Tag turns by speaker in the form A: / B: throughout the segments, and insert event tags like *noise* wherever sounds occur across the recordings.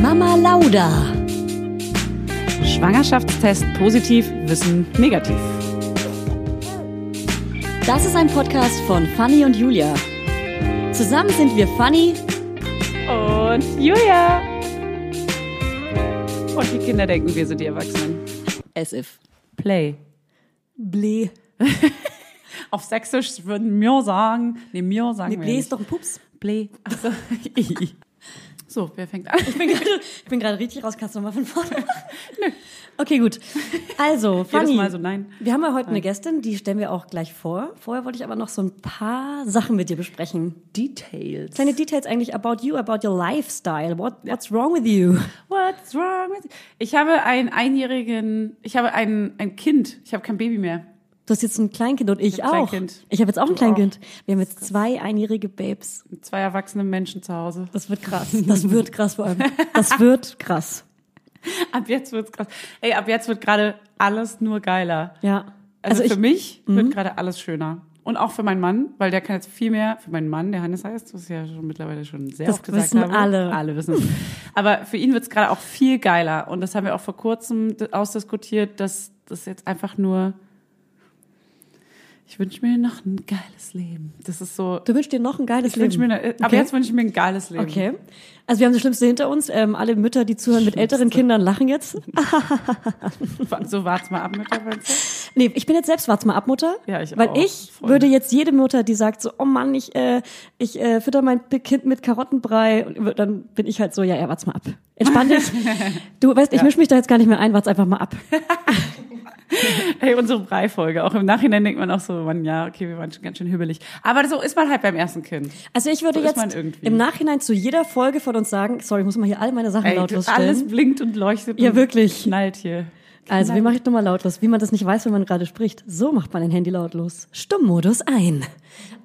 A: Mama Lauda.
B: Schwangerschaftstest positiv, Wissen negativ.
A: Das ist ein Podcast von Fanny und Julia. Zusammen sind wir Fanny
B: Und Julia! Und die Kinder denken, wir sind die Erwachsenen.
A: as if.
B: Play.
A: Blee.
B: *laughs* Auf Sächsisch würden mir sagen. Nee, mir sagen
A: Nee,
B: wir
A: Blee
B: nicht.
A: ist doch ein Pups.
B: Play.
A: *laughs*
B: Achso. so, wer fängt an?
A: Ich bin gerade- ich bin gerade richtig raus. Kannst du nochmal von vorne *laughs* machen? Okay, gut. Also,
B: *laughs* Jedes
A: Fanny.
B: Mal so nein.
A: Wir haben ja heute eine Gästin, die stellen wir auch gleich vor. Vorher wollte ich aber noch so ein paar Sachen mit dir besprechen.
B: Details.
A: Kleine Details eigentlich about you, about your lifestyle. What, what's wrong with you?
B: What's wrong with Ich habe einen einjährigen, ich habe ein, ein Kind. Ich habe kein Baby mehr.
A: Du hast jetzt ein Kleinkind und ich,
B: Ich hab
A: auch.
B: Kleinkind.
A: Ich habe jetzt auch ein
B: Du
A: Kleinkind. Wir haben jetzt zwei einjährige Babes.
B: Zwei erwachsene Menschen zu Hause.
A: Das wird krass. Das wird krass vor allem.
B: *laughs*
A: Das wird krass.
B: Ab jetzt wird's krass. Ey, ab jetzt wird gerade alles nur geiler.
A: Ja. Also,
B: Also,
A: ich,
B: für mich wird gerade alles schöner. Und auch für meinen Mann, weil der kann jetzt viel mehr, für meinen Mann, der Hannes heißt, was ich ja schon mittlerweile schon sehr
A: Das
B: oft gesagt
A: wissen
B: habe.
A: alle.
B: Alle wissen es. Aber für ihn wird es gerade auch viel geiler. Und das haben wir auch vor kurzem d- ausdiskutiert, dass das jetzt einfach nur, ich wünsche mir noch ein geiles Leben. Das ist so,
A: du wünschst dir noch ein geiles
B: ich wünsche mir,
A: Leben.
B: eine, äh,
A: Okay.
B: aber jetzt wünsche ich mir ein geiles Leben.
A: Okay. Also wir haben das Schlimmste hinter uns. Ähm, alle Mütter, die zuhören mit älteren Kindern, lachen jetzt.
B: So wart's mal ab mittlerweile.
A: Nee, ich bin jetzt selbst warte mal ab, Mutter.
B: Ja, ich
A: Weil
B: auch,
A: ich
B: Freunde.
A: würde jetzt jede Mutter, die sagt so, oh Mann, ich, äh, ich äh, fütter mein Kind mit Karottenbrei, und dann bin ich halt so, ja, ja, warte mal ab. Entspann
B: *laughs*
A: dich. Du weißt, ich misch mich da jetzt gar nicht mehr ein, warte einfach mal ab.
B: Hey, unsere Brei-Folge. Auch im Nachhinein denkt man auch so, man, ja, okay, wir waren schon ganz schön hibbelig. Aber so ist man halt beim ersten Kind.
A: Also ich würde
B: So ist man
A: jetzt
B: irgendwie.
A: im Nachhinein zu jeder Folge von uns sagen, sorry, ich muss mal hier all meine Sachen
B: Ey,
A: lautlos stellen.
B: alles blinkt und leuchtet
A: Ja,
B: und
A: wirklich.
B: knallt hier.
A: Also, wie mache ich nochmal lautlos? Wie man das nicht weiß, wenn man gerade spricht. So macht man ein Handy lautlos. Stummmodus ein.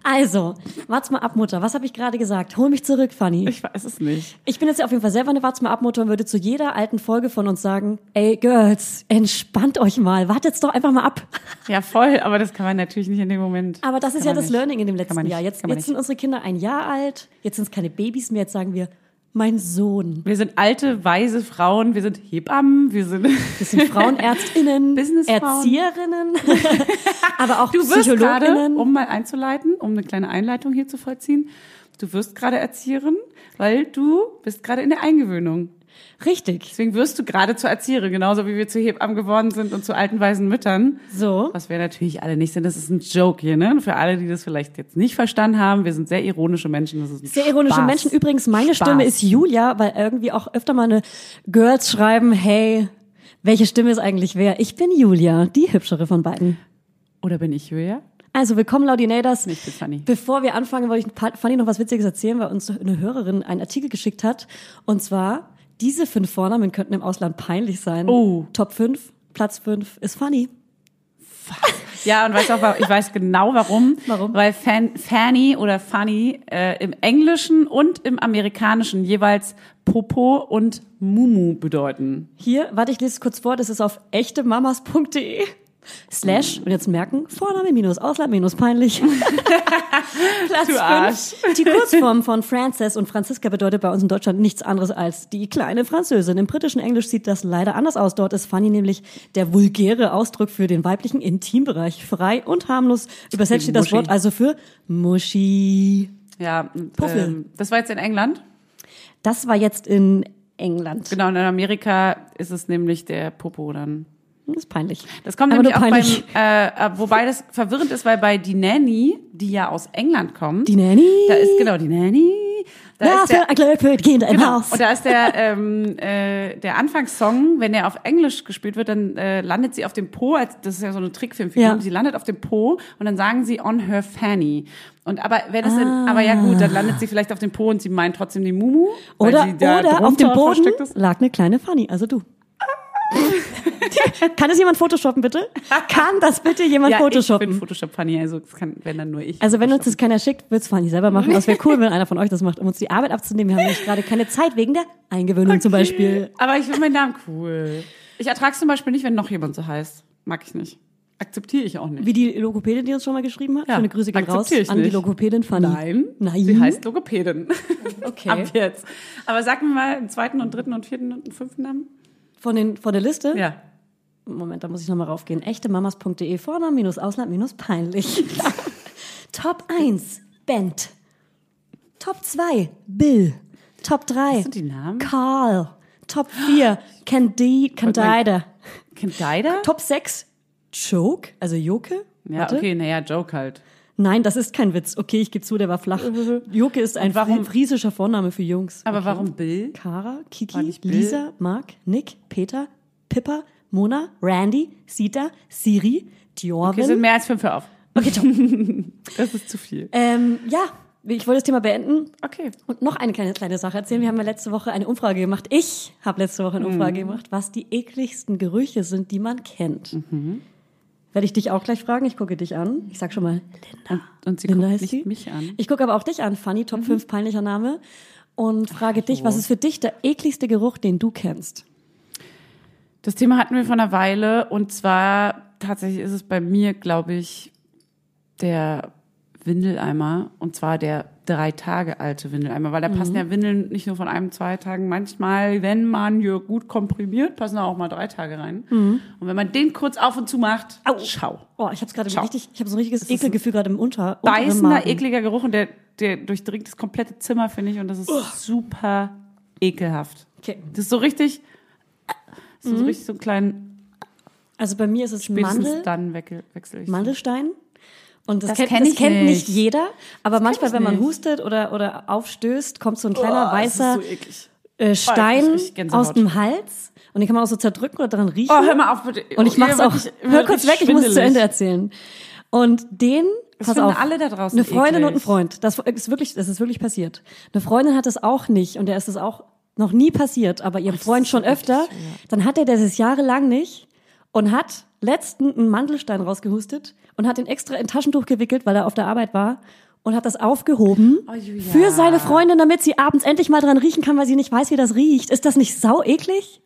A: Also, wart's mal ab, Mutter. Was habe ich gerade gesagt? Hol mich zurück, Fanny.
B: Ich weiß es nicht.
A: Ich bin jetzt auf jeden Fall selber eine Wart's mal ab, Mutter und würde zu jeder alten Folge von uns sagen, ey, Girls, entspannt euch mal. Wartet's doch einfach mal ab.
B: Ja, voll, aber das kann man natürlich nicht in dem Moment.
A: Aber das ist ja
B: Kann man
A: das
B: nicht.
A: Learning in dem
B: Kann man
A: letzten
B: nicht,
A: Jahr. Jetzt,
B: kann man
A: jetzt sind unsere Kinder ein Jahr alt. Jetzt sind's keine Babys mehr. Jetzt sagen wir, mein Sohn.
B: Wir sind alte, weise Frauen, wir sind Hebammen,
A: *laughs*
B: wir sind.
A: Wir sind Frauenärztinnen,
B: *laughs* Businessfrauen. *laughs*
A: Erzieherinnen, aber auch
B: Du wirst gerade,
A: Psychologinnen.
B: um mal einzuleiten, um eine kleine Einleitung hier zu vollziehen, du wirst gerade Erzieherin, weil du bist gerade in der Eingewöhnung.
A: Richtig.
B: Deswegen wirst du gerade zur Erzieherin, genauso wie wir zu Hebammen geworden sind und zu alten, weisen Müttern.
A: So.
B: Was wir natürlich alle nicht sind, das ist ein Joke hier, ne? Für alle, die das vielleicht jetzt nicht verstanden haben, wir sind sehr ironische Menschen. Das ist ein
A: Sehr ironische
B: Spaß.
A: Menschen. Übrigens, meine
B: Spaß.
A: Stimme ist Julia, weil irgendwie auch öfter mal eine Girls schreiben, hey, welche Stimme ist eigentlich wer? Ich bin Julia, die hübschere von beiden.
B: Oder bin ich Julia?
A: Also willkommen, Laudinators.
B: Ich bin Fanny.
A: Bevor wir anfangen, wollte ich Pa- Fanny noch was Witziges erzählen, weil uns eine Hörerin einen Artikel geschickt hat. Und zwar, diese fünf Vornamen könnten im Ausland peinlich sein.
B: Oh.
A: Top 5, Platz 5 ist Fanny.
B: Ja, und weiß auch, wa- ich weiß genau warum.
A: Warum?
B: Weil Fan, Fanny oder Funny äh, im Englischen und im Amerikanischen jeweils Popo und Mumu bedeuten.
A: Hier, warte, ich lese es kurz vor, das ist auf echtemamas.de.
B: Mhm.
A: Slash, und jetzt merken, Vorname minus Ausland minus
B: *laughs*
A: peinlich. Platz
B: Du Arsch.
A: fünf. Die Kurzform von Frances und Franziska bedeutet bei uns in Deutschland nichts anderes als die kleine Französin. Im britischen Englisch sieht das leider anders aus. Dort ist Fanny nämlich der vulgäre Ausdruck für den weiblichen Intimbereich. Frei und harmlos. Übersetzt steht das
B: Muschi.
A: Wort also für Muschi.
B: Ja, und,
A: Puffel.
B: ähm, das war jetzt in England.
A: Das war jetzt in England.
B: Genau, und in Amerika ist es nämlich der Popo dann.
A: Das ist peinlich.
B: Das kommt
A: Aber
B: nämlich auch
A: nur
B: beim,
A: peinlich.
B: äh, äh, wobei das verwirrend ist, weil bei die Nanny, die ja aus England kommt,
A: Die Nanny.
B: da ist genau die Nanny, da
A: Da
B: ist der,
A: ein Glöck für die Kinder im
B: genau,
A: Haus.
B: und da ist der ähm, äh, der Anfangssong, wenn der auf Englisch gespielt wird, dann äh, landet sie auf dem Po, als das ist ja so eine Trickfilmfigur,
A: Ja.
B: sie landet auf dem Po und dann sagen sie on her fanny. Und aber wenn es in, aber ja gut, dann landet sie vielleicht auf dem Po und sie meint trotzdem die Mumu, weil
A: Oder,
B: sie da
A: oder auf dem
B: drunter
A: Boden
B: versteckt ist.
A: lag eine kleine Fanny, also
B: *laughs*
A: du. Kann das jemand photoshoppen, bitte? Kann das bitte jemand
B: Ja, ich bin
A: photoshoppen?
B: Photoshop Fanny, also das kann wenn dann nur ich.
A: Also wenn uns das keiner schickt, wird's Fanny selber machen. Das
B: *laughs*
A: wäre cool, wenn einer von euch das macht, um uns die Arbeit abzunehmen. Wir haben nämlich gerade keine Zeit wegen der Eingewöhnung zum Beispiel.
B: *laughs* Aber ich finde meinen Namen cool. Ich ertrage zum Beispiel nicht, wenn noch jemand so heißt. Mag ich nicht. Akzeptiere ich auch nicht.
A: Wie die Logopädin, die uns schon mal geschrieben hat.
B: Ja,
A: Schöne Grüße gehen raus
B: akzeptiere ich
A: an die
B: nicht.
A: Logopädin Fanny.
B: Nein.
A: Nein.
B: Sie heißt Logopädin.
A: Okay.
B: Ab jetzt. Aber sag mir mal einen zweiten und dritten und vierten und einen fünften Namen.
A: Von, den, von der Liste?
B: Ja.
A: Moment, da muss ich nochmal raufgehen. Echtemamas.de, E, Vornamen minus Ausland minus peinlich. *laughs* Top 1, Bent. Top 2, Bill. Top 3,
B: sind die Namen?
A: Carl. Top 4, Candide. Candide.
B: Kindeider?
A: Top 6, Joke, also Joke.
B: Ja,
A: Warte.
B: okay, naja, Joke halt.
A: Nein, das ist kein Witz. Okay, ich gebe zu, der war
B: *laughs*
A: flach. Joke ist ein
B: warum-
A: friesischer Vorname für Jungs.
B: Aber warum Bill?
A: Kara,
B: War
A: Kiki,
B: nicht Bill?
A: Lisa, Marc, Nick, Peter, Pippa, Mona, Randy, Sita, Siri,
B: Wir sind
A: Diorvin.
B: mehr als fünf, hör auf.
A: Okay, top.
B: Das ist zu viel.
A: *laughs* ähm, ja, ich wollte das Thema beenden
B: Okay.
A: und noch eine kleine, kleine Sache erzählen. Wir haben ja letzte Woche eine Umfrage gemacht. Ich habe letzte Woche eine Umfrage gemacht, was die ekligsten Gerüche sind, die man kennt. Werde ich dich auch gleich fragen. Ich gucke dich an. Ich sag schon mal, Linda.
B: Und sie
A: Linda
B: guckt
A: heißt
B: nicht
A: sie.
B: mich an.
A: Ich gucke aber auch dich an, Mhm. Fanny, Top 5 peinlicher Name. Und frage dich, was ist für dich der ekligste Geruch, den du kennst?
B: Das Thema hatten wir vor einer Weile und zwar tatsächlich ist es bei mir, glaube ich, der Windeleimer und zwar der drei Tage alte Windeleimer, weil da passen
A: Mhm.
B: ja Windeln nicht nur von einem, zwei Tagen. Manchmal, wenn man hier gut komprimiert, passen da auch mal drei Tage rein. Und wenn man den kurz auf und zu macht,
A: Mhm. Au.
B: schau.
A: Oh, ich habe gerade
B: Ciao.
A: richtig, ich habe so ein richtiges Ekelgefühl gerade im Unter. unteren
B: beißender,
A: Magen.
B: ekliger Geruch und der, der durchdringt das komplette Zimmer, finde ich. Und das ist super ekelhaft.
A: Okay.
B: Das ist so richtig, äh, so, so richtig so einen kleinen,
A: Also bei mir ist es
B: spätestens
A: Mhm. Mandel,
B: dann wecke- wechsle ich.
A: Mandelstein. Und das,
B: Das
A: kennt,
B: kenn
A: das
B: ich
A: kennt nicht
B: nicht.
A: jeder, aber manchmal,
B: ich
A: wenn man
B: nicht.
A: hustet oder, oder aufstößt, kommt so ein
B: Boah,
A: kleiner
B: das ist
A: weißer
B: so eklig.
A: äh, Stein
B: richtig Gänsehaut.
A: aus dem Hals und den kann man auch so zerdrücken oder dran riechen.
B: Oh, hör mal auf, bitte.
A: und ich mach's
B: Ihr
A: auch.
B: wirklich-
A: Hör kurz weg, ich muss es zu Ende
B: schwindelig.
A: erzählen. Und den,
B: Das
A: pass
B: finden
A: auf,
B: alle da draußen
A: eine Freundin und ein
B: eklig.
A: Freund. Das ist wirklich, das ist wirklich passiert. Eine Freundin hat es auch nicht und der ist es auch noch nie passiert, aber ihrem Freund schon öfter. Dann hat er das jahrelang nicht und hat letzten einen Mandelstein rausgehustet und hat den extra in Taschentuch gewickelt, weil er auf der Arbeit war und hat das aufgehoben
B: Oh, Julia.
A: für seine Freundin, damit sie abends endlich mal dran riechen kann, weil sie nicht weiß, wie das riecht. Ist das nicht sau eklig?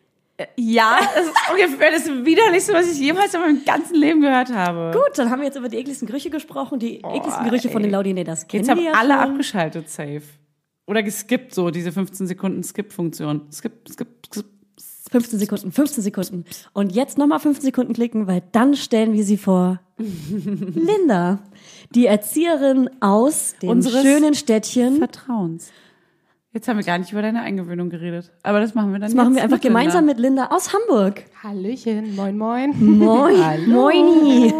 B: Ja, das *laughs* ist ungefähr das Widerlichste, was ich jemals in meinem ganzen Leben gehört habe.
A: Gut, dann haben wir jetzt über die ekligsten Gerüche gesprochen, die ekligsten Gerüche von den Laudinators. Kennen
B: Jetzt haben
A: wir ja
B: alle
A: schon.
B: abgeschaltet, safe. Oder geskippt, so diese 15 Sekunden Skip-Funktion. Skip, skip, skip.
A: 15 Sekunden, 15 Sekunden. Und jetzt nochmal 15 Sekunden klicken, weil dann stellen wir sie vor. Linda, die Erzieherin aus dem
B: Unseres
A: schönen Städtchen.
B: Vertrauens. Jetzt haben wir gar nicht über deine Eingewöhnung geredet. Aber das machen wir dann
A: Das machen wir einfach gemeinsam mit Linda aus Hamburg.
C: Hallöchen, moin moin.
A: Moin, moini.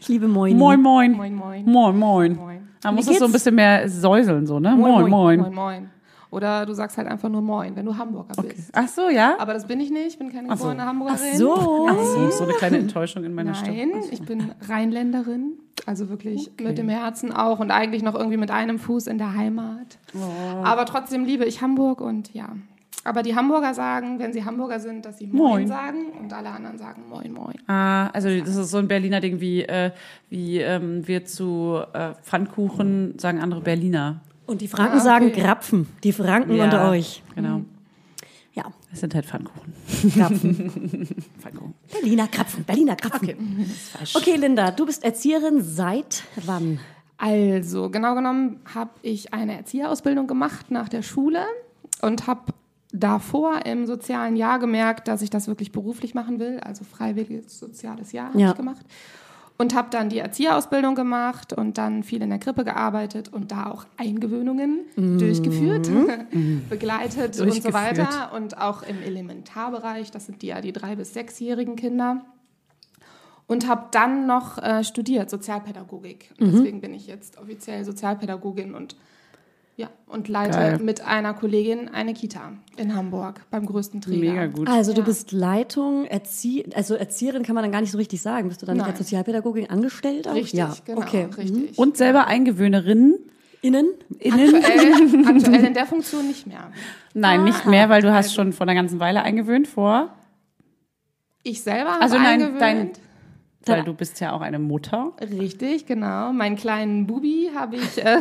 A: Ich liebe moini.
B: Moin, moin.
C: Moin, moin.
B: Moin, moin.
C: Moin.
B: Da muss
A: Wie
B: es so ein
A: geht's?
B: bisschen mehr säuseln, so, ne? Moin, moin.
C: moin, moin. Oder du sagst halt einfach nur moin, wenn du Hamburger bist.
B: Ach so, ja?
C: Aber das bin ich nicht, ich bin keine
B: Ach so.
C: geborene Hamburgerin.
A: Ach so.
B: Ach so, so eine kleine Enttäuschung in meiner Stimme.
C: Nein, ich bin Rheinländerin, also wirklich mit dem Herzen auch und eigentlich noch irgendwie mit einem Fuß in der Heimat. Aber trotzdem liebe ich Hamburg und ja. Aber die Hamburger sagen, wenn sie Hamburger sind, dass sie moin,
B: Moin.
C: sagen und alle anderen sagen moin moin.
B: Ah, also das ist so ein Berliner Ding, wie, äh, wie ähm, wir zu äh, Pfannkuchen sagen andere Berliner.
A: Und die Franken
C: Ah, okay.
A: sagen Grapfen. Die Franken
B: Ja,
A: unter euch. Hm.
B: Genau.
A: Ja,
B: Es sind halt Pfannkuchen.
A: Grapfen.
B: Pfannkuchen.
A: Berliner Krapfen, Berliner Krapfen. Okay. okay, Linda, du bist Erzieherin seit wann?
C: Also, genau genommen habe ich eine Erzieherausbildung gemacht nach der Schule und habe davor im sozialen Jahr gemerkt, dass ich das wirklich beruflich machen will. Also freiwilliges soziales Jahr habe
A: Ja.
C: ich gemacht. Und habe dann die Erzieherausbildung gemacht und dann viel in der Krippe gearbeitet und da auch Eingewöhnungen durchgeführt, *laughs* begleitet und so
B: Durchgeführt.
C: weiter. Und auch im Elementarbereich, das sind die ja die drei- bis sechsjährigen Kinder und habe dann noch äh, studiert Sozialpädagogik.
B: Mhm.
C: Und Deswegen bin ich jetzt offiziell Sozialpädagogin und ja und leite
B: Geil.
C: mit einer Kollegin eine Kita in Hamburg beim größten Träger.
B: Mega gut.
A: Also du
C: Ja.
A: bist Leitung, Erzie also Erzieherin kann man dann gar nicht so richtig sagen. Bist du dann
C: Nein.
A: als Sozialpädagogin angestellt? Auch?
C: Richtig,
A: ja.
C: genau,
A: okay. Mhm.
C: richtig.
B: Und selber Eingewöhnerin
A: Innen?
B: innen?
C: aktuell, *laughs* aktuell in der Funktion nicht mehr.
B: Nein, nicht mehr, weil du hast schon vor einer ganzen Weile eingewöhnt vor.
C: Ich selber habe
B: Also nein,
C: eingewöhnt.
B: dein-
A: Da-
B: Weil du bist ja auch eine Mutter.
C: Richtig, genau. Meinen kleinen Bubi habe ich äh,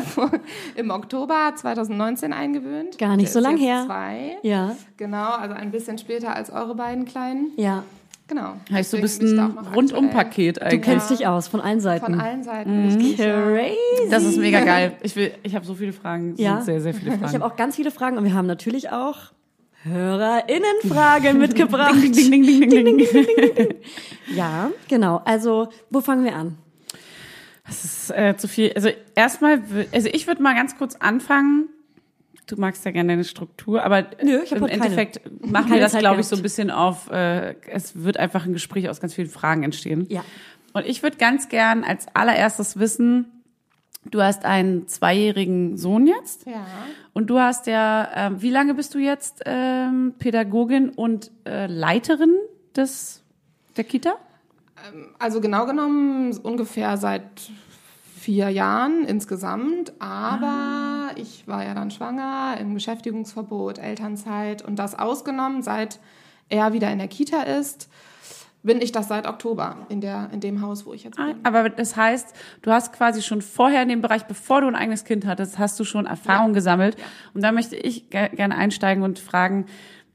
C: im Oktober 2019 eingewöhnt.
A: Gar nicht
C: Der
A: so
C: ist
A: lang
C: jetzt
A: her.
C: Zwei.
A: Ja,
C: Genau, also ein bisschen später als eure beiden Kleinen.
A: ja.
C: Genau.
B: Heißt, du
C: Deswegen
B: bist
C: bin ich
B: ein
C: da auch noch aktuell.
B: Rundumpaket Mhm.
A: Du
B: eigentlich.
A: kennst dich aus, von allen Seiten.
C: Von allen Seiten. richtig, ja.
A: Crazy.
B: Das ist mega geil. Ich will, ich habe so viele Fragen. Es
A: Ja.
B: Sind sehr, sehr viele
A: Ich habe
B: Fragen.
A: auch ganz viele Fragen und wir haben natürlich auch
B: *laughs*
A: HörerInnenfragen mitgebracht.
B: ding, ding, ding, ding, ding.
A: Ja, genau. Also, wo fangen wir an?
B: Das ist äh, zu viel. Also erstmal, wür- also ich würde mal ganz kurz anfangen. Du magst ja gerne deine Struktur, aber
A: Nö, ich hab
B: im
A: heute keine.
B: Endeffekt machen wir
A: Keine
B: das,
A: Zeit
B: glaube ich, so ein
A: gehabt.
B: bisschen auf. Äh, es wird einfach ein Gespräch aus ganz vielen Fragen entstehen.
A: Ja.
B: Und ich würde ganz gern als allererstes wissen: Du hast einen zweijährigen Sohn jetzt.
C: Ja.
B: Und du hast ja, ähm, wie lange bist du jetzt ähm, Pädagogin und äh, Leiterin des der Kita?
C: Also genau genommen ungefähr seit vier Jahren insgesamt,
B: Ah.
C: aber ich war ja dann schwanger, im Beschäftigungsverbot, Elternzeit und das ausgenommen, seit er wieder in der Kita ist, bin ich das seit Oktober in, der, in dem Haus, wo ich jetzt bin.
B: Aber das heißt, du hast quasi schon vorher in dem Bereich, bevor du ein eigenes Kind hattest, hast du schon Erfahrung gesammelt. Und da möchte ich ge gerne einsteigen und fragen,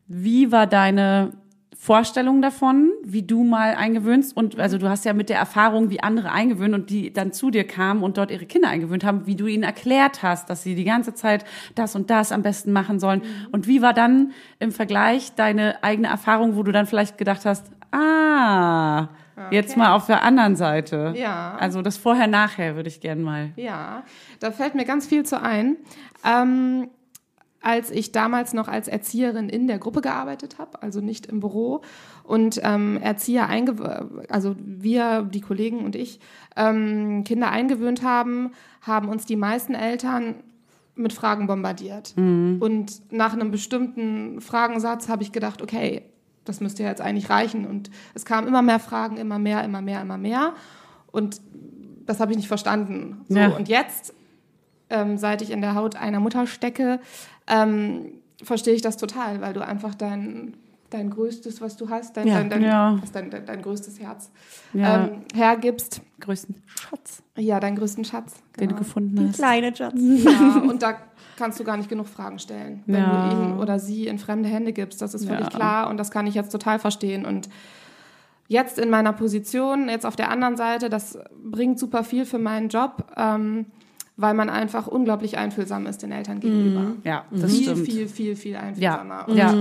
B: wie war deine Vorstellung davon, wie du mal eingewöhnst? Und also du hast ja mit der Erfahrung, wie andere eingewöhnen und die dann zu dir kamen und dort ihre Kinder eingewöhnt haben, wie du ihnen erklärt hast, dass sie die ganze Zeit das und das am besten machen sollen.
C: Mhm.
B: Und wie war dann im Vergleich deine eigene Erfahrung, wo du dann vielleicht gedacht hast, ah, jetzt mal auf der anderen Seite.
C: Ja.
B: Also das Vorher-Nachher würde ich gerne mal.
C: Ja, da fällt mir ganz viel zu ein. Ähm, als ich damals noch als Erzieherin in der Gruppe gearbeitet habe, also nicht im Büro, und ähm, Erzieher eingewöhnt, also wir, die Kollegen und ich, ähm, Kinder eingewöhnt haben, haben uns die meisten Eltern mit Fragen bombardiert. Und nach einem bestimmten Fragensatz habe ich gedacht, okay, das müsste ja jetzt eigentlich reichen. Und es kamen immer mehr Fragen, immer mehr, immer mehr, immer mehr. Und das habe ich nicht verstanden. So,
B: Ja.
C: Und jetzt, ähm, seit ich in der Haut einer Mutter stecke, ähm, verstehe ich das total, weil du einfach dein, dein Größtes, was du hast, dein,
A: Ja.
C: dein, dein,
B: Ja.
C: was dein, dein, dein größtes Herz
B: Ja.
C: ähm, genau. hergibst.
B: Größten Schatz,
C: Ja, deinen größten Schatz.
B: den
C: Genau.
B: du gefunden hast.
A: Kleine Schatz.
B: Mhm.
C: Ja, *laughs* und da kannst du gar nicht genug Fragen stellen, wenn
B: Ja.
C: du ihn oder sie in fremde Hände gibst. Das ist völlig
B: Ja.
C: klar und das kann ich jetzt total verstehen. Und jetzt in meiner Position, jetzt auf der anderen Seite, das bringt super viel für meinen Job, ähm, weil man einfach unglaublich einfühlsam ist den Eltern gegenüber.
B: Ja, das
C: viel,
B: stimmt.
C: Mhm. viel, viel, viel einfühlsamer. Und
B: Ja.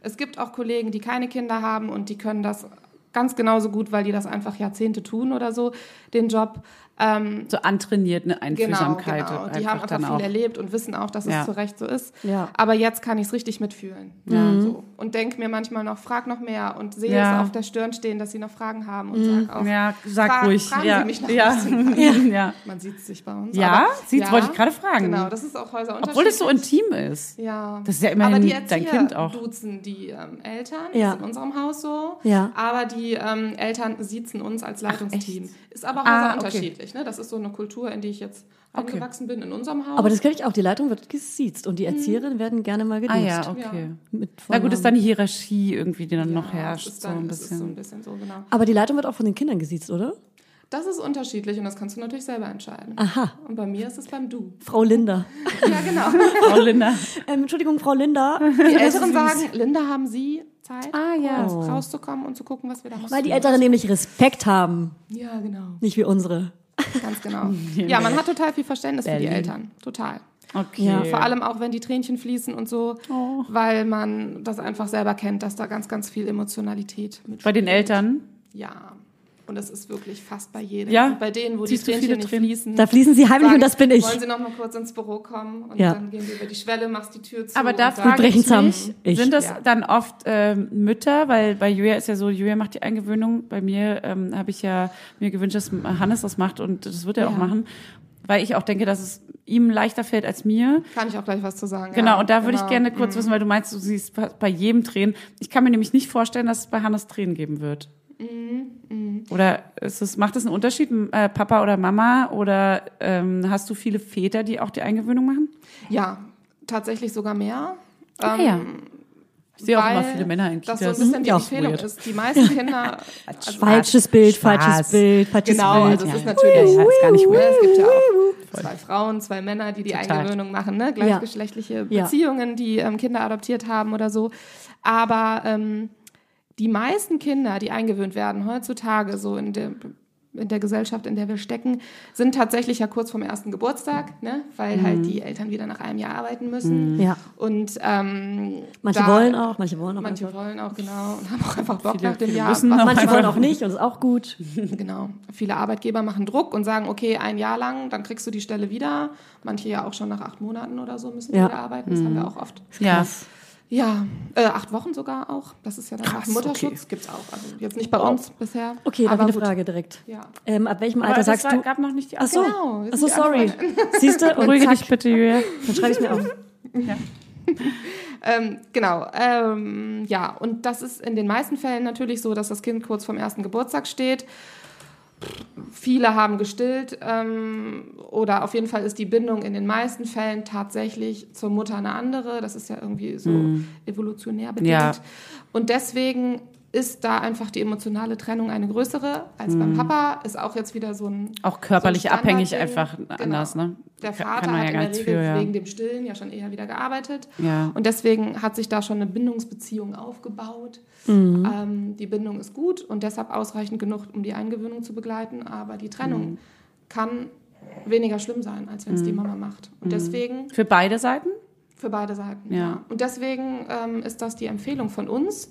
C: Es gibt auch Kollegen, die keine Kinder haben und die können das ganz genauso gut, weil die das einfach Jahrzehnte tun oder so, den Job. Ähm,
B: So antrainiert eine Einfühlsamkeit.
C: Genau, genau. Die
B: einfach
C: haben einfach
B: dann
C: viel
B: auch.
C: erlebt und wissen auch, dass es
B: Ja.
C: zu Recht so ist.
A: Ja.
C: Aber jetzt kann ich es richtig mitfühlen.
B: Mhm.
C: Ja. So. Und denke mir manchmal noch, frag noch mehr und sehe
B: Ja. Mhm.
C: es auf der Stirn stehen, dass sie noch Fragen haben und sag auch,
B: Ja, sag
C: fra-
B: ruhig.
C: fragen
B: ja.
C: Sie mich noch
B: ja. *laughs*
C: ein bisschen.
B: ja. ja.
C: Man sieht sich bei uns.
B: Ja?
C: aber-
B: Sieht's, wollte ich gerade fragen.
C: Genau, das ist auch häuser
B: Obwohl es so
C: unterschiedlich.
B: intim ist.
C: ja.
B: Das ist ja immerhin
C: aber die
B: dein
C: Erzieher
B: Kind auch.
C: duzen die ähm, Eltern,
A: Ja.
C: ist in unserem Haus so.
A: Ja.
C: Aber die ähm, Eltern siezen uns als Leitungsteam. ist aber
B: Ah,
C: häuser
B: okay.
C: unterschiedlich. Ne? Das ist so eine Kultur, in die ich jetzt angewachsen bin, in unserem Haus.
A: Aber das kenne ich auch. Die Leitung wird gesiezt und die
C: Mhm.
A: Erzieherinnen werden gerne mal
B: Ah
A: geduzt.
B: ja, okay.
A: Mit
B: Na gut,
A: Vornamen.
B: ist dann die Hierarchie irgendwie, die dann noch
C: Genau. Ja,
B: herrscht.
C: es ist
B: So
C: dann-
B: ein
C: es Ist so ein
B: bisschen.
C: bisschen so, genau.
A: Aber die Leitung wird auch von den Kindern gesiezt, oder?
C: Das ist unterschiedlich und das kannst du natürlich selber entscheiden.
A: Aha.
C: Und bei mir ist es beim Du.
A: Frau Linda.
C: Ja,
B: *laughs*
C: genau.
B: Frau Linda.
A: Ähm, Entschuldigung, Frau
C: *laughs*
A: Linda. Oh.
C: Die Älteren sagen, Linda, haben Sie Zeit,
B: Ah, ja.
C: kurz rauszukommen und zu gucken, was wir da
A: Weil
C: machen?
A: die Älteren nämlich Respekt haben,
C: Ja, genau.
A: nicht wie unsere.
B: *laughs*
C: Ganz genau. Ja, man hat total viel Verständnis für die
B: Berlin.
C: Eltern. Total.
B: Okay.
A: Ja,
B: Oh.
C: Vor allem auch, wenn die Tränchen fließen und so, weil man das einfach selber kennt, dass da ganz, ganz viel Emotionalität mit
B: Bei den Eltern.
C: Ja. Und das ist wirklich fast bei jedem.
B: Ja.
C: Und bei denen, wo
B: Siehst du
C: die
B: viele
C: Tränchen nicht
B: Tränen?
C: fließen.
A: Da fließen sie heimlich
C: sagen,
A: und das bin ich.
C: Wollen Sie noch mal kurz ins Büro kommen und
A: Ja.
C: dann gehen wir über die Schwelle, machst die Tür zu.
B: Aber da
C: und
B: frage
C: dann,
A: brechen
B: ich
A: zusammen.
B: mich,
A: Ich.
B: sind das
C: Ja.
B: dann oft ähm, Mütter? Weil bei Julia ist ja so, Julia macht die Eingewöhnung. Bei mir ähm, habe ich ja mir gewünscht, dass Hannes das macht und das wird er
C: Ja.
B: auch machen. Weil ich auch denke, dass es ihm leichter fällt als mir.
C: kann ich auch gleich was zu sagen.
B: Genau,
C: ja.
B: und da würde ich
C: Genau.
B: gerne kurz wissen, weil du meinst, du siehst bei- bei jedem Tränen. Ich kann mir nämlich nicht vorstellen, dass es bei Hannes Tränen geben wird.
C: Mhm,
B: Oder ist es, macht es einen Unterschied, m- äh, Papa oder Mama? Oder ähm, hast du viele Väter, die auch die Eingewöhnung machen?
C: Ja, tatsächlich sogar mehr.
B: Ah,
C: Ähm,
B: ja. Ich sehe auch
C: weil
B: immer viele Männer in Kitas. Mhm.
C: Das so ein bisschen die
A: Ja.
C: Empfehlung
B: Weird.
C: ist.
B: *laughs*
C: Die meisten Kinder. also,
A: Falsches Bild,
B: Spaß.
A: falsches Bild, falsches
C: Genau,
A: Bild.
C: also es
B: Ja,
C: ist
B: ja.
C: natürlich.
B: Ja, ja, ist gar nicht
C: ne,
B: weird.
C: es gibt ja auch zwei Frauen, zwei Männer, die die
B: Total.
C: Eingewöhnung machen, ne? gleichgeschlechtliche
A: Ja.
C: Beziehungen, die ähm, Kinder adoptiert haben oder so. Aber ähm, die meisten Kinder, die eingewöhnt werden heutzutage, so in der, in der Gesellschaft, in der wir stecken, sind tatsächlich ja kurz vorm ersten Geburtstag, ne? weil
B: Mhm.
C: halt die Eltern wieder nach einem Jahr arbeiten müssen.
A: Ja.
C: Und ähm,
A: Manche
C: da-
A: wollen auch, manche wollen auch.
C: Manche
A: einfach.
C: wollen auch, genau, und haben auch einfach Bock
B: Viele-
C: nach dem
B: viele
C: Jahr.
B: müssen
C: was
B: auch
C: man-
A: manche wollen auch nicht und ist auch gut.
C: Genau. Viele Arbeitgeber machen Druck und sagen, okay, ein Jahr lang, dann kriegst du die Stelle wieder. Manche ja auch schon nach acht Monaten oder so müssen die
A: Ja. Mhm.
C: wieder arbeiten. Das haben wir auch oft.
B: Ja.
A: Krass.
C: Ja, äh, acht Wochen sogar auch. Das ist ja dann nach dem Mutterschutz. Gibt's auch. Also jetzt nicht bei uns bisher.
A: Okay, da
C: aber
A: habe ich
C: gut.
A: eine Frage direkt.
C: Ja.
A: Ähm, ab welchem
B: Aber
A: Alter
B: das
A: sagst
B: war,
A: du?
B: gab noch nicht die
A: Ach so,
B: Antwort.
C: Genau, wir
A: ach so,
C: sind die
A: sorry. Siehst
C: *laughs*
A: du? Und
B: Beruhige
A: zack,
B: dich bitte, Julia.
A: dann schreibe ich mir auf.
C: Ähm, genau. Ähm, ja, und das ist in den meisten Fällen natürlich so, dass das Kind kurz vorm ersten Geburtstag steht. Viele haben gestillt ähm, oder auf jeden Fall ist die Bindung in den meisten Fällen tatsächlich zur Mutter eine andere. Das ist ja irgendwie so evolutionär bedingt.
B: Hm. Ja.
C: Und deswegen ist da einfach die emotionale Trennung eine größere als
B: Hm.
C: beim Papa. Ist auch jetzt wieder so ein
B: Auch körperlich
C: so ein
B: abhängig
C: Standardding.
B: einfach
C: Genau.
B: anders, ne?
C: Der
B: Kann-
C: Vater
B: kann man
C: hat
B: ja
C: in
B: gar
C: der
B: nichts
C: Regel
B: für, ja.
C: wegen dem Stillen ja schon eher wieder gearbeitet.
B: Ja.
C: Und deswegen hat sich da schon eine Bindungsbeziehung aufgebaut.
B: Mhm.
C: Ähm, die Bindung ist gut und deshalb ausreichend genug, um die Eingewöhnung zu begleiten. Aber die Trennung
B: Mhm.
C: kann weniger schlimm sein, als wenn es die Mama macht. Und deswegen
B: Für beide Seiten?
C: für beide Seiten.
B: Mhm. Ja.
C: Und deswegen ähm, ist das die Empfehlung von uns,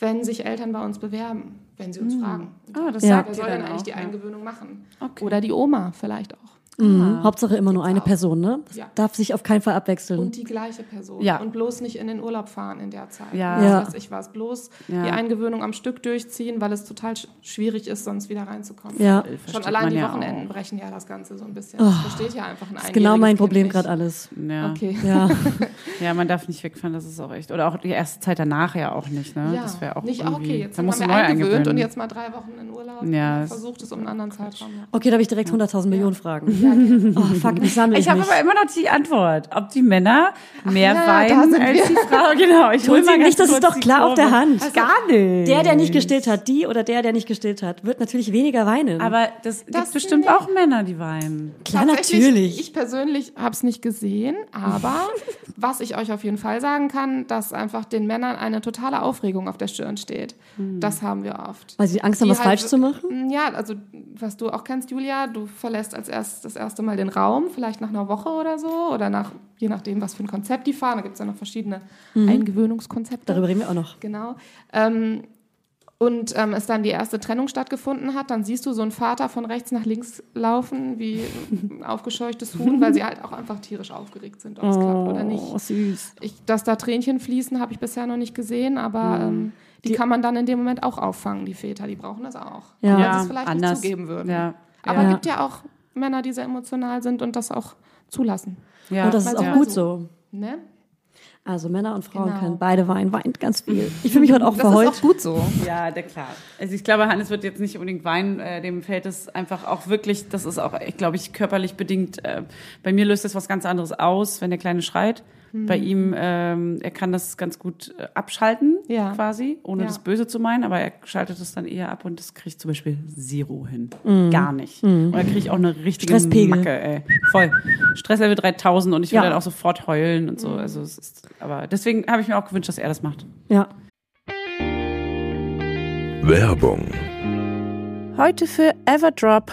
C: wenn sich Eltern bei uns bewerben, wenn sie uns fragen.
B: Ah, das
A: Ja.
B: sagt ihr
C: Wer soll
B: dann
C: denn eigentlich
B: auch,
C: die
B: ja.
C: Eingewöhnung machen?
B: Okay.
C: Oder die Oma vielleicht auch.
A: Mhm. Hauptsache immer nur eine
C: auch.
A: Person, ne? Das
C: Ja.
A: darf sich auf keinen Fall abwechseln.
C: Und die gleiche Person.
B: Ja.
C: Und bloß nicht in den Urlaub fahren in der Zeit.
B: Ja.
C: Und
A: Ja.
C: Was weiß ich was. Bloß
B: Ja.
C: die Eingewöhnung am Stück durchziehen, weil es total sch- schwierig ist, sonst wieder reinzukommen.
A: ja, Oh.
B: Versteht
C: Schon allein
B: man
C: die
B: ja
C: Wochenenden
B: auch.
C: brechen ja das Ganze so ein bisschen. Das versteht ja einfach ein
A: das ist genau
C: einjähriges
A: mein
C: Kind
A: Problem
C: nicht.
A: gerade alles.
B: Ja.
C: Okay.
A: Ja,
B: ja, man darf nicht wegfahren, das ist auch echt. Oder auch die erste Zeit danach ja auch nicht, ne?
C: Ja,
B: Das wäre auch
C: nicht
B: irgendwie,
C: okay. Jetzt
B: da
C: haben
B: musst
C: wir
B: du neu
C: eingewöhnt
B: eingewöhnen.
C: und jetzt mal drei Wochen in Urlaub.
B: Ja,
C: Und
B: es-
C: versucht es um einen anderen Zeitraum.
B: *laughs*
C: Ja.
A: okay, da habe ich direkt 100.000 Millionen Fragen.
C: Ja, genau.
A: Oh, fuck, ich sammle ich,
B: Ich habe
A: mich.
B: aber immer noch die Antwort, ob die Männer mehr
C: ja, da
B: weinen
C: sind
B: als
C: wir.
B: die *laughs* Frau. Genau, ich hole
A: Tun Sie
B: mal ganz
A: nicht, das ist
B: kurz
A: doch
B: die
A: klar auf der
B: Kurve. Also,
A: Hand.
B: Gar nicht.
A: Der, der nicht gestillt hat, die oder der, der nicht gestillt hat, wird natürlich weniger weinen.
B: Aber das,
C: Das
B: gibt bestimmt
C: nicht.
B: auch Männer, die weinen.
A: Klar,
C: Tatsächlich,
A: natürlich.
C: Ich persönlich habe es nicht gesehen,
A: *laughs*
C: aber was ich euch auf jeden Fall sagen kann, dass einfach den Männern eine totale Aufregung auf der Stirn steht.
A: Hm.
C: Das haben wir oft.
A: Weil sie Angst haben,
C: Die
B: halt
C: halt
A: was falsch zu machen?
C: Ja, also was du auch kennst, Julia, du verlässt als erst das erste Mal den Raum, vielleicht nach einer Woche oder so, oder nach, je nachdem, was für ein Konzept die fahren. Da gibt es ja noch verschiedene Eingewöhnungskonzepte.
A: Mhm. Darüber reden wir auch noch.
C: Genau. Ähm, und ähm, es dann die erste Trennung stattgefunden hat, dann siehst du so einen Vater von rechts nach links laufen, wie ein aufgescheuchtes Huhn, weil sie halt auch einfach tierisch aufgeregt sind, ob
A: Oh.
C: es klappt oder nicht.
B: süß.
C: Ich, dass da Tränchen fließen, habe ich bisher noch nicht gesehen, aber ähm, die, kann man dann in dem Moment auch auffangen, die Väter, die brauchen das auch.
A: Ja.
C: Auch wenn
B: Ja,
C: sie es vielleicht
B: anders.
C: nicht zugeben würden.
B: Ja,
C: Aber
A: ja.
C: es gibt ja auch Männer, die sehr emotional sind und das auch zulassen.
B: Ja.
A: und das ist
C: mal
A: auch
C: so, mal
A: gut
C: so.
A: so.
C: Ne?
A: Also Männer und Frauen
C: Genau.
A: können beide weinen, weint ganz
B: *laughs*
A: viel. Ich fühle mich heute auch
C: Das ist
A: verheult.
C: auch gut so.
B: Ja, der klar. Also ich glaube, Hannes wird jetzt nicht unbedingt weinen. Äh, dem fällt es einfach auch wirklich, das ist auch, ich glaube ich, körperlich bedingt. Äh, bei mir löst das was ganz anderes aus, wenn der Kleine schreit. Bei ihm, ähm, er kann das ganz gut äh, abschalten,
C: Ja.
B: quasi, ohne
C: Ja.
B: das Böse zu meinen, aber er schaltet es dann eher ab und das kriege ich zum Beispiel zero hin. Gar nicht. Und da kriege ich auch eine richtige
A: Stresspegel.
B: Macke, ey. Voll. Stresslevel 3000 und ich
A: Ja.
B: will dann auch sofort heulen und so. Also es ist, aber deswegen habe ich mir auch gewünscht, dass er das macht.
A: ja.
D: Werbung.
E: Heute für Everdrop.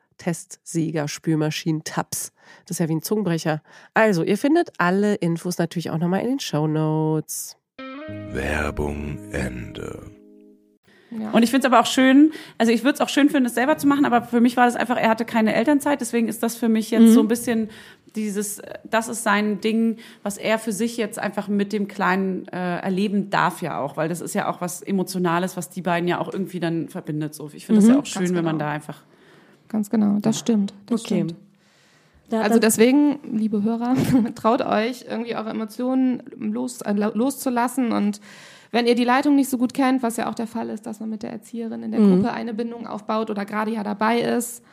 E: Testsieger, Spülmaschinen, Tabs. Das ist ja wie ein Zungenbrecher. Also, ihr findet alle Infos natürlich auch nochmal in den Show Notes.
D: Werbung Ende.
C: Ja.
B: Und ich finde es aber auch schön, also ich würde es auch schön finden, es selber zu machen, aber für mich war das einfach, er hatte keine Elternzeit, deswegen ist das für mich jetzt
C: Mhm.
B: so ein bisschen dieses, äh, das ist sein Ding, was er für sich jetzt einfach mit dem Kleinen äh, erleben darf ja auch, weil das ist ja auch was Emotionales, was die beiden ja auch irgendwie dann verbindet. So, ich finde das ja auch schön,
C: ganz
B: wenn man
C: genau.
B: da einfach.
C: ganz genau. Das stimmt. Das
A: Okay.
C: stimmt.
A: Da,
C: Also
A: da-
C: deswegen, liebe Hörer, *laughs* traut euch, irgendwie eure Emotionen los, äh, loszulassen. Und wenn ihr die Leitung nicht so gut kennt, was ja auch der Fall ist, dass man mit der Erzieherin in der
B: Mhm.
C: Gruppe eine Bindung aufbaut oder gerade ja dabei ist,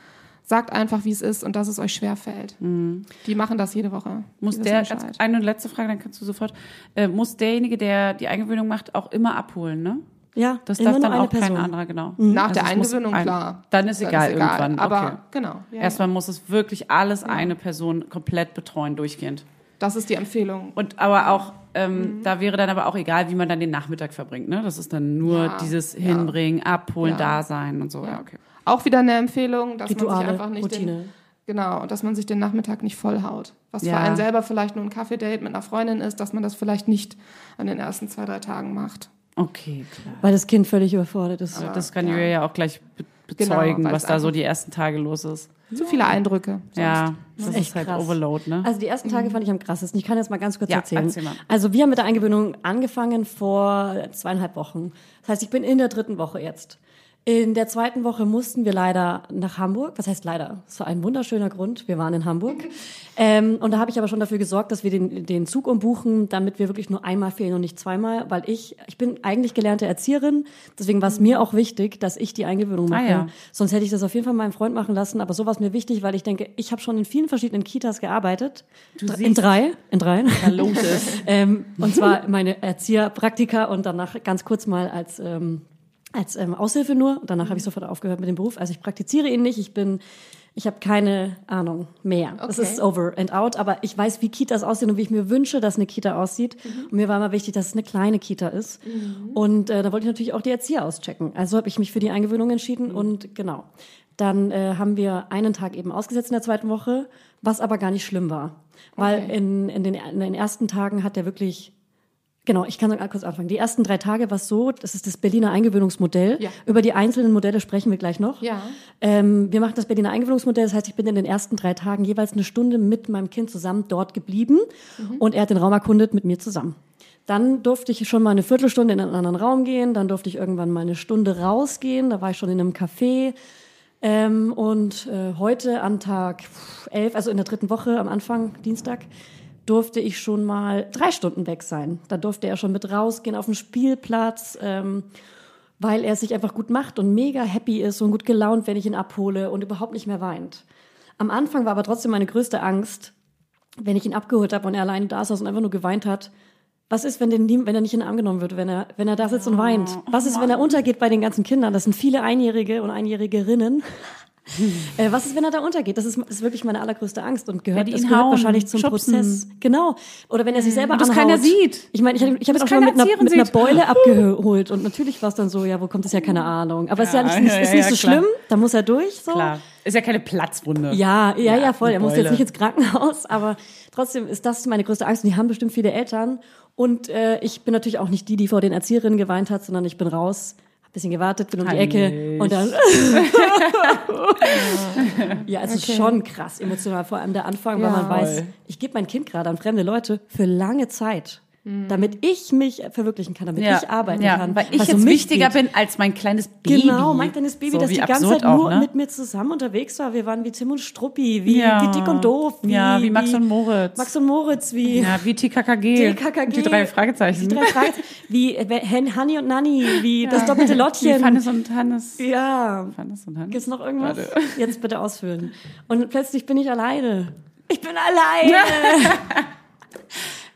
C: sagt einfach, wie es ist und dass es euch schwerfällt. Die machen das jede Woche.
B: Mhm. Muss
C: Die wissen
B: der,
C: Bescheid.
B: ganz, eine und letzte Frage, dann kannst du sofort, äh, muss derjenige, der die Eingewöhnung macht, auch immer abholen, ne?
A: ja,
B: Das
A: immer
B: darf
A: nur
B: dann
A: eine
B: auch
A: Person.
B: kein anderer, genau.
C: Nach
B: Also
C: der
B: es muss
C: Eingewöhnung,
B: ein-
C: klar.
B: Dann ist
C: Dann
B: egal,
C: ist egal.
B: irgendwann.
C: Aber
B: okay.
C: genau. Ja, ja.
B: Erstmal muss es wirklich alles eine Person komplett betreuen, durchgehend.
C: Das ist die Empfehlung.
B: Und aber auch,
A: Mhm.
B: ähm, da wäre dann aber auch egal, wie man dann den Nachmittag verbringt. Ne? Das ist dann nur
C: Ja,
B: dieses
C: ja.
B: Hinbringen, Abholen,
C: Ja.
B: Dasein und so. Ja,
C: Ja.
B: okay.
C: Auch wieder eine Empfehlung, dass man sich
A: Rituale,
C: einfach nicht
A: Routine.
C: Den, genau, dass man sich den Nachmittag nicht vollhaut. Was
B: Ja.
C: für einen selber vielleicht nur ein Kaffeedate mit einer Freundin ist, dass man das vielleicht nicht an den ersten zwei, drei Tagen macht.
B: Okay, klar.
A: Weil das Kind völlig überfordert ist.
B: das kann
C: ja.
B: Julia ja auch gleich be
C: Genau,
B: bezeugen,
C: weil
B: was
C: es
B: da so
C: einfach-
B: die ersten Tage los ist.
C: Zu viele Eindrücke. sonst.
B: ja, das
A: echt
B: ist halt
A: krass.
B: Overload, ne?
A: Also die ersten Tage fand ich am krassesten. Ich kann jetzt mal ganz kurz
B: Ja,
A: erzählen.
B: erzähl mal.
A: Also wir haben mit der Eingewöhnung angefangen vor zweieinhalb Wochen. Das heißt, ich bin in der dritten Woche jetzt. In der zweiten Woche mussten wir leider nach Hamburg. Was heißt leider? Das war ein wunderschöner Grund. Wir waren in Hamburg. Ähm, und da habe ich aber schon dafür gesorgt, dass wir den, den Zug umbuchen, damit wir wirklich nur einmal fehlen und nicht zweimal, weil ich, ich bin eigentlich gelernte Erzieherin. Deswegen war es mir auch wichtig, dass ich die Eingewöhnung mache.
B: Ah, ja.
A: Sonst hätte ich das auf jeden Fall meinem Freund machen lassen, aber so war es mir wichtig, weil ich denke, ich habe schon in vielen verschiedenen Kitas gearbeitet. Dr- in
B: siehst-
A: drei, in dreien.
B: Overload ist.
A: ähm, und zwar meine Erzieherpraktika und danach ganz kurz mal als, ähm, als ähm, Aushilfe nur. Und danach habe ich sofort aufgehört mit dem Beruf. Also ich praktiziere ihn nicht, ich bin, ich habe keine Ahnung mehr. Das
C: Okay.
A: ist over and out, aber ich weiß, wie Kitas aussehen und wie ich mir wünsche, dass eine Kita aussieht.
C: Mhm.
A: Und mir war immer wichtig, dass es eine kleine Kita ist. Und äh, da wollte ich natürlich auch die Erzieher auschecken. Also habe ich mich für die Eingewöhnung
C: Mhm.
A: entschieden und genau. Dann äh, haben wir einen Tag eben ausgesetzt in der zweiten Woche, was aber gar nicht schlimm war. Weil
C: Okay.
A: in, in, den, in den ersten Tagen hat er wirklich Genau, ich kann kurz anfangen. Die ersten drei Tage war es so, das ist das Berliner Eingewöhnungsmodell.
C: Ja.
A: Über die einzelnen Modelle sprechen wir gleich noch.
C: Ja.
A: Ähm, wir machen das Berliner Eingewöhnungsmodell, das heißt, ich bin in den ersten drei Tagen jeweils eine Stunde mit meinem Kind zusammen dort geblieben und er hat den Raum erkundet mit mir zusammen. Dann durfte ich schon mal eine Viertelstunde in einen anderen Raum gehen, dann durfte ich irgendwann mal eine Stunde rausgehen, da war ich schon in einem Café. Ähm, und äh, heute an Tag pff, elf, also in der dritten Woche am Anfang, Dienstag, durfte ich schon mal drei Stunden weg sein. Da durfte er schon mit rausgehen auf den Spielplatz, ähm, weil er es sich einfach gut macht und mega happy ist und gut gelaunt, wenn ich ihn abhole und überhaupt nicht mehr weint. Am Anfang war aber trotzdem meine größte Angst, wenn ich ihn abgeholt habe und er alleine da saß und einfach nur geweint hat. Was ist, wenn, den, nie- wenn er nicht in den Arm genommen wird, wenn er, wenn er da sitzt
B: Oh,
A: und weint? Was ist, wenn er untergeht bei den ganzen Kindern? Das sind viele Einjährige und
B: *laughs*
A: Einjährigerinnen. Äh, was ist, wenn er da untergeht? Das ist, ist wirklich meine allergrößte Angst und gehört,
B: Wenn die
A: das
B: ihn
A: gehört
B: hauen,
A: wahrscheinlich zum
B: schubsen. Mhm.
A: Prozess. Genau. Oder wenn er sich selber
B: Und das
A: anhaut.
B: keiner sieht.
A: Ich meine, ich, hab- ich habe
B: Das
A: auch schon mal
B: keiner
A: mit, einer, mit
B: erzählen
A: einer
B: sieht.
A: Beule abgeholt und natürlich war es dann so, ja, wo kommt das ja keine Ahnung. Aber es ist ja
B: Ja,
A: nicht, ist
B: ja,
A: nicht
B: ja,
A: so
B: klar.
A: schlimm, da muss er durch. So.
B: Klar. Ist ja keine Platzwunde.
A: Ja, ja, ja, voll. Er muss
B: Beule.
A: jetzt nicht ins Krankenhaus, aber trotzdem ist das meine größte Angst. Und die haben bestimmt viele Eltern. Und äh, ich bin natürlich auch nicht die, die vor den Erzieherinnen geweint hat, sondern ich bin raus, bisschen gewartet, bin um die
B: Kann
A: Ecke und
B: ich.
A: dann. *laughs* ja, es ist schon krass emotional, vor allem der Anfang, weil
C: Ja.
A: man weiß, ich gebe mein Kind gerade an fremde Leute für lange Zeit, damit ich mich verwirklichen kann, damit ich arbeiten
B: Mhm. ja,
A: kann.
B: Weil ich
A: was um
B: jetzt
A: mich
B: wichtiger
A: geht.
B: bin als mein kleines Baby.
A: Genau, mein kleines Baby,
B: So,
A: das
B: wie
A: die ganze
B: absurd
A: Zeit
B: auch,
A: nur
B: ne?
A: mit mir zusammen unterwegs war. Wir waren wie Tim und Struppi, wie,
B: Ja.
A: wie Dick und Doof, wie,
B: Ja, wie Max und Moritz.
A: Max und Moritz, wie
B: Ja, wie TKKG.
A: TKKG.
B: Die drei Fragezeichen.
A: die drei Fragezeichen, wie äh, Hen- Hanni und Nanni, wie das doppelte
B: Wie
A: Lottchen.
B: Fannes und Hannes.
A: Ja,
B: Fannes und Hannes.
A: gibt's noch irgendwas?
B: Warte.
A: Jetzt bitte ausfüllen. Und plötzlich bin ich alleine. Ich bin alleine.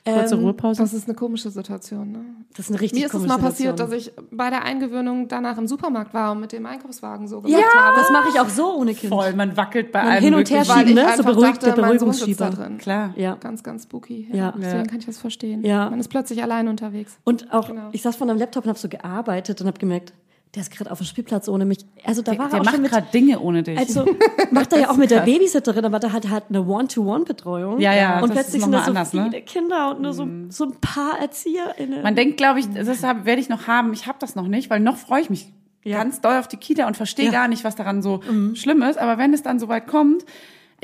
B: Kurze Ruhepause.
C: Also Das ist eine komische Situation, ne?
A: Das ist eine richtig
C: Mir ist es
A: komische
C: mal passiert,
A: Situation.
C: dass ich bei der Eingewöhnung danach im Supermarkt war und mit dem Einkaufswagen so
A: ja,
C: gemacht habe.
A: das mache ich auch so ohne Kind.
B: Voll, man wackelt bei
A: Man
B: allem.
A: hin und her
B: Möglichen.
C: weil
A: schieben,
C: ich
A: ne? So
C: einfach
A: beruhigt der
C: dachte, mein Sohn sitzt
A: Beruhigungsschieber.
C: da drin.
B: Klar.
A: Ja.
C: Ganz, ganz spooky.
A: Ja.
C: Ja. Deswegen kann ich das verstehen.
A: Ja.
C: Man ist plötzlich allein unterwegs.
A: Und auch,
C: Genau.
A: ich saß vor einem Laptop und habe so gearbeitet und habe gemerkt, der ist gerade auf dem Spielplatz ohne mich. Also da
B: Der,
A: war
B: der
A: er auch schon
B: macht
A: mit.
B: gerade Dinge ohne dich. *laughs*
A: Also macht er ja auch mit der Babysitterin, aber da hat halt eine One-to-One-Betreuung.
B: Ja, ja,
A: Und
B: das ist
A: plötzlich
B: noch
A: sind da
B: mal
A: so
B: anders, ne? Mhm.
A: viele Kinder und nur so, so ein paar ErzieherInnen.
B: Man denkt, glaube ich, das hab- werde ich noch haben. Ich habe das noch nicht, weil noch freue ich mich
A: Ja.
B: ganz doll auf die Kita und verstehe
A: Ja. Mhm.
B: gar nicht, was daran so schlimm ist. Aber wenn es dann soweit kommt,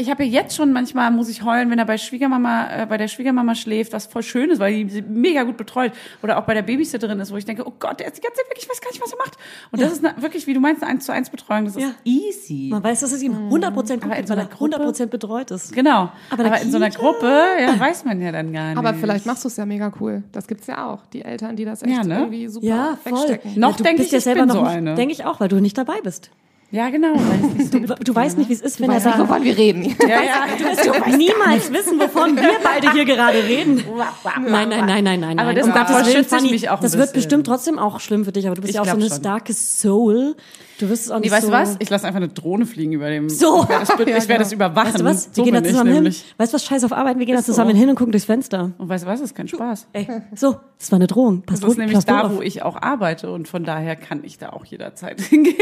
B: ich habe ja jetzt schon manchmal muss ich heulen, wenn er bei Schwiegermama, äh, bei der Schwiegermama schläft, was voll schön ist, weil die sie mega gut betreut. Oder auch bei der Babysitterin ist, wo ich denke, oh Gott, der ist die ganze Zeit wirklich, ich weiß gar nicht, was er macht. Und das ist eine, wirklich, wie du meinst, eine 1 zu 1 Betreuung. Das ist
A: Ja.
B: easy.
A: Man weiß, dass es ihm 100% gut
B: Aber in
A: geht,
B: so
A: weil
B: einer
A: er 100% betreut ist.
B: Genau.
A: Aber
B: Aber,
A: in der
B: in so einer
A: Kita?
B: Gruppe ja, weiß man ja dann gar nicht.
C: Aber vielleicht machst du es ja mega cool. Das gibt's ja auch. Die Eltern, die das echt
B: Ja, ne?
C: irgendwie super
A: Ja, voll.
C: wegstecken.
B: Noch
A: du
B: denk
A: bist
B: ich,
A: ja
B: ich
A: selber
B: bin
A: noch
B: so
A: nicht-
B: eine.
A: Denk ich auch, weil du nicht dabei bist.
B: Ja, genau. weil es nicht so
A: Du, du weißt nicht, wie es ist, wenn er
C: Weiß nicht,
A: sagt,
C: wovon wir reden.
B: ja, ja.
C: *laughs*
A: du wirst doch niemals wissen, wovon wir beide hier gerade
B: *laughs*
A: reden. *laughs* Nein, nein, nein, nein, nein. nein. Um
B: Aber das- davor schütze ich mich auch ein
A: Das wird
B: bisschen.
A: bestimmt trotzdem auch schlimm für dich, aber du bist
B: Ich
A: ja auch so
B: glaub
A: eine
B: schon.
A: starke Soul. Du wirst es auch
B: Nee,
A: nicht
B: weißt du
A: so...
B: was? Ich lasse einfach eine Drohne fliegen über dem.
A: So. genau.
B: Ich werde das,
A: *laughs*
B: ich werde das überwachen.
A: Weißt du was? Wir
B: So
A: gehen da
B: bin ich
A: zusammen hin.
B: nämlich.
A: Weißt du was? Scheiß auf Arbeit. Wir gehen da
B: so.
A: zusammen hin und gucken durchs Fenster.
B: Und weißt du was? Das ist kein Spaß.
A: Ey, so, das war eine Drohung. Pass
B: Das ist
A: gut,
B: nämlich
A: pass
B: da,
A: gut
B: wo
A: auf.
B: ich auch arbeite und von daher kann ich da auch jederzeit *laughs* hingehen.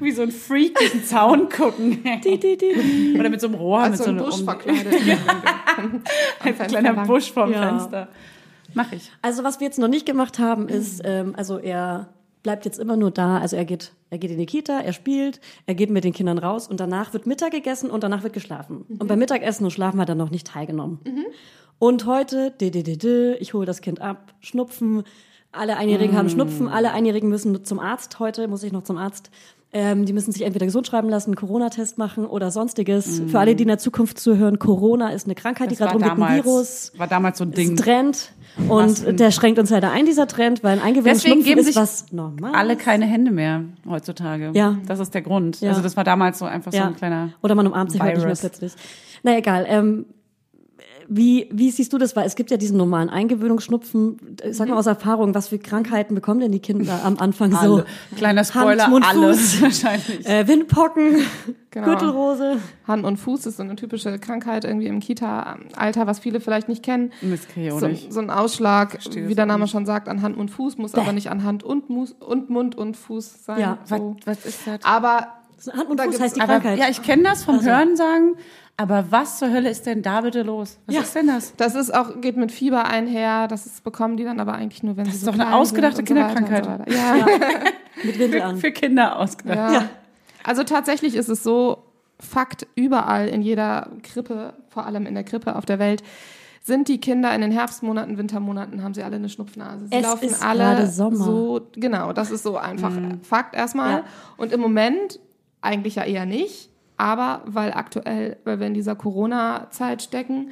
B: Wie so ein Freak durch den Zaun gucken. *laughs*
A: Di, di, di.
B: Oder mit so einem Rohr,
A: Also
C: Als
B: mit
C: so
B: so
C: ein
B: einem
C: Busch
B: um- *laughs*
C: verkleidet.
B: als *laughs*
C: Fenster
B: kleiner
C: lang.
B: Busch vorm
A: Ja.
B: Fenster. Mach ich.
A: Also was wir jetzt noch nicht gemacht haben, ist, ähm, also er bleibt jetzt immer nur da. Also er geht, er geht in die Kita, er spielt, er geht mit den Kindern raus und danach wird Mittag gegessen und danach wird geschlafen. Und beim Mittagessen und Schlafen hat er noch nicht teilgenommen. Und heute, di, di, di, di, ich hole das Kind ab, Schnupfen. Alle Einjährigen haben Schnupfen, alle Einjährigen müssen zum Arzt. Heute muss ich noch zum Arzt. Ähm, die müssen sich entweder gesund schreiben lassen, einen Corona-Test machen oder sonstiges. Für alle, die in der Zukunft zuhören, Corona ist eine Krankheit, die gerade rumgeht, ein Virus
B: war damals so ein
A: ist ein
B: Ding.
A: Trend und
B: Masken.
A: der schränkt uns leider ein, dieser Trend, weil ein
B: Deswegen
A: Eingewöhnungsschnupfen
B: geben
A: ist
B: sich
A: was normal.
B: Alle keine Hände mehr heutzutage.
A: Ja.
B: Das ist der Grund.
A: Ja.
B: Also das war damals so einfach so
A: ja.
B: ein kleiner.
A: Oder man umarmt sich heute nicht mehr
B: Virus.
A: plötzlich. Na egal, ähm, wie, wie siehst du das? Weil es gibt ja diesen normalen Eingewöhnungsschnupfen. Sag mal aus Erfahrung, was für Krankheiten bekommen denn die Kinder am Anfang so?
B: Alle. Kleiner Spoiler,
A: Hand, Mund,
B: alles
A: Fuß.
B: *laughs* wahrscheinlich.
A: Äh, Windpocken,
C: Genau.
A: Gürtelrose.
C: Hand und Fuß ist so eine typische Krankheit irgendwie im Kita-Alter, was viele vielleicht nicht kennen.
B: Das kann ich auch
C: So,
B: nicht.
C: so ein Ausschlag,
B: das
C: wie der
B: auch
C: Name schon sagt, an Hand und Fuß, muss aber nicht an Hand und, Mus und Mund und Fuß sein.
A: Ja.
C: so.
B: was ist das?
C: Aber
A: Hand und
C: Da
A: Fuß
C: gibt's-
A: heißt die
B: Aber,
A: Krankheit. Also.
B: ja, ich kenne das vom Hören sagen, aber was zur Hölle ist denn da bitte los? Was
A: Ja.
B: ist denn das?
C: das ist auch, geht mit Fieber einher, das ist, bekommen die dann aber eigentlich nur, wenn sie
B: ist
C: so
B: doch eine
C: klein sind
B: ausgedachte
C: und so weiter und
B: Kinderkrankheit.
C: So weiter. ja.
A: mit Windel an.
B: Für Kinder ausgedacht.
C: Ja.
A: Ja.
C: Also tatsächlich ist es so, Fakt überall in jeder Krippe, vor allem in der Krippe auf der Welt, sind die Kinder in den Herbstmonaten, Wintermonaten, haben sie alle eine Schnupfnase. Sie
A: Es
C: laufen
A: ist gerade
C: alle
A: Sommer. Mhm.
C: so, genau, das ist so einfach Fakt erstmal.
A: Ja.
C: Und im Moment eigentlich ja eher nicht, aber weil aktuell, weil wir in dieser Corona-Zeit stecken,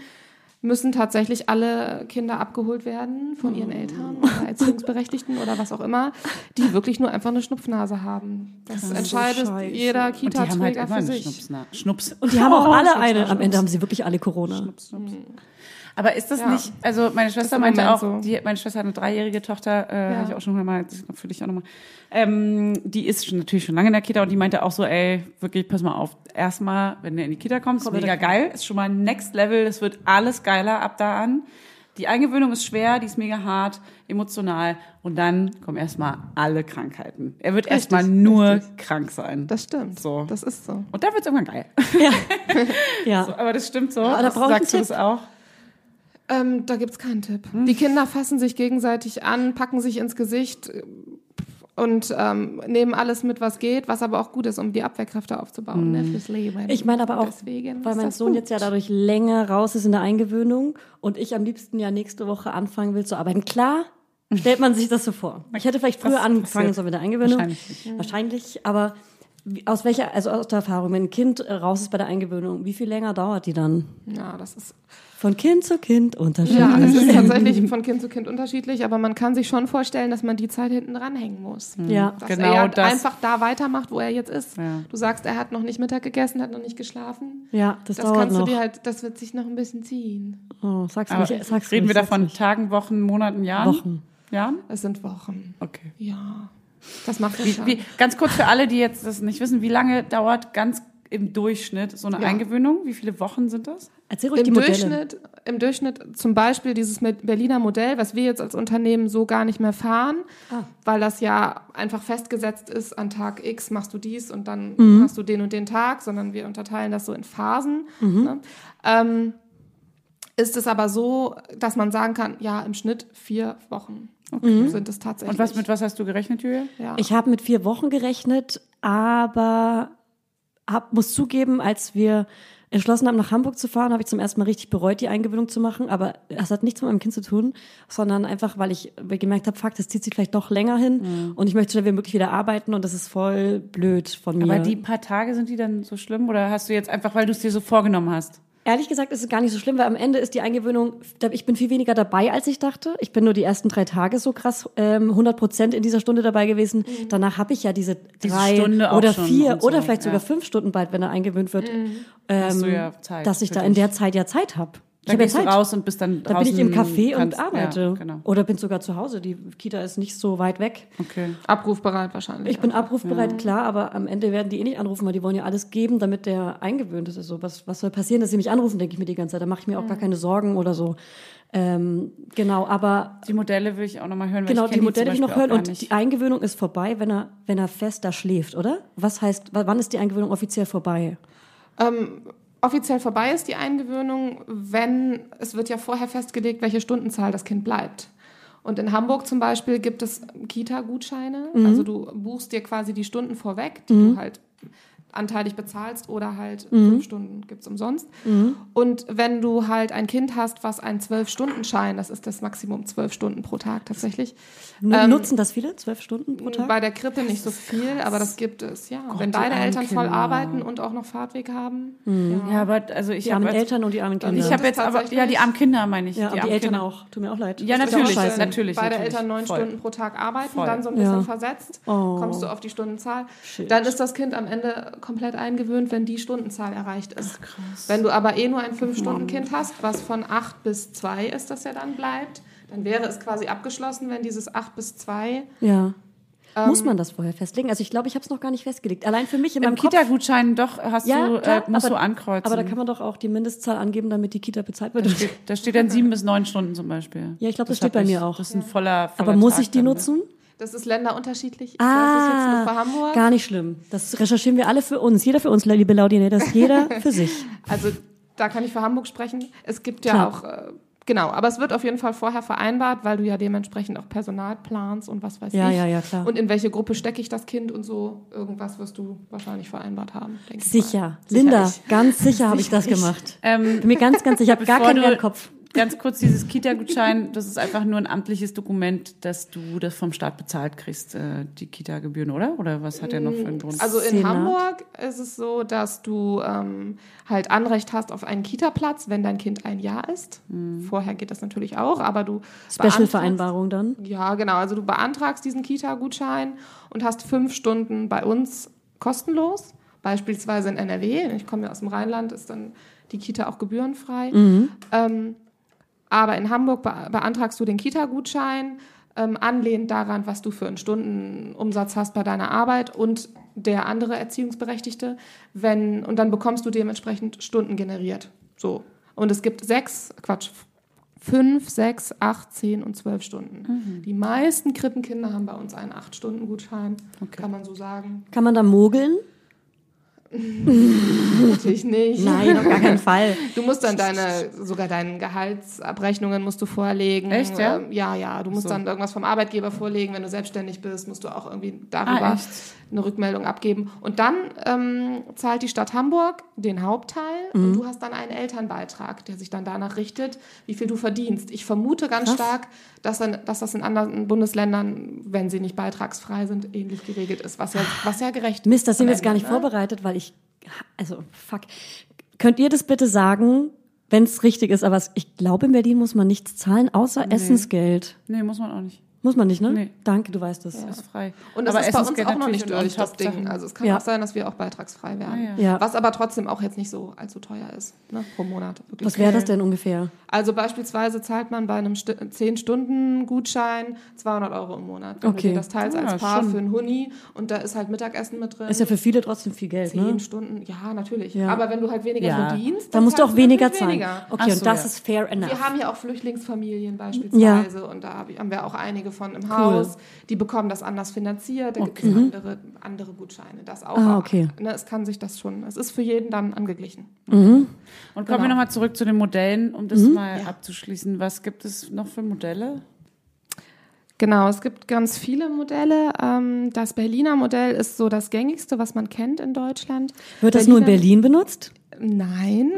C: müssen tatsächlich alle Kinder abgeholt werden von ihren
B: Mm.
C: Eltern oder Erziehungsberechtigten oder was auch immer, die wirklich nur einfach eine Schnupfnase haben. Das,
A: ist so
C: entscheidet
A: scheiße.
C: jeder
B: Und die haben halt
C: Kita-Träger
B: immer
C: für
B: einen
C: sich.
B: Schnups. Na, Schnups.
A: Und die haben auch
B: Oh,
A: alle
B: Schnups,
A: eine.
B: Schnups,
A: Am Ende haben sie wirklich alle Corona.
B: Schnups, Schnups. Aber ist das
C: Hm. Ja.
B: nicht, also meine Schwester
C: im
B: meinte
C: Moment
B: auch,
C: so.
B: die, meine Schwester hat eine dreijährige Tochter, äh,
C: Ja.
B: habe ich auch schon mal, das ist für dich auch nochmal, ähm, die ist schon, natürlich schon lange in der Kita und die meinte auch so, ey, wirklich, pass mal auf, erstmal, wenn du in die Kita kommst, ist mega geil, ist schon mal next level, es wird alles geiler ab da an. Die Eingewöhnung ist schwer, die ist mega hart, emotional und dann kommen erstmal alle Krankheiten. Er wird erstmal nur krank sein.
C: Das stimmt.
B: So.
C: Das ist so.
B: und dann wird es irgendwann geil.
A: Ja. *laughs* ja.
B: Aber das stimmt so.
A: Aber da
B: Das-
A: brauche ich einen
B: Sagst du das auch?
C: Ähm,
B: Hm.
C: da gibt's keinen Tipp. Die Kinder fassen sich gegenseitig an, packen sich ins Gesicht, äh, und ähm, nehmen alles mit, was geht, was aber auch gut ist, um die Abwehrkräfte aufzubauen
B: Hm.
C: ne, fürs Leben.
A: Ich meine aber auch,
C: Deswegen
A: weil
C: ist
A: mein
C: das
A: Sohn
C: gut.
A: jetzt ja dadurch länger raus ist in der Eingewöhnung und ich am liebsten ja nächste Woche anfangen will zu arbeiten. Klar, stellt man sich das so vor. Ich hätte vielleicht früher
B: Was
A: angefangen
B: passiert?
A: so mit der Eingewöhnung.
B: Wahrscheinlich
A: Wahrscheinlich, aber wie- aus welcher, also aus der Erfahrung, wenn ein Kind äh, raus ist bei der Eingewöhnung, wie viel länger dauert die dann?
C: Ja, das ist
A: Von Kind zu Kind unterschiedlich.
B: *laughs*
C: Ja, also es ist tatsächlich von Kind zu Kind unterschiedlich, aber man kann sich schon vorstellen, dass man die Zeit hinten dranhängen muss.
A: Ja.
C: Dass
B: Genau
C: er
B: das.
C: einfach da weitermacht, wo er jetzt ist.
B: Ja.
C: Du sagst, er hat noch nicht Mittag gegessen, hat noch nicht geschlafen.
A: Ja, das,
C: Das
A: dauert
C: kannst
A: noch.
C: du dir halt, das wird sich noch ein bisschen ziehen.
A: oh, sag's
B: Aber
A: nicht, sag's
B: reden
A: nicht,
B: wir
A: sag's
B: davon
A: nicht.
B: Tagen, Wochen, Monaten, Jahren?
A: Wochen.
B: Jahren?
C: Es sind Wochen.
B: Okay.
C: Ja. Das macht er schon.
B: Wie, ganz kurz für alle, die jetzt das nicht wissen, wie lange dauert ganz im Durchschnitt so eine
C: Ja.
B: Eingewöhnung? Wie viele Wochen sind das?
A: Erzähl ruhig die
C: Im
A: Modelle.
C: Durchschnitt, Im Durchschnitt zum Beispiel dieses mit- Berliner Modell, was wir jetzt als Unternehmen so gar nicht mehr fahren,
A: Ah.
C: weil das ja einfach festgesetzt ist, an Tag X machst du dies und dann
A: Mhm.
C: hast du den und den Tag, sondern wir unterteilen das so in Phasen.
A: Mhm.
C: Ne? Ähm, ist es aber so, dass man sagen kann, ja, im Schnitt vier Wochen sind es tatsächlich.
B: Und was mit was hast du gerechnet, Julia?
C: Ja.
A: Ich habe mit vier Wochen gerechnet, aber hab, muss zugeben, als wir entschlossen haben, nach Hamburg zu fahren, habe ich zum ersten Mal richtig bereut, die Eingewöhnung zu machen. Aber das hat nichts mit meinem Kind zu tun, sondern einfach, weil ich gemerkt habe, fuck, das zieht sich vielleicht doch länger hin
B: Mhm.
A: und ich möchte schnell wie möglich wieder arbeiten und das ist voll blöd von mir.
B: Aber die paar Tage sind die dann so schlimm oder hast du jetzt einfach, weil du es dir so vorgenommen hast?
A: Ehrlich gesagt ist es gar nicht so schlimm, weil am Ende ist die Eingewöhnung, ich bin viel weniger dabei, als ich dachte. Ich bin nur die ersten drei Tage so krass ähm, 100 Prozent in dieser Stunde dabei gewesen. Danach habe ich ja diese
B: Mhm. Diese
A: drei
B: Stunde auch
A: oder
B: schon
A: vier
B: und so,
A: oder vielleicht
B: ja. Mhm.
A: sogar fünf Stunden bald, wenn er eingewöhnt wird,
B: Hast
A: ähm,
B: du ja Zeit
A: dass ich
B: für
A: da in
B: dich.
A: der Zeit ja Zeit habe. Ich
B: Dann
A: habe ja
B: gehst du
A: Zeit.
B: raus und bist dann
A: Da bin
B: draußen.
A: ich im Café
B: kannst-
A: und arbeite.
B: Ja, genau.
A: Oder bin sogar zu Hause. Die Kita ist nicht so weit weg.
B: Okay.
C: Abrufbereit wahrscheinlich.
A: Ich bin abrufbereit, klar, aber am Ende werden die eh nicht anrufen, weil die wollen ja alles geben, damit der eingewöhnt ist. Also was, was soll passieren, dass sie mich anrufen, denke ich mir die ganze Zeit. Da mache ich mir auch gar keine Sorgen oder so. Ähm, genau, aber
B: Die Modelle will ich auch nochmal hören. Weil
A: genau,
B: ich
A: die
B: kenn
A: Modelle will ich
B: zum
A: noch
B: Beispiel
A: hören.
B: auch gar
A: Und die
B: nicht.
A: Eingewöhnung ist vorbei, wenn er, wenn er fest da schläft, oder? Was heißt, w- wann ist die Eingewöhnung offiziell vorbei?
C: offiziell vorbei ist die Eingewöhnung, wenn es wird ja vorher festgelegt, welche Stundenzahl das Kind bleibt. Und in Hamburg zum Beispiel gibt es Kita-Gutscheine.
B: Mhm.
C: Also du buchst dir quasi die Stunden vorweg, die du halt anteilig bezahlst oder halt
B: Mhm.
C: fünf Stunden gibt es umsonst. Und wenn du halt ein Kind hast, was einen Zwölf-Stunden-Schein, das ist das Maximum zwölf Stunden pro Tag tatsächlich,
A: N
C: Ähm,
A: Nutzen das viele? Zwölf Stunden pro Tag?
C: bei der Krippe nicht so viel, aber das gibt es, ja.
B: Gott,
C: wenn
B: die
C: beide
B: armen
C: Eltern voll
B: Kinder.
C: arbeiten und auch noch Fahrtweg haben,
B: Ja, aber also ich
A: Die armen
B: habe jetzt,
A: Eltern und die armen Kinder.
B: ich habe jetzt aber ja die armen Kinder meine ich.
A: ja, und die
B: armen
A: Eltern
B: Kinder.
A: auch. Tut mir auch leid.
B: Ja,
A: Ist
B: natürlich,
A: auch scheiße.
B: natürlich.
C: beide Eltern neun
B: Voll.
C: Stunden pro Tag arbeiten,
B: Voll.
C: dann so ein bisschen
A: Ja.
C: versetzt,
A: Oh.
C: kommst du auf die Stundenzahl.
A: Shit.
C: Dann ist das Kind am Ende komplett eingewöhnt, wenn die Stundenzahl erreicht ist. Wenn du aber eh nur ein Fünf-Stunden-Kind hast, was von acht bis zwei ist, das ja dann bleibt, dann wäre es quasi abgeschlossen, wenn dieses acht bis zwei.
B: Äh,
A: Ja.
B: ähm,
A: Muss man das vorher festlegen? Also ich glaube, ich habe es noch gar nicht festgelegt. Allein für mich in
B: Im
A: meinem Kopf.
B: Kita-Gutschein doch hast du
A: klar,
B: äh, musst
A: aber-
B: du ankreuzen.
A: Aber da kann man doch auch die Mindestzahl angeben, damit die Kita bezahlt wird.
B: Da steht, da steht dann sieben bis neun Stunden zum Beispiel.
A: *laughs* Ja, ich glaube, das
B: hab
A: steht bei mir auch.
B: Das ist ein voller, voller
A: Aber muss
B: Tag
A: ich die
B: dann. ne?
A: nutzen?
C: Das ist länderunterschiedlich. Ich weiß es jetzt
A: Ah,
C: nur für Hamburg.
A: gar nicht schlimm. Das recherchieren wir alle für uns. Jeder für uns, liebe Laudine. Das
B: *laughs*
A: jeder für sich.
C: Also da kann ich für Hamburg sprechen. Es gibt ja
A: Klar.
C: auch, äh, genau, aber es wird auf jeden Fall vorher vereinbart, weil du ja dementsprechend auch Personal planst und was weiß
A: Ja,
C: ich.
A: ja, ja, klar.
C: Und in welche Gruppe stecke ich das Kind und so. Irgendwas wirst du wahrscheinlich vereinbart haben, denke ich.
A: Sicher.
C: Mal.
A: Linda,
C: Sicherlich.
A: ganz sicher habe ich das gemacht.
B: Ähm,
A: Bin mir ganz, ganz sicher. Ich habe gar
B: Bevor
A: keinen
B: du-
A: mehr im Kopf. *laughs*
B: Ganz kurz, dieses Kita-Gutschein, das ist einfach nur ein amtliches Dokument, dass du das vom Staat bezahlt kriegst, äh, die Kita-Gebühren, oder? Oder was hat er noch für einen Grund?
C: Also in
A: Senat.
C: Hamburg ist es so, dass du ähm, halt Anrecht hast auf einen Kita-Platz, wenn dein Kind ein Jahr ist.
A: Mhm.
C: Vorher geht das natürlich auch, aber du beantragst-
A: Special-Vereinbarung dann.
C: Ja, genau. Also du beantragst diesen Kita-Gutschein und hast fünf Stunden bei uns kostenlos. Beispielsweise in NRW. Ich komme ja aus dem Rheinland, ist dann die Kita auch gebührenfrei. Ähm, aber in Hamburg be beantragst du den Kita-Gutschein, ähm, anlehnend daran, was du für einen Stundenumsatz hast bei deiner Arbeit und der andere Erziehungsberechtigte. Wenn, und dann bekommst du dementsprechend Stunden generiert. So. Und es gibt sechs, Quatsch, fünf, sechs, acht, zehn und zwölf Stunden. Die meisten Krippenkinder haben bei uns einen Acht-Stunden-Gutschein, kann man so sagen.
A: Kann man da mogeln?
C: Natürlich nicht.
A: Nein, auf gar keinen Fall.
C: Du musst dann deine, sogar deine Gehaltsabrechnungen musst du vorlegen.
B: Echt, ja?
C: Ähm, ja, ja. Du musst
B: So.
C: dann irgendwas vom Arbeitgeber vorlegen. Wenn du selbstständig bist, musst du auch irgendwie darüber
B: Ah, echt?
C: eine Rückmeldung abgeben. Und dann ähm, zahlt die Stadt Hamburg den Hauptteil
A: Mhm.
C: und du hast dann einen Elternbeitrag, der sich dann danach richtet, wie viel du verdienst. Ich vermute ganz stark, dass, dann, dass das in anderen Bundesländern, wenn sie nicht beitragsfrei sind, ähnlich geregelt ist, was ja, was ja gerecht ist.
A: Mist, das sind wir jetzt gar
C: am
A: nicht
C: Ende, ne?
A: vorbereitet, weil ich. Also, fuck. Könnt ihr das bitte sagen, wenn es richtig ist? Aber es- ich glaube, in Berlin muss man nichts zahlen, außer Essensgeld.
B: Nee, muss man auch nicht.
A: Muss man nicht, ne?
B: Nee.
A: Danke, du weißt es.
B: Ist frei.
C: Und das ist bei uns
B: Essensgeld
C: auch noch
B: natürlich
C: nicht
B: und on
C: durch,
B: top
C: das Ding.
B: Sachen.
C: Also es kann
A: Ja.
C: auch sein, dass wir auch beitragsfrei werden.
A: ja. Ja.
C: Was aber trotzdem auch jetzt nicht so allzu teuer ist, ne? pro Monat. Wirklich.
A: Was wäre das denn ungefähr?
C: Also beispielsweise zahlt man bei einem Sti- 10-Stunden-Gutschein 200 Euro im Monat. Wenn
A: Okay.
C: Du dir das teilst
B: Ja,
C: als Paar
B: schon.
C: für einen Huni und da ist halt Mittagessen mit drin.
A: Ist ja für viele trotzdem viel Geld,
C: 10
A: ne?
C: Stunden, ja, natürlich.
A: Ja.
C: Aber wenn du halt weniger
B: Ja.
C: verdienst,
A: Da musst du auch
C: zahlst natürlich
A: weniger zahlen.
C: weniger.
A: Okay,
B: Ach
A: und
B: so,
A: das
B: ja.
A: ist fair enough.
C: Wir haben ja auch Flüchtlingsfamilien beispielsweise und da hab ich- haben wir auch einige von im Haus. Die bekommen das anders finanziert, da gibt es andere, andere Gutscheine, das auch.
A: Mhm. Ah,
C: Aber,
A: okay.
C: Ne, es kann sich das schon, es ist für jeden dann angeglichen.
B: Und kommen wir
C: Genau.
B: nochmal zurück zu den Modellen, um
A: Mhm.
B: das mal abzuschließen. Was gibt es noch für Modelle?
C: Genau, es gibt ganz viele Modelle. Ähm, Das Berliner Modell ist so das gängigste, was man kennt in Deutschland.
A: Wird das nur in Berlin
C: Berliner-
A: benutzt?
C: Nein.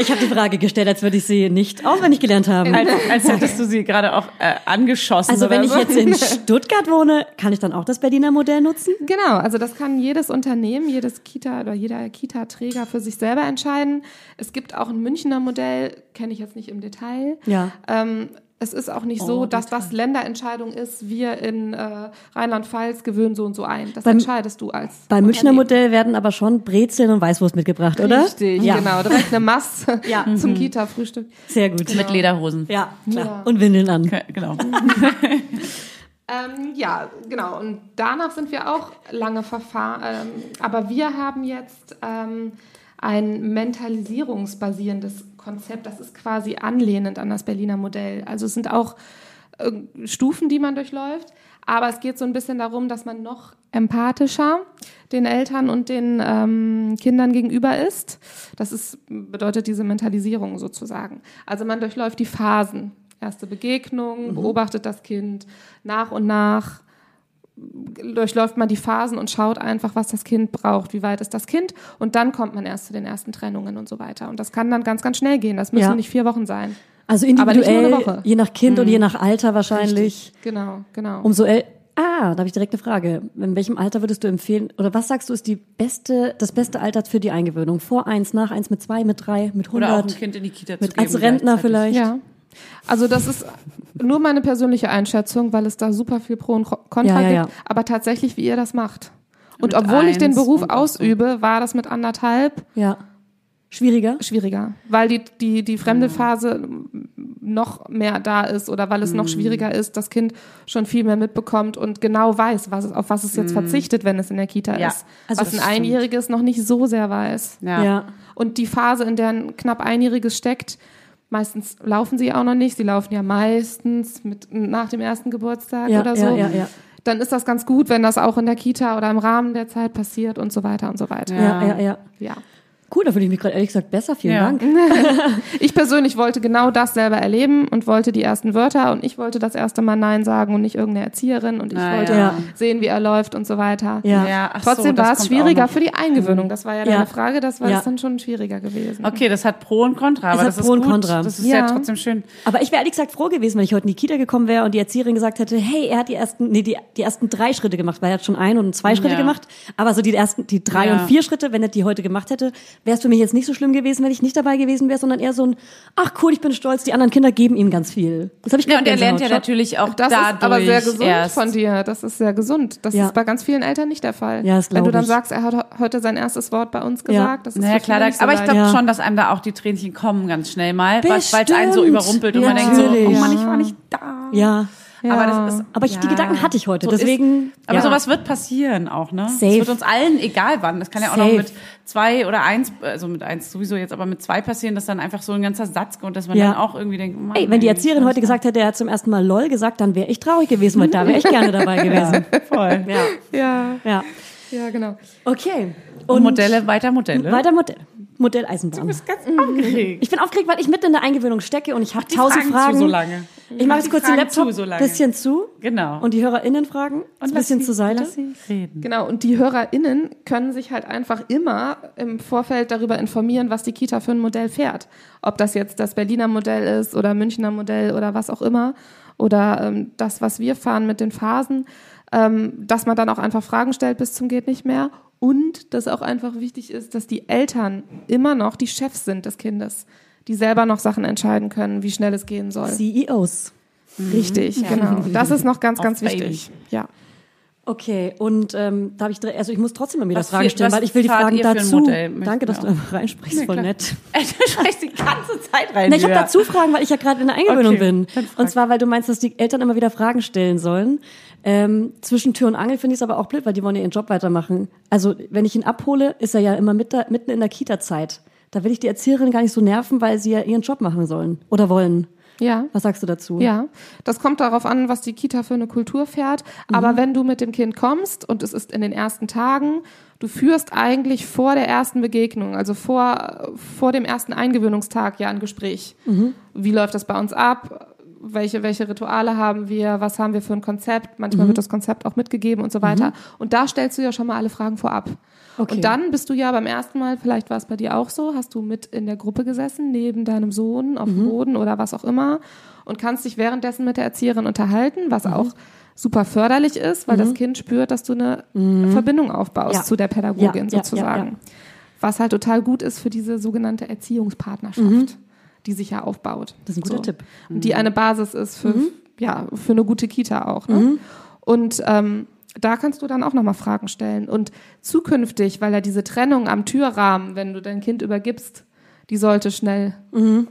A: Ich habe die Frage gestellt, als würde ich sie nicht auswendig gelernt haben.
B: Als, als hättest du sie gerade auch äh, angeschossen.
A: Also
B: oder
A: wenn ich
B: so. *laughs*
A: jetzt in Stuttgart wohne, kann ich dann auch das Berliner Modell nutzen?
C: Genau, also das kann jedes Unternehmen, jedes Kita oder jeder Kita-Träger für sich selber entscheiden. Es gibt auch ein Münchner Modell, kenne ich jetzt nicht im Detail.
A: Ja. Oh,
C: Ähm, es ist auch nicht so, dass das Länderentscheidung ist. Wir in äh, Rheinland-Pfalz gewöhnen so und so ein. Das
A: Beim-
C: entscheidest du als.
A: Beim Münchner
C: Unternehmen.
A: Modell werden aber schon Brezeln und Weißwurst mitgebracht, oder?
C: Richtig,
A: ja.
C: genau. Direkt eine Masse
A: Ja.
C: *laughs*
A: Mhm.
C: zum Kita-Frühstück.
A: Sehr gut.
B: mit Lederhosen.
A: Ja, klar.
C: Ja.
A: Und Windeln an.
B: Okay, Genau.
C: Ähm, ja, genau. Und danach sind wir auch lange verfahren. Ähm, aber wir haben jetzt ähm, ein mentalisierungsbasierendes Konzept. Das ist quasi anlehnend an das Berliner Modell. Also es sind auch äh, Stufen, die man durchläuft. Aber es geht so ein bisschen darum, dass man noch empathischer den Eltern und den ähm, Kindern gegenüber ist. Das ist, bedeutet diese Mentalisierung sozusagen. Also man durchläuft die Phasen. Erste Begegnung,
A: Mhm.
C: beobachtet das Kind nach und nach, durchläuft man die Phasen und schaut einfach, was das Kind braucht, wie weit ist das Kind. Und dann kommt man erst zu den ersten Trennungen und so weiter. Und das kann dann ganz, ganz schnell gehen. Das müssen
A: Ja.
C: nicht vier Wochen sein.
A: Also
C: Aber nicht nur eine
A: individuell,
C: Woche. Mhm.
A: je nach Kind und je nach Alter wahrscheinlich.
C: Genau, genau.
A: Umso el Ah, da habe ich direkt eine Frage. In welchem Alter würdest du empfehlen, oder was sagst du, ist die beste, das beste Alter für die Eingewöhnung? Vor eins, nach eins, mit zwei, mit drei, mit
B: Oder auch ein
A: hundert,
B: Kind in die Kita zu
A: mit
B: geben.
A: als Rentner
B: gleichzeitig.
A: vielleicht?
C: Ja. Also das ist nur meine persönliche Einschätzung, weil es da super viel Pro und Ko- Contra
A: Ja, ja, ja.
C: gibt, aber tatsächlich, wie ihr das macht. Und
B: Mit
C: obwohl ich den
B: eins
C: Beruf
B: und auch so.
C: ausübe, war das mit anderthalb
A: ja. Schwieriger?
C: schwieriger, weil die, die, die fremde Phase noch mehr da ist oder weil es noch schwieriger ist, das Kind schon viel mehr mitbekommt und genau weiß, was es, auf was es jetzt verzichtet, wenn es in der Kita
B: Ja,
C: ist.
A: also
C: was
A: das
C: ein
A: stimmt.
C: Einjähriges noch nicht so sehr weiß.
B: Ja.
C: Und die Phase, in der ein knapp Einjähriges steckt, meistens laufen sie auch noch nicht. Sie laufen ja meistens mit, nach dem ersten Geburtstag
A: Ja,
C: oder so.
A: ja, ja, ja.
C: Dann ist das ganz gut, wenn das auch in der Kita oder im Rahmen der Zeit passiert und so weiter und so weiter.
A: Ja, ja, ja.
C: Ja.
A: Cool, da fühle ich mich gerade ehrlich gesagt besser. Vielen
B: Ja.
A: Dank.
C: Ich persönlich wollte genau das selber erleben und wollte die ersten Wörter und ich wollte das erste Mal Nein sagen und nicht irgendeine Erzieherin und ich
B: Ah,
C: wollte
A: ja.
C: sehen, wie er läuft und so weiter.
A: Ja. Mhm.
B: Ja, ach so,
C: Trotzdem
B: das
C: war es
B: kommt auch
C: schwieriger
B: noch.
C: für die Eingewöhnung. Das war ja deine Frage, das war
A: Ja.
C: es dann schon schwieriger gewesen.
B: Okay, das hat Pro und Contra, aber
A: hat
B: das
A: Pro und
B: ist gut.
A: Contra.
B: Das ist ja.
C: Ja.
B: trotzdem schön.
A: Aber ich wäre ehrlich gesagt froh gewesen, wenn ich heute in die Kita gekommen wäre und die Erzieherin gesagt hätte, hey, er hat die ersten, nee, die, die ersten drei Schritte gemacht, weil er hat schon ein und zwei Schritte
B: Ja.
A: gemacht. Aber so die ersten, die drei
B: Ja.
A: und vier Schritte, wenn er die heute gemacht hätte, wäre es für mich jetzt nicht so schlimm gewesen, wenn ich nicht dabei gewesen wäre, sondern eher so ein, ach cool, ich bin stolz, die anderen Kinder geben ihm ganz viel. Das habe ich
B: Ja,
A: gerade
B: und er lernt ja
A: Gänsehaut.
B: natürlich auch
C: Das
B: dadurch
C: ist aber sehr gesund
B: erst.
C: von dir. Das ist sehr gesund. Das
A: Ja.
C: ist bei ganz vielen Eltern nicht der Fall.
A: Ja, das
C: Wenn
A: glaub
C: du dann
A: ich.
C: sagst, er hat heute sein erstes Wort bei uns
A: Ja.
C: gesagt, das ist
B: Naja,
C: für
B: klar,
C: viele
B: da,
C: nicht so
B: aber ich
C: leicht.
B: glaube
A: Ja.
B: schon, dass einem da auch die Tränchen kommen ganz schnell mal, weil es einen so
A: Bestimmt.
B: überrumpelt und man
A: Ja.
B: denkt so, oh
A: Natürlich.
B: Mann, ich war nicht da.
A: Ja.
B: Aber, das ist,
A: Aber ich, die
B: ja.
A: Gedanken hatte ich heute,
B: So ist-
A: deswegen.
B: Aber
A: ja.
B: sowas wird passieren auch, ne?
A: Safe.
B: Es wird uns allen, egal wann, das kann ja auch noch
A: Safe.
B: mit zwei oder eins, also mit eins sowieso jetzt, aber mit zwei passieren, dass dann einfach so ein ganzer Satz kommt, dass man
A: Ja.
B: dann auch irgendwie denkt, oh Mann,
A: Ey, wenn die
B: ey,
A: Erzieherin heute gesagt hätte, er hat zum ersten Mal *laughs*
B: *laughs*
A: LOL gesagt, dann wäre ich traurig gewesen, weil da wäre ich gerne dabei gewesen.
B: voll.
A: Ja.
C: Ja.
A: Ja.
C: Ja, genau.
A: Okay.
B: Und ne? Modelle, weiter Modelle.
A: Weiter Modell. Modell Eisenbahn.
B: *laughs* ganz aufgeregt.
A: Ich bin aufgeregt, weil ich mitten in der Eingewöhnung stecke und ich habe tausend
B: Fragen zu
A: Fragen.
B: so lange.
A: Ich mache jetzt
B: Die
A: kurz
B: Fragen
A: den Laptop
B: zu so lange.
A: bisschen zu
B: Genau. *laughs*
A: und die HörerInnen fragen ein
B: lass
A: bisschen
B: sie-
A: zur Seite.
B: Lass sie reden.
C: Genau, und die HörerInnen können sich halt einfach immer im Vorfeld darüber informieren, was die Kita für ein Modell fährt. Ob das jetzt das Berliner Modell ist oder Münchner Modell oder was auch immer. Oder ähm, das, was wir fahren mit den Phasen. Ähm, dass man dann auch einfach Fragen stellt bis zum geht nicht mehr. Und dass auch einfach wichtig ist, dass die Eltern immer noch die Chefs sind des Kindes. Die selber noch Sachen entscheiden können, wie schnell es gehen soll.
A: CEOs.
C: Richtig, genau. Das ist noch ganz, ganz
B: Auf Baby.
C: wichtig. Ja.
A: Okay, und ähm, da habe ich, direkt- also ich muss trotzdem mal wieder
B: Was
A: Fragen
B: für-
A: stellen,
B: was
A: weil ich will die
B: fahrt
A: Fragen
B: ihr für ein
A: dazu.
B: Modell? Möchten
A: Danke, dass
B: wir
A: du
B: auch.
A: einfach reinsprichst, voll
B: klar.
A: nett.
B: Ey, Du sprichst die ganze Zeit rein.
A: Na, ich habe
B: Julia.
A: dazu Fragen, weil ich ja gerade in der Eingewöhnung
B: Okay,
A: bin.
B: dann frag.
A: Und zwar, weil du meinst, dass die Eltern immer wieder Fragen stellen sollen. Ähm, zwischen Tür und Angel finde ich es aber auch blöd, weil die wollen ja ihren Job weitermachen. Also wenn ich ihn abhole, ist er ja immer mit da, mitten in der Kita-Zeit. Da will ich die Erzieherin gar nicht so nerven, weil sie ja ihren Job machen sollen oder wollen.
C: Ja.
A: Was sagst du dazu?
C: Ja, das kommt darauf an, was die Kita für eine Kultur fährt. Aber wenn du mit dem Kind kommst und es ist in den ersten Tagen, du führst eigentlich vor der ersten Begegnung, also vor, vor dem ersten Eingewöhnungstag ja ein Gespräch. Wie läuft das bei uns ab? Welche, welche Rituale haben wir? Was haben wir für ein Konzept? Manchmal wird das Konzept auch mitgegeben und so weiter. Und da stellst du ja schon mal alle Fragen vorab.
A: Okay.
C: Und dann bist du ja beim ersten Mal, vielleicht war es bei dir auch so, hast du mit in der Gruppe gesessen, neben deinem Sohn auf
A: Mhm.
C: dem Boden oder was auch immer und kannst dich währenddessen mit der Erzieherin unterhalten,
A: Mhm.
C: was auch super förderlich ist, weil das Kind spürt, dass du eine Verbindung aufbaust
A: Mhm. Ja.
C: zu der Pädagogin
A: Ja, ja,
C: sozusagen.
A: ja, ja.
C: Was halt total gut ist für diese sogenannte Erziehungspartnerschaft, die sich ja aufbaut.
A: Mhm. Das ist ein guter Tipp. Mhm.
C: Und die eine Basis ist für, ja, für eine gute Kita auch. Ne?
A: Mhm.
C: Und ähm, da kannst du dann auch nochmal Fragen stellen. Und zukünftig, weil ja diese Trennung am Türrahmen, wenn du dein Kind übergibst, die sollte schnell, und
A: Mhm.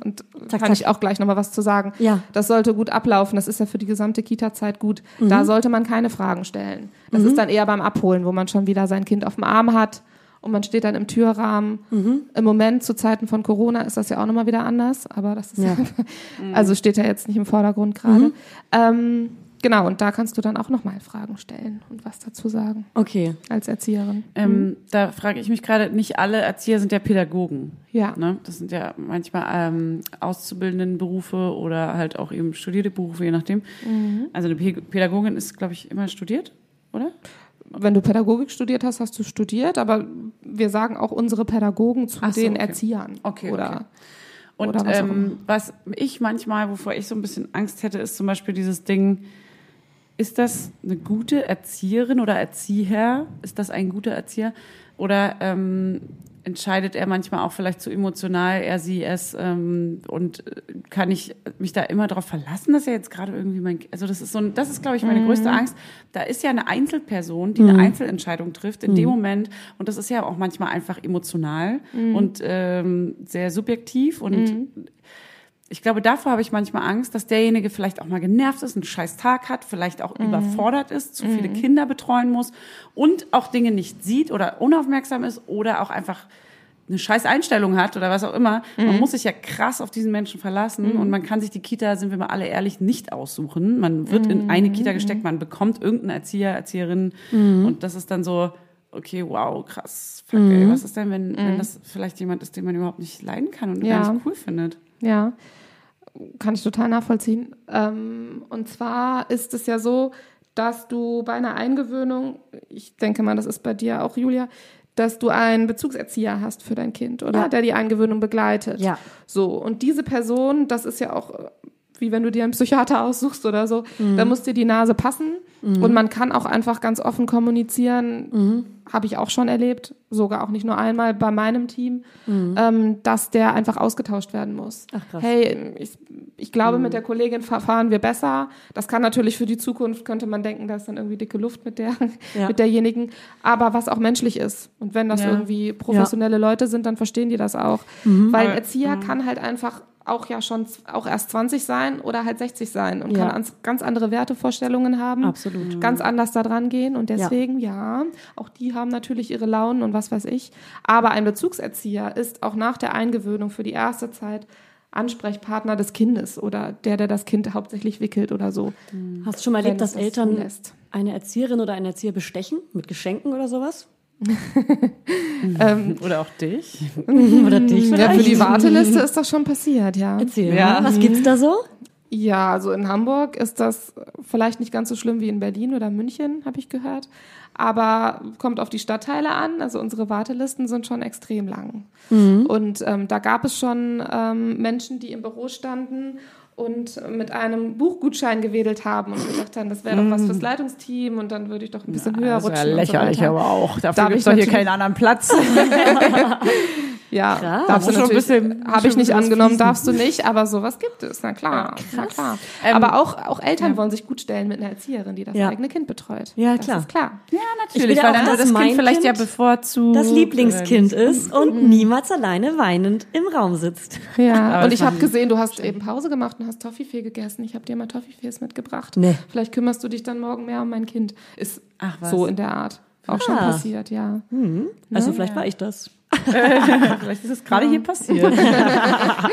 A: Zack,
C: kann
A: zack.
C: ich auch gleich nochmal was zu sagen,
A: Ja.
C: das sollte gut ablaufen. Das ist ja für die gesamte Kita-Zeit gut.
B: Mhm.
C: Da sollte man keine Fragen stellen. Das ist dann eher beim Abholen, wo man schon wieder sein Kind auf dem Arm hat und man steht dann im Türrahmen.
B: Mhm.
C: Im Moment, zu Zeiten von Corona, ist das ja auch nochmal wieder anders, aber das ist
A: Ja.
C: *laughs* also steht ja jetzt nicht im Vordergrund
B: Mhm.
C: gerade. Ähm, genau, und da kannst du dann auch nochmal Fragen stellen und was dazu sagen
A: Okay.
C: als Erzieherin.
B: Ähm, da frage ich mich gerade, nicht alle Erzieher sind ja Pädagogen.
C: Ja.
B: Ne? Das sind ja manchmal ähm, auszubildenden Berufe oder halt auch eben studierte Berufe, je nachdem.
C: Mhm.
B: Also eine Pä- Pädagogin ist, glaube ich, immer studiert, oder?
C: Wenn du Pädagogik studiert hast, hast du studiert, aber wir sagen auch unsere Pädagogen zu
B: Ach so,
C: den
B: okay.
C: Erziehern.
B: Okay,
C: Oder
B: okay. Und
C: Oder was auch immer.
B: ähm, was ich manchmal, wovor ich so ein bisschen Angst hätte, ist zum Beispiel dieses Ding, ist das eine gute Erzieherin oder Erzieher? Ist das ein guter Erzieher? Oder ähm, entscheidet er manchmal auch vielleicht zu emotional, er, sie, es? Ähm, und äh, kann ich mich da immer darauf verlassen, dass er jetzt gerade irgendwie mein... Also das ist, so ein, das ist glaube ich, meine größte Angst. Da ist ja eine Einzelperson, die eine Einzelentscheidung trifft in dem Moment. Und das ist ja auch manchmal einfach emotional und ähm, sehr subjektiv und ich glaube, davor habe ich manchmal Angst, dass derjenige vielleicht auch mal genervt ist, einen scheiß Tag hat, vielleicht auch überfordert ist, zu viele Kinder betreuen muss und auch Dinge nicht sieht oder unaufmerksam ist oder auch einfach eine scheiß Einstellung hat oder was auch immer. Man muss sich ja krass auf diesen Menschen verlassen und man kann sich die Kita, sind wir mal alle ehrlich, nicht aussuchen. Man wird in eine Kita gesteckt, man bekommt irgendeinen Erzieher, Erzieherin und das ist dann so, okay, wow, krass, fuck, ey, was ist denn, wenn, wenn das vielleicht jemand ist, den man überhaupt nicht leiden kann und
C: Ja.
B: gar nicht cool findet?
C: Ja, kann ich total nachvollziehen. Ähm, und zwar ist es ja so, dass du bei einer Eingewöhnung, ich denke mal, das ist bei dir auch, Julia, dass du einen Bezugserzieher hast für dein Kind, oder?
A: Ja.
C: Der die Eingewöhnung begleitet.
A: Ja.
C: So, und diese Person, das ist ja auch äh, wie wenn du dir einen Psychiater aussuchst oder so,
A: Mhm.
C: da muss dir die Nase passen. Und man kann auch einfach ganz offen kommunizieren,
A: Mhm.
C: habe ich auch schon erlebt, sogar auch nicht nur einmal bei meinem Team, ähm, dass der einfach ausgetauscht werden muss.
A: Mhm. Ach, krass. Mhm.
C: Hey, ich, ich glaube, mit der Kollegin fa- fahren wir besser. Das kann natürlich für die Zukunft, könnte man denken, da ist dann irgendwie dicke Luft mit, der,
A: Ja.
C: *laughs* mit derjenigen. Aber was auch menschlich ist. Und wenn das
B: Ja.
C: irgendwie professionelle Leute sind, dann verstehen die das auch. Weil ein Erzieher kann halt einfach auch ja schon z- auch erst 20 sein oder halt 60 sein und
A: Ja.
C: kann ans, ganz andere Wertevorstellungen haben.
A: Absolut.
C: Ganz anders da dran gehen und deswegen, ja. auch die haben natürlich ihre Launen und was weiß ich. Aber ein Bezugserzieher ist auch nach der Eingewöhnung für die erste Zeit Ansprechpartner des Kindes oder der, der das Kind hauptsächlich wickelt oder so.
A: Hast du schon mal erlebt,
C: Wenn es
A: dass
C: das
A: Eltern
C: zulässt.
A: eine Erzieherin oder einen Erzieher bestechen mit Geschenken oder sowas?
C: Ähm,
B: Oder auch dich.
A: Oder dich
C: ja,
A: vielleicht?
C: für die Warteliste ist das schon passiert, ja.
A: Erzähl
B: Ja.
A: mal, was gibt's da so?
C: Ja, also in Hamburg ist das vielleicht nicht ganz so schlimm wie in Berlin oder München, habe ich gehört. Aber kommt auf die Stadtteile an. Also unsere Wartelisten sind schon extrem lang.
B: Mhm.
C: Und ähm, da gab es schon ähm, Menschen, die im Büro standen und mit einem Buchgutschein gewedelt haben und gedacht haben, das wäre doch was fürs Leitungsteam und dann würde ich doch ein bisschen höher
B: Das ist Mhm.
C: rutschen.
B: ja
C: und so
B: lächerlich,
C: weiter.
B: aber auch.
C: Da
B: Dafür
C: hab
B: gibt es doch
C: ich
B: hier keinen
C: natürlich-
B: anderen *laughs* Platz.
C: Ja,
A: Krass.
C: darfst du
B: Schon ein
C: natürlich,
B: bisschen-
C: habe ich
B: schon
C: nicht
B: was
C: angenommen,
B: fließen.
C: darfst du nicht, aber sowas gibt es, na klar, na klar. aber auch, auch Eltern wollen sich gut stellen mit einer Erzieherin, die das
A: Ja.
C: eigene Kind betreut.
A: Ja,
C: das
A: klar.
C: Ist klar.
A: will
B: Natürlich,
A: ja
B: weil
A: auch,
B: dann
A: dass
B: wird das
A: mein
B: Kind vielleicht
A: Kind
B: ja bevorzugt.
A: Das Lieblingskind ist
B: Mhm.
A: und niemals alleine weinend im Raum sitzt.
C: Ja.
B: Aber
C: und
B: das
C: ich habe
B: machen-
C: gesehen, du hast eben Pause gemacht und hast Toffifee gegessen. Ich habe dir mal Toffifees mitgebracht.
A: Nee.
C: Vielleicht kümmerst du dich dann morgen mehr um mein Kind. Ist
B: Ach, was.
C: so in der Art. Auch schon
A: Ah.
C: passiert, ja.
A: Also vielleicht war ich das.
B: Vielleicht ist es gerade hier *laughs* passiert.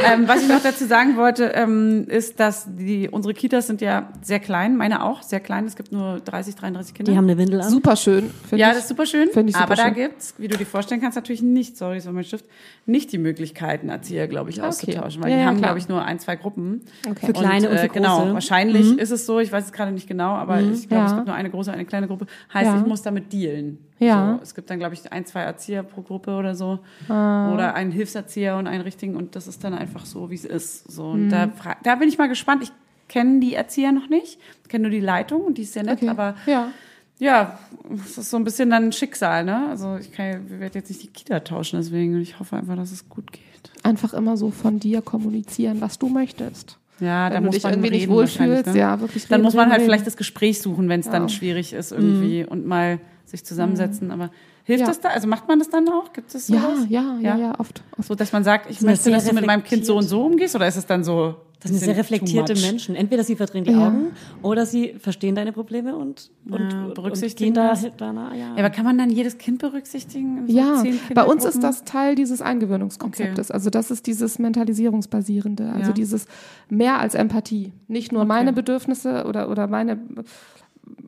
B: ähm, was ich noch dazu sagen wollte, ähm, ist, dass die, unsere Kitas sind ja sehr klein, meine auch, sehr klein. Es gibt nur 30, 33 Kinder.
A: Die haben eine Windel an.
C: Super schön. finde
B: ja,
C: ich.
B: das ist super schön.
C: Finde ich super
B: aber da
C: schön.
B: gibt's, wie du dir vorstellen kannst, natürlich nicht, sorry, ist war mein Stift, nicht die Möglichkeiten, Erzieher, glaube ich, auszutauschen. Weil
C: Ja,
B: die
C: ja,
B: haben,
C: klar.
B: glaube ich, nur ein, zwei Gruppen.
C: Okay.
A: Für kleine und für große. Mhm.
B: Genau, wahrscheinlich ist es so, ich weiß es gerade nicht genau, aber ich glaube, es
C: Ja.
B: gibt nur eine große, eine kleine Gruppe. Heißt,
C: Ja.
B: ich muss damit dealen.
C: Ja.
B: So, es gibt dann, glaube ich, ein, zwei Erzieher pro Gruppe oder so.
A: Ah.
B: Oder einen Hilfserzieher und einen richtigen und das ist dann einfach so, wie es ist. So,
A: Mhm.
B: und da, fra- da bin ich mal gespannt. Ich kenne die Erzieher noch nicht, kenne nur die Leitung und die ist sehr nett,
C: Okay.
B: aber
C: ja.
B: ja, es ist so ein bisschen dann ein Schicksal, ne? Also ich kann, wir werden jetzt nicht die Kita tauschen, deswegen und ich hoffe einfach, dass es gut geht.
C: Einfach immer so von dir kommunizieren, was du möchtest.
B: Ja,
C: Wenn
B: da
C: du
B: muss
C: dich
B: man
C: irgendwie
B: reden,
C: nicht wohlfühlst,
B: wahrscheinlich, ne?
C: ja, wirklich
B: Dann
C: reden,
B: muss man
C: reden,
B: halt
C: reden. Mhm.
B: vielleicht das Gespräch suchen, wenn es dann schwierig ist irgendwie und mal sich zusammensetzen. Aber hilft
C: Ja.
B: das da? Also macht man das dann auch? Gibt es
C: Ja,
B: sowas?
C: ja,
B: Ja.
C: ja, ja, oft. oft.
B: So, dass man sagt, ich
A: sind ja
B: möchte,
A: sehr
B: dass du mit meinem Kind so und
A: reflektiert.
B: so umgehst? Oder ist es dann so?
A: Das sind sehr
B: bisschen too
A: reflektierte
B: much?
A: Menschen. Entweder sie verdrehen die
C: Ja.
A: Augen oder sie verstehen deine Probleme und, und,
B: Ja,
A: und-
B: berücksichtigen
A: und gehen da,
B: das.
A: danach. Ja.
B: Ja, aber kann man dann jedes Kind berücksichtigen? So
C: Ja,
B: zehn
C: bei uns ist
B: Kindergruppen?
C: das Teil dieses Eingewöhnungskonzeptes. Also das ist dieses Mentalisierungsbasierende, also
B: Ja.
C: dieses mehr als Empathie. Nicht nur meine Bedürfnisse oder, oder meine,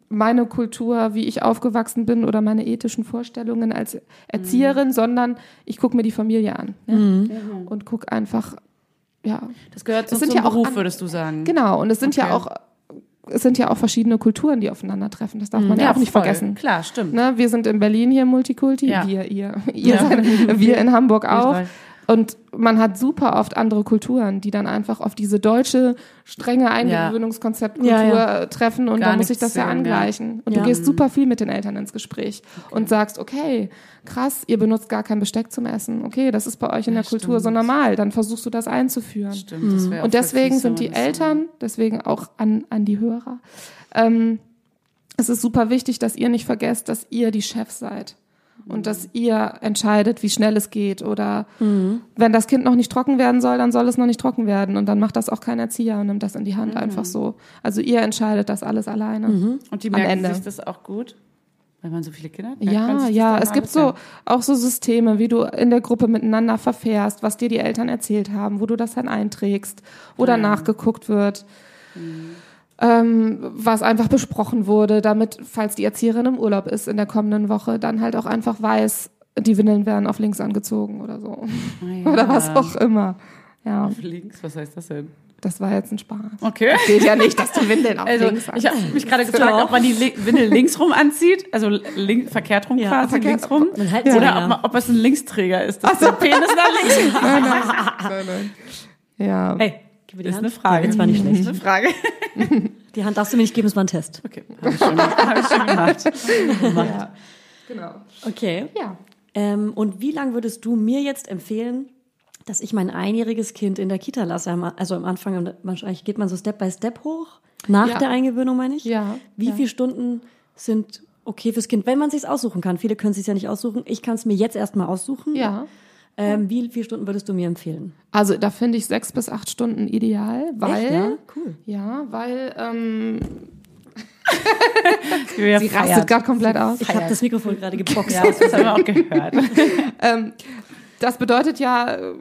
C: meine Kultur, wie ich aufgewachsen bin oder meine ethischen Vorstellungen als Erzieherin,
B: Mhm.
C: sondern ich gucke mir die Familie an ja? und gucke einfach, ja,
B: Das gehört so
C: Es sind
B: zum
C: ja auch
B: Beruf,
C: an-
B: würdest du sagen.
C: genau. Und es sind
B: Okay.
C: ja auch es sind ja auch verschiedene Kulturen, die aufeinandertreffen. Das darf man ja, auch nicht
B: voll.
C: vergessen.
B: Klar, stimmt.
C: Ne, wir sind in Berlin hier Multikulti,
B: Ja.
C: wir, ihr, ihr seid, wir in Hamburg auch.
B: drei.
C: Und man hat super oft andere Kulturen, die dann einfach auf diese deutsche, strenge Eingewöhnungskonzeptkultur
A: Ja, ja.
C: äh, treffen und
B: Gar
C: dann muss ich
B: nichts
C: das ja
B: sehen, ja. Mhm.
C: angleichen. Und
A: Ja.
C: du gehst super viel mit den Eltern ins Gespräch und sagst, okay, krass, ihr benutzt gar kein Besteck zum Essen. Okay, das ist bei euch in der Kultur so normal. Dann versuchst du das einzuführen.
B: Stimmt, das wär auch
C: Mhm. Und deswegen
B: voll
C: sind
B: fies,
C: die
B: wenn man das so-
C: Eltern, deswegen auch an, an die Hörer, ähm, es ist super wichtig, dass ihr nicht vergesst, dass ihr die Chefs seid.
B: Mhm.
C: Und dass ihr entscheidet, wie schnell es geht. Oder
B: Mhm.
C: wenn das Kind noch nicht trocken werden soll, dann soll es noch nicht trocken werden. Und dann macht das auch kein Erzieher und nimmt das in die
B: Mhm.
C: Hand einfach so. Also ihr entscheidet das alles alleine.
B: Und die
C: am
B: merken
C: Ende.
B: sich das auch gut, wenn man so viele Kinder hat. merkt man
C: Ja,
B: sich
C: ja,
B: das dann
C: es gibt
B: alles,
C: so auch so Systeme, wie du in der Gruppe miteinander verfährst, was dir die Eltern erzählt haben, wo du das dann einträgst, wo dann nachgeguckt wird,
B: Mhm.
C: ähm, was einfach besprochen wurde, damit, falls die Erzieherin im Urlaub ist in der kommenden Woche, dann halt auch einfach weiß, die Windeln werden auf links angezogen oder so.
B: Ah
C: *laughs*
B: ja.
C: Oder was auch immer. Ja,
B: Auf Links, was heißt das denn?
C: das war jetzt ein Spaß.
B: Okay.
C: Geht ja nicht, dass die Windeln auf
B: Also,
C: links
B: ich habe mich gerade gefragt, ob man die Li- Windel links rum anzieht, also link, verkehrt rum
A: Ja,
B: quasi,
C: verkehrt-
B: links rum.
A: Man hält sie
B: Oder
A: länger.
B: ob, man, ob es ein Linksträger ist. Dass der Penis nach
C: *laughs*
B: links ist
C: anziehen. Ja.
A: hey, gib mir die
B: Ist
A: Hand.
B: eine Frage.
A: Jetzt war nicht schlecht.
B: eine Frage.
A: Die Hand darfst du mir nicht geben, das war ein Test.
B: Okay, habe ich, schon- hab ich schon gemacht.
C: Ja. Genau.
A: Okay.
C: Ja.
A: Ähm, und wie lange würdest du mir jetzt empfehlen, dass ich mein einjähriges Kind in der Kita lasse? Am- Also am Anfang, und wahrscheinlich geht man so Step by Step hoch, nach
C: Ja.
A: der Eingewöhnung, meine ich.
C: Ja,
A: Wie
C: ja.
A: viele Stunden sind okay fürs Kind, wenn man es aussuchen kann? Viele können es ja nicht aussuchen. Ich kann es mir jetzt erstmal aussuchen.
C: Ja.
A: Ähm, wie viele Stunden würdest du mir empfehlen?
C: Also da finde ich sechs bis acht Stunden ideal, weil
A: Echt, ne? ja? Cool.
C: ja, weil ähm,
B: Ja,
C: sie rastet gerade komplett aus.
A: Ah Ich habe das Mikrofon gerade
C: *laughs*
A: geboxt.
B: Ja, das haben wir auch gehört.
C: Das bedeutet ja, äh,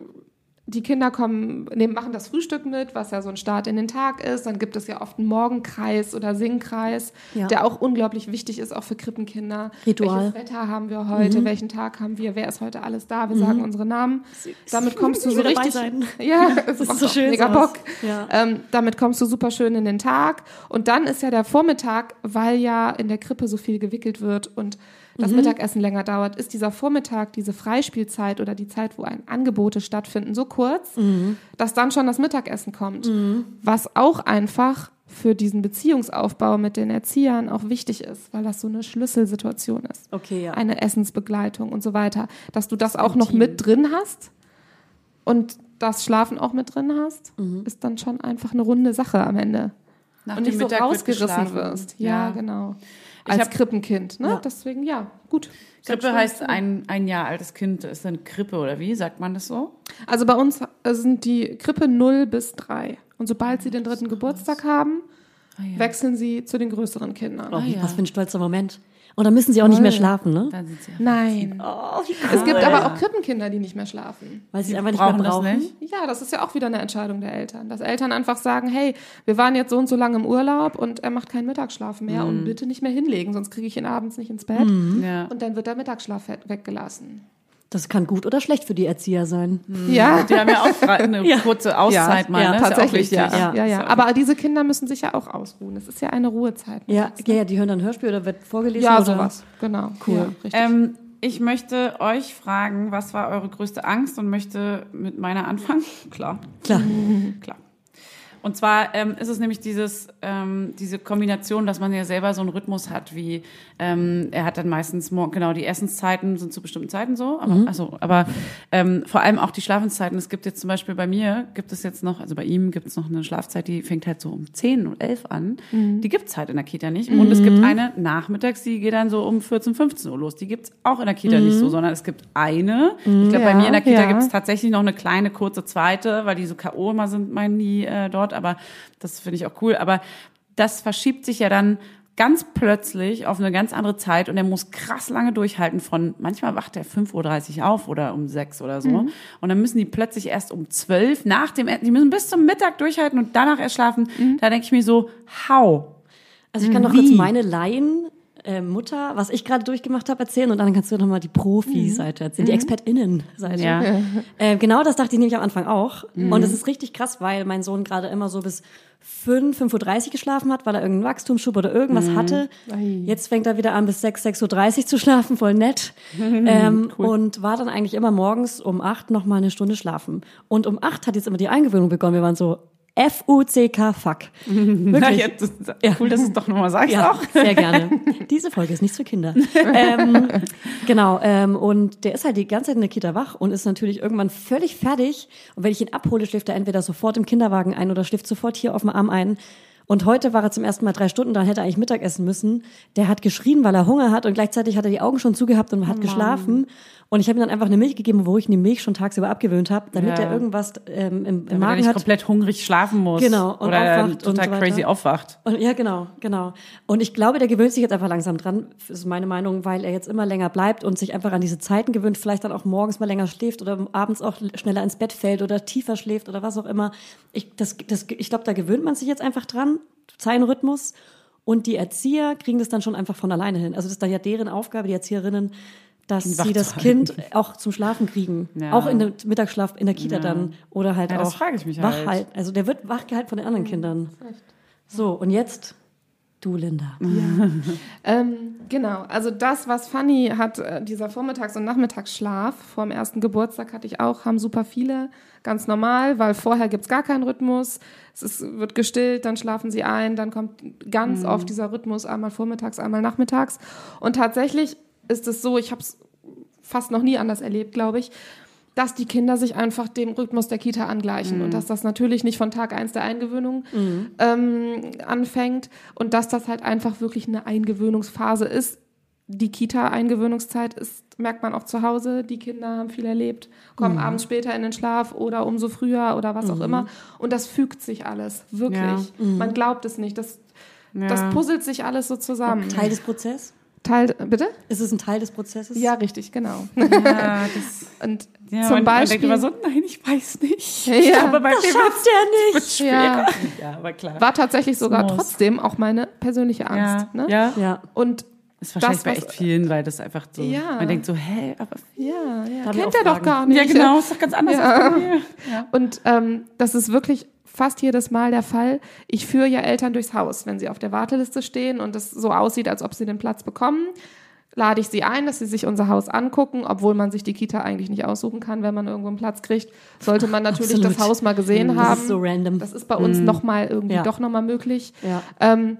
C: die Kinder kommen, nehmen, machen das Frühstück mit, was ja so ein Start in den Tag ist. Dann gibt es ja oft einen Morgenkreis oder Singkreis,
A: Ja.
C: der auch unglaublich wichtig ist, auch für Krippenkinder.
A: Ritual. Mhm.
C: Welches Wetter haben wir heute? Welchen Tag haben wir? Wer ist heute alles da? Wir sagen unsere Namen. Damit kommst du
A: Ich
C: so
A: will dabei
C: richtig.
A: sein.
C: *laughs* Ja, es
A: Das
C: macht
A: ist so
C: doch
A: schön.
C: Mega
A: sowas.
C: Bock.
A: Ja.
C: Ähm, damit kommst du super schön in den Tag. Und dann ist ja der Vormittag, weil ja in der Krippe so viel gewickelt wird und
A: Mhm.
C: das Mittagessen länger dauert, ist dieser Vormittag, diese Freispielzeit oder die Zeit, wo ein Angebote stattfinden, so kurz,
A: Mhm.
C: dass dann schon das Mittagessen kommt. Was auch einfach für diesen Beziehungsaufbau mit den Erziehern auch wichtig ist, weil das so eine Schlüsselsituation ist
A: Okay, ja.
C: eine Essensbegleitung und so weiter, dass du das auch
A: Intim.
C: noch mit drin hast und das Schlafen auch mit drin hast, ist dann schon einfach eine runde Sache am Ende.
B: Mhm. Nach
C: und
B: dem
C: nicht so
B: Mittag wird geschlafen.
C: rausgerissen wirst. Ja, genau.
B: Ich
C: Als
B: hab-
C: Krippenkind, ne?
A: Ja.
C: Deswegen, ja, gut.
B: Krippe heißt ein, ein Jahr altes Kind ist dann Krippe oder wie? Sagt man das so?
C: Also bei uns äh, sind die Krippe 0 bis 3. Und sobald
B: Ah,
C: sie den dritten Geburtstag haben, wechseln sie zu den größeren Kindern.
A: Oh,
B: ja.
A: Was für ein stolzer Moment. Und dann müssen sie auch nicht mehr schlafen, ne?
B: Dann sind sie Ah,
C: Nein.
A: Oh, wie
C: Es gibt
A: cool.
C: aber auch Krippenkinder, die nicht mehr schlafen.
A: Weil sie es einfach nicht
B: brauchen
A: mehr
B: das
A: brauchen.
B: nicht.
C: Ja, das ist ja auch wieder eine Entscheidung der Eltern. Dass Eltern einfach sagen, hey, wir waren jetzt so und so lange im Urlaub und er macht keinen Mittagsschlaf mehr
A: Mhm.
C: und bitte nicht mehr hinlegen, sonst kriege ich ihn abends nicht ins Bett.
B: Ja.
C: Und dann wird der Mittagsschlaf we- weggelassen.
A: Das kann gut oder schlecht für die Erzieher sein.
C: Hm. Ja.
B: Die haben ja auch gerade eine
A: Ja.
B: kurze Auszeit mal.
A: ja,
B: ne? Ist
C: Tatsächlich,
B: ja.
C: ja.
B: auch
C: Ja.
B: wichtig.
C: ja,
B: Ist auch-
C: Aber diese Kinder müssen sich ja auch ausruhen. Es ist ja eine Ruhezeit.
A: Ja,
C: mittags, ne?
A: ja, ja, die hören dann Hörspiel oder wird vorgelesen
C: ja
A: oder
C: sowas. Genau.
A: Cool.
C: Ja, richtig.
B: Ähm, ich möchte euch fragen, was war eure größte Angst und möchte mit meiner anfangen? *laughs* Klar,
C: Mhm.
A: Klar.
B: klar. Und zwar ähm, ist es nämlich dieses, ähm, diese Kombination, dass man ja selber so einen Rhythmus hat, wie ähm, er hat dann meistens morgen, genau, die Essenszeiten sind zu bestimmten Zeiten so, aber, also, aber ähm, vor allem auch die Schlafenszeiten. Es gibt jetzt zum Beispiel bei mir, gibt es jetzt noch, also bei ihm gibt es noch eine Schlafzeit, die fängt halt so um 10 und 11 an. Die gibt es halt in der Kita nicht. Und es gibt eine nachmittags, die geht dann so um 14, 15 Uhr los. Die gibt es auch in der Kita nicht so, sondern es gibt eine. Ich glaube, bei
C: Ja,
B: mir in der Kita
C: ja.
B: gibt es tatsächlich noch eine kleine, kurze zweite, weil die so K.O. immer sind, meinen die äh, dort, aber das finde ich auch cool. Aber das verschiebt sich ja dann ganz plötzlich auf eine ganz andere Zeit und er muss krass lange durchhalten von, manchmal wacht er 5.30 Uhr auf oder um 6 oder so. Und dann müssen die plötzlich erst um 12 nach dem, die müssen bis zum Mittag durchhalten und danach erst schlafen. Da denke ich mir so, how?
A: Also ich kann noch
B: Hm, Wie?
A: kurz meine Laien. äh, Mutter, was ich gerade durchgemacht habe, erzählen und dann kannst du nochmal die Profi-Seite erzählen, die ExpertInnen-Seite.
B: Hm. Ja. Hm.
A: Äh, genau das dachte ich nämlich am Anfang auch. Und es ist richtig krass, weil mein Sohn gerade immer so bis 5, 5.30 Uhr geschlafen hat, weil er irgendeinen Wachstumsschub oder irgendwas
B: Hm.
A: hatte. Jetzt fängt er wieder an, bis 6, 6.30 Uhr zu schlafen, voll
B: *laughs*
A: nett. Ähm, Und war dann eigentlich immer morgens um 8 nochmal eine Stunde schlafen. Und um 8 hat jetzt immer die Eingewöhnung begonnen. Wir waren so F-U-C-K, fuck.
B: Na, *laughs*
A: Wirklich.
B: jetzt, ist- Cool, dass du es doch nochmal sagst
A: Ja,
B: auch.
A: sehr gerne. Diese Folge ist nichts für Kinder. ähm, genau, ähm, und der ist halt die ganze Zeit in der Kita wach und ist natürlich irgendwann völlig fertig. Und wenn ich ihn abhole, schläft er entweder sofort im Kinderwagen ein oder schläft sofort hier auf dem Arm ein. Und heute war er zum ersten Mal drei Stunden da, und hätte er eigentlich Mittag essen müssen. Der hat geschrien, weil er Hunger hat und gleichzeitig hat er die Augen schon zugehabt und hat geschlafen. Und ich habe ihm dann einfach eine Milch gegeben, wo ich ihm die Milch schon tagsüber abgewöhnt habe, damit
B: Ja.
A: er irgendwas ähm, im, im
B: Wenn er
A: Magen
B: nicht
A: hat.
B: komplett hungrig schlafen muss.
A: Genau, und
B: Oder
A: aufwacht und
B: total
A: so weiter.
B: crazy aufwacht.
A: Und, ja, genau, genau. Und ich glaube, der gewöhnt sich jetzt einfach langsam dran, ist meine Meinung, weil er jetzt immer länger bleibt und sich einfach an diese Zeiten gewöhnt, vielleicht dann auch morgens mal länger schläft oder abends auch schneller ins Bett fällt oder tiefer schläft oder was auch immer. Ich, das, das, ich glaube, da gewöhnt man sich jetzt einfach dran, Zeilenrhythmus. Und die Erzieher kriegen das dann schon einfach von alleine hin. Also das ist dann ja deren Aufgabe, die Erzieherinnen, dass
B: wach
A: sie
B: zu
A: das
B: halten.
A: Kind auch zum Schlafen kriegen.
B: Ja.
A: Auch in dem Mittagsschlaf in der Kita dann. Oder halt
B: Ja,
A: auch
B: das frage ich mich
A: wach
B: halt.
A: halten. Also der wird wach gehalten von den
B: Mhm,
A: anderen Kindern. So, und jetzt du, Linda.
C: Mhm. Ähm, genau, also das, was Fanny hat, äh, dieser Vormittags- und Nachmittagsschlaf vor dem ersten Geburtstag hatte ich auch, haben super viele, ganz normal, weil vorher gibt's gar keinen Rhythmus, es ist, wird gestillt, dann schlafen sie ein, dann kommt ganz oft dieser Rhythmus, einmal vormittags, einmal nachmittags. Und tatsächlich ist es so, ich habe es fast noch nie anders erlebt, glaube ich, dass die Kinder sich einfach dem Rhythmus der Kita angleichen
B: Mhm.
C: und dass das natürlich nicht von Tag eins der Eingewöhnung ähm, anfängt und dass das halt einfach wirklich eine Eingewöhnungsphase ist. Die Kita-Eingewöhnungszeit ist, merkt man auch zu Hause, die Kinder haben viel erlebt,
B: Mhm.
C: kommen abends später in den Schlaf oder umso früher oder was auch immer. Und das fügt sich alles, wirklich.
B: Ja. Mhm.
C: Man glaubt es nicht. Das,
B: Ja.
C: das puzzelt sich alles so zusammen.
A: Teil des Prozesses?
C: Teil, bitte?
A: Ist es ein Teil des Prozesses?
B: *laughs*
C: Ja, richtig, genau.
B: Ja, das
C: Und
B: Ja,
C: Zum
B: man, man denkt
C: Beispiel-
B: immer so, nein, ich weiß nicht.
C: Ja.
B: Ich glaube, bei
A: Das
B: mir
A: schafft er nicht.
B: wird's schwer.
C: Ja.
B: Ja, aber klar.
A: *laughs*
C: War tatsächlich sogar
B: muss.
C: trotzdem auch meine persönliche Angst.
B: ja,
C: Ne?
B: ja.
A: Ja.
C: Und
B: Ist wahrscheinlich
C: Das,
B: bei
C: was-
B: echt vielen, weil das einfach so,
C: Ja.
B: man denkt so, hä, aber
C: ja, ja.
A: Darf ich
C: kennt
A: auch
C: er doch
A: fragen?
C: gar nicht.
B: Ja, genau, ist doch ganz anders als bei mir.
C: Und ähm, das ist wirklich fast jedes Mal der Fall. Ich führe ja Eltern durchs Haus, wenn sie auf der Warteliste stehen und es so aussieht, als ob sie den Platz bekommen. Lade ich sie ein, dass sie sich unser Haus angucken, obwohl man sich die Kita eigentlich nicht aussuchen kann, wenn man irgendwo einen Platz kriegt. Sollte man natürlich
A: Absolut.
C: das Haus mal gesehen haben.
A: Das ist so random.
C: Das ist bei uns
B: Mhm.
C: nochmal irgendwie
A: Ja.
C: doch nochmal möglich.
A: Ja.
C: Ähm,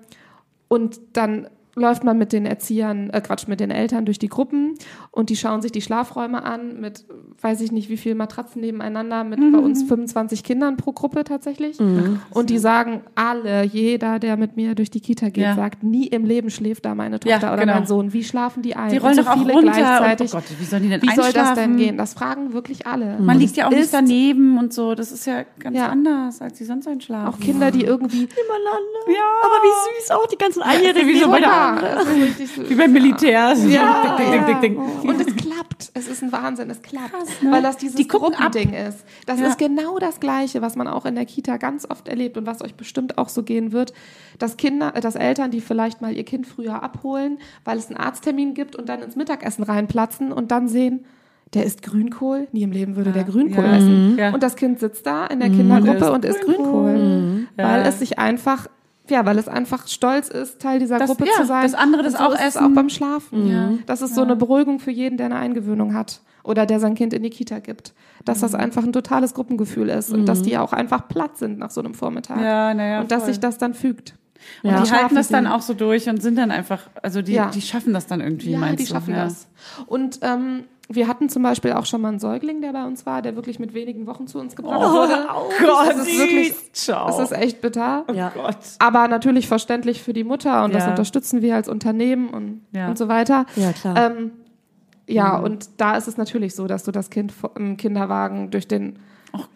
C: und dann läuft man mit den Erziehern, äh Quatsch, mit den Eltern durch die Gruppen und die schauen sich die Schlafräume an mit, weiß ich nicht, wie viel Matratzen nebeneinander, mit bei
B: Mhm.
C: uns 25 Kindern pro Gruppe tatsächlich. Und die sagen alle, jeder, der mit mir durch die Kita geht,
B: Ja.
C: sagt, nie im Leben schläft da meine Tochter oder
B: genau.
C: mein Sohn. Wie schlafen die ein?
B: Die
C: Und
B: rollen
C: so
B: doch auch
C: viele
B: runter. Und, oh
C: gleichzeitig.
B: Gott, wie sollen die denn
C: wie soll das
B: einschlafen?
C: denn gehen? Das fragen wirklich alle.
B: Man
C: Und
B: liegt ja auch
C: es
B: nicht
C: ist
B: daneben und so. Das ist ja ganz
C: Ja.
B: anders, als die sonst einschlafen.
C: Auch Kinder, die irgendwie
A: Übereinander.
B: Ja.
A: Aber wie süß auch die ganzen Einjährigen.
B: Wie so
A: die
B: bei der-
A: wollen-
C: Ja, das ist richtig süß.
B: Wie beim Militär. So.
C: Ja,
B: Ding, ding, ding, ding, ding.
C: Und es klappt. Es ist ein Wahnsinn. Es klappt.
B: ne?
C: Weil das dieses
B: Die gucken
C: Gruppending ist. Das
B: Ja.
C: ist genau das Gleiche, was man auch in der Kita ganz oft erlebt und was euch bestimmt auch so gehen wird, dass Kinder, äh, dass Eltern, die vielleicht mal ihr Kind früher abholen, weil es einen Arzttermin gibt und dann ins Mittagessen reinplatzen und dann sehen, der isst Grünkohl. Nie im Leben würde der Grünkohl
B: Ja.
C: essen.
B: Mhm. Ja. Mhm.
C: Und das Kind sitzt da in der Kindergruppe und isst Grünkohl, weil
B: Ja.
C: es sich einfach ja, weil es einfach stolz ist, Teil dieser
B: Das-
C: Gruppe
B: ja,
C: zu sein.
B: dass andere das
C: Und so
B: auch
C: ist es
B: essen.
C: auch beim Schlafen.
B: Mhm. Ja.
C: Das ist so eine Beruhigung für jeden, der eine Eingewöhnung hat oder der sein Kind in die Kita gibt. Dass
B: Mhm.
C: das einfach ein totales Gruppengefühl ist und dass die auch einfach platt sind nach so einem Vormittag.
B: Ja, na ja,
C: und dass
B: voll.
C: sich das dann fügt.
B: Und die halten
C: schlafen
B: das dann
C: sie.
B: auch so durch und sind dann einfach, also die,
C: Ja.
B: die schaffen das dann irgendwie,
C: Ja,
B: meinst
C: die
B: du?
C: schaffen
B: ja.
C: das. Und ähm, wir hatten zum Beispiel auch schon mal einen Säugling, der bei uns war, der wirklich mit wenigen Wochen zu uns gebracht
B: Oh.
C: wurde.
B: Gott,
C: das ist wirklich,
B: süß. Ciao.
C: das ist echt bitter.
B: Oh.
A: Ja.
B: Gott.
C: Aber natürlich verständlich für die Mutter und das
B: Ja.
C: unterstützen wir als Unternehmen und,
B: Ja. Mhm.
C: und so weiter.
A: Ja, klar.
C: Ähm, ja, und da ist es natürlich so, dass du das Kind vo- im Kinderwagen durch den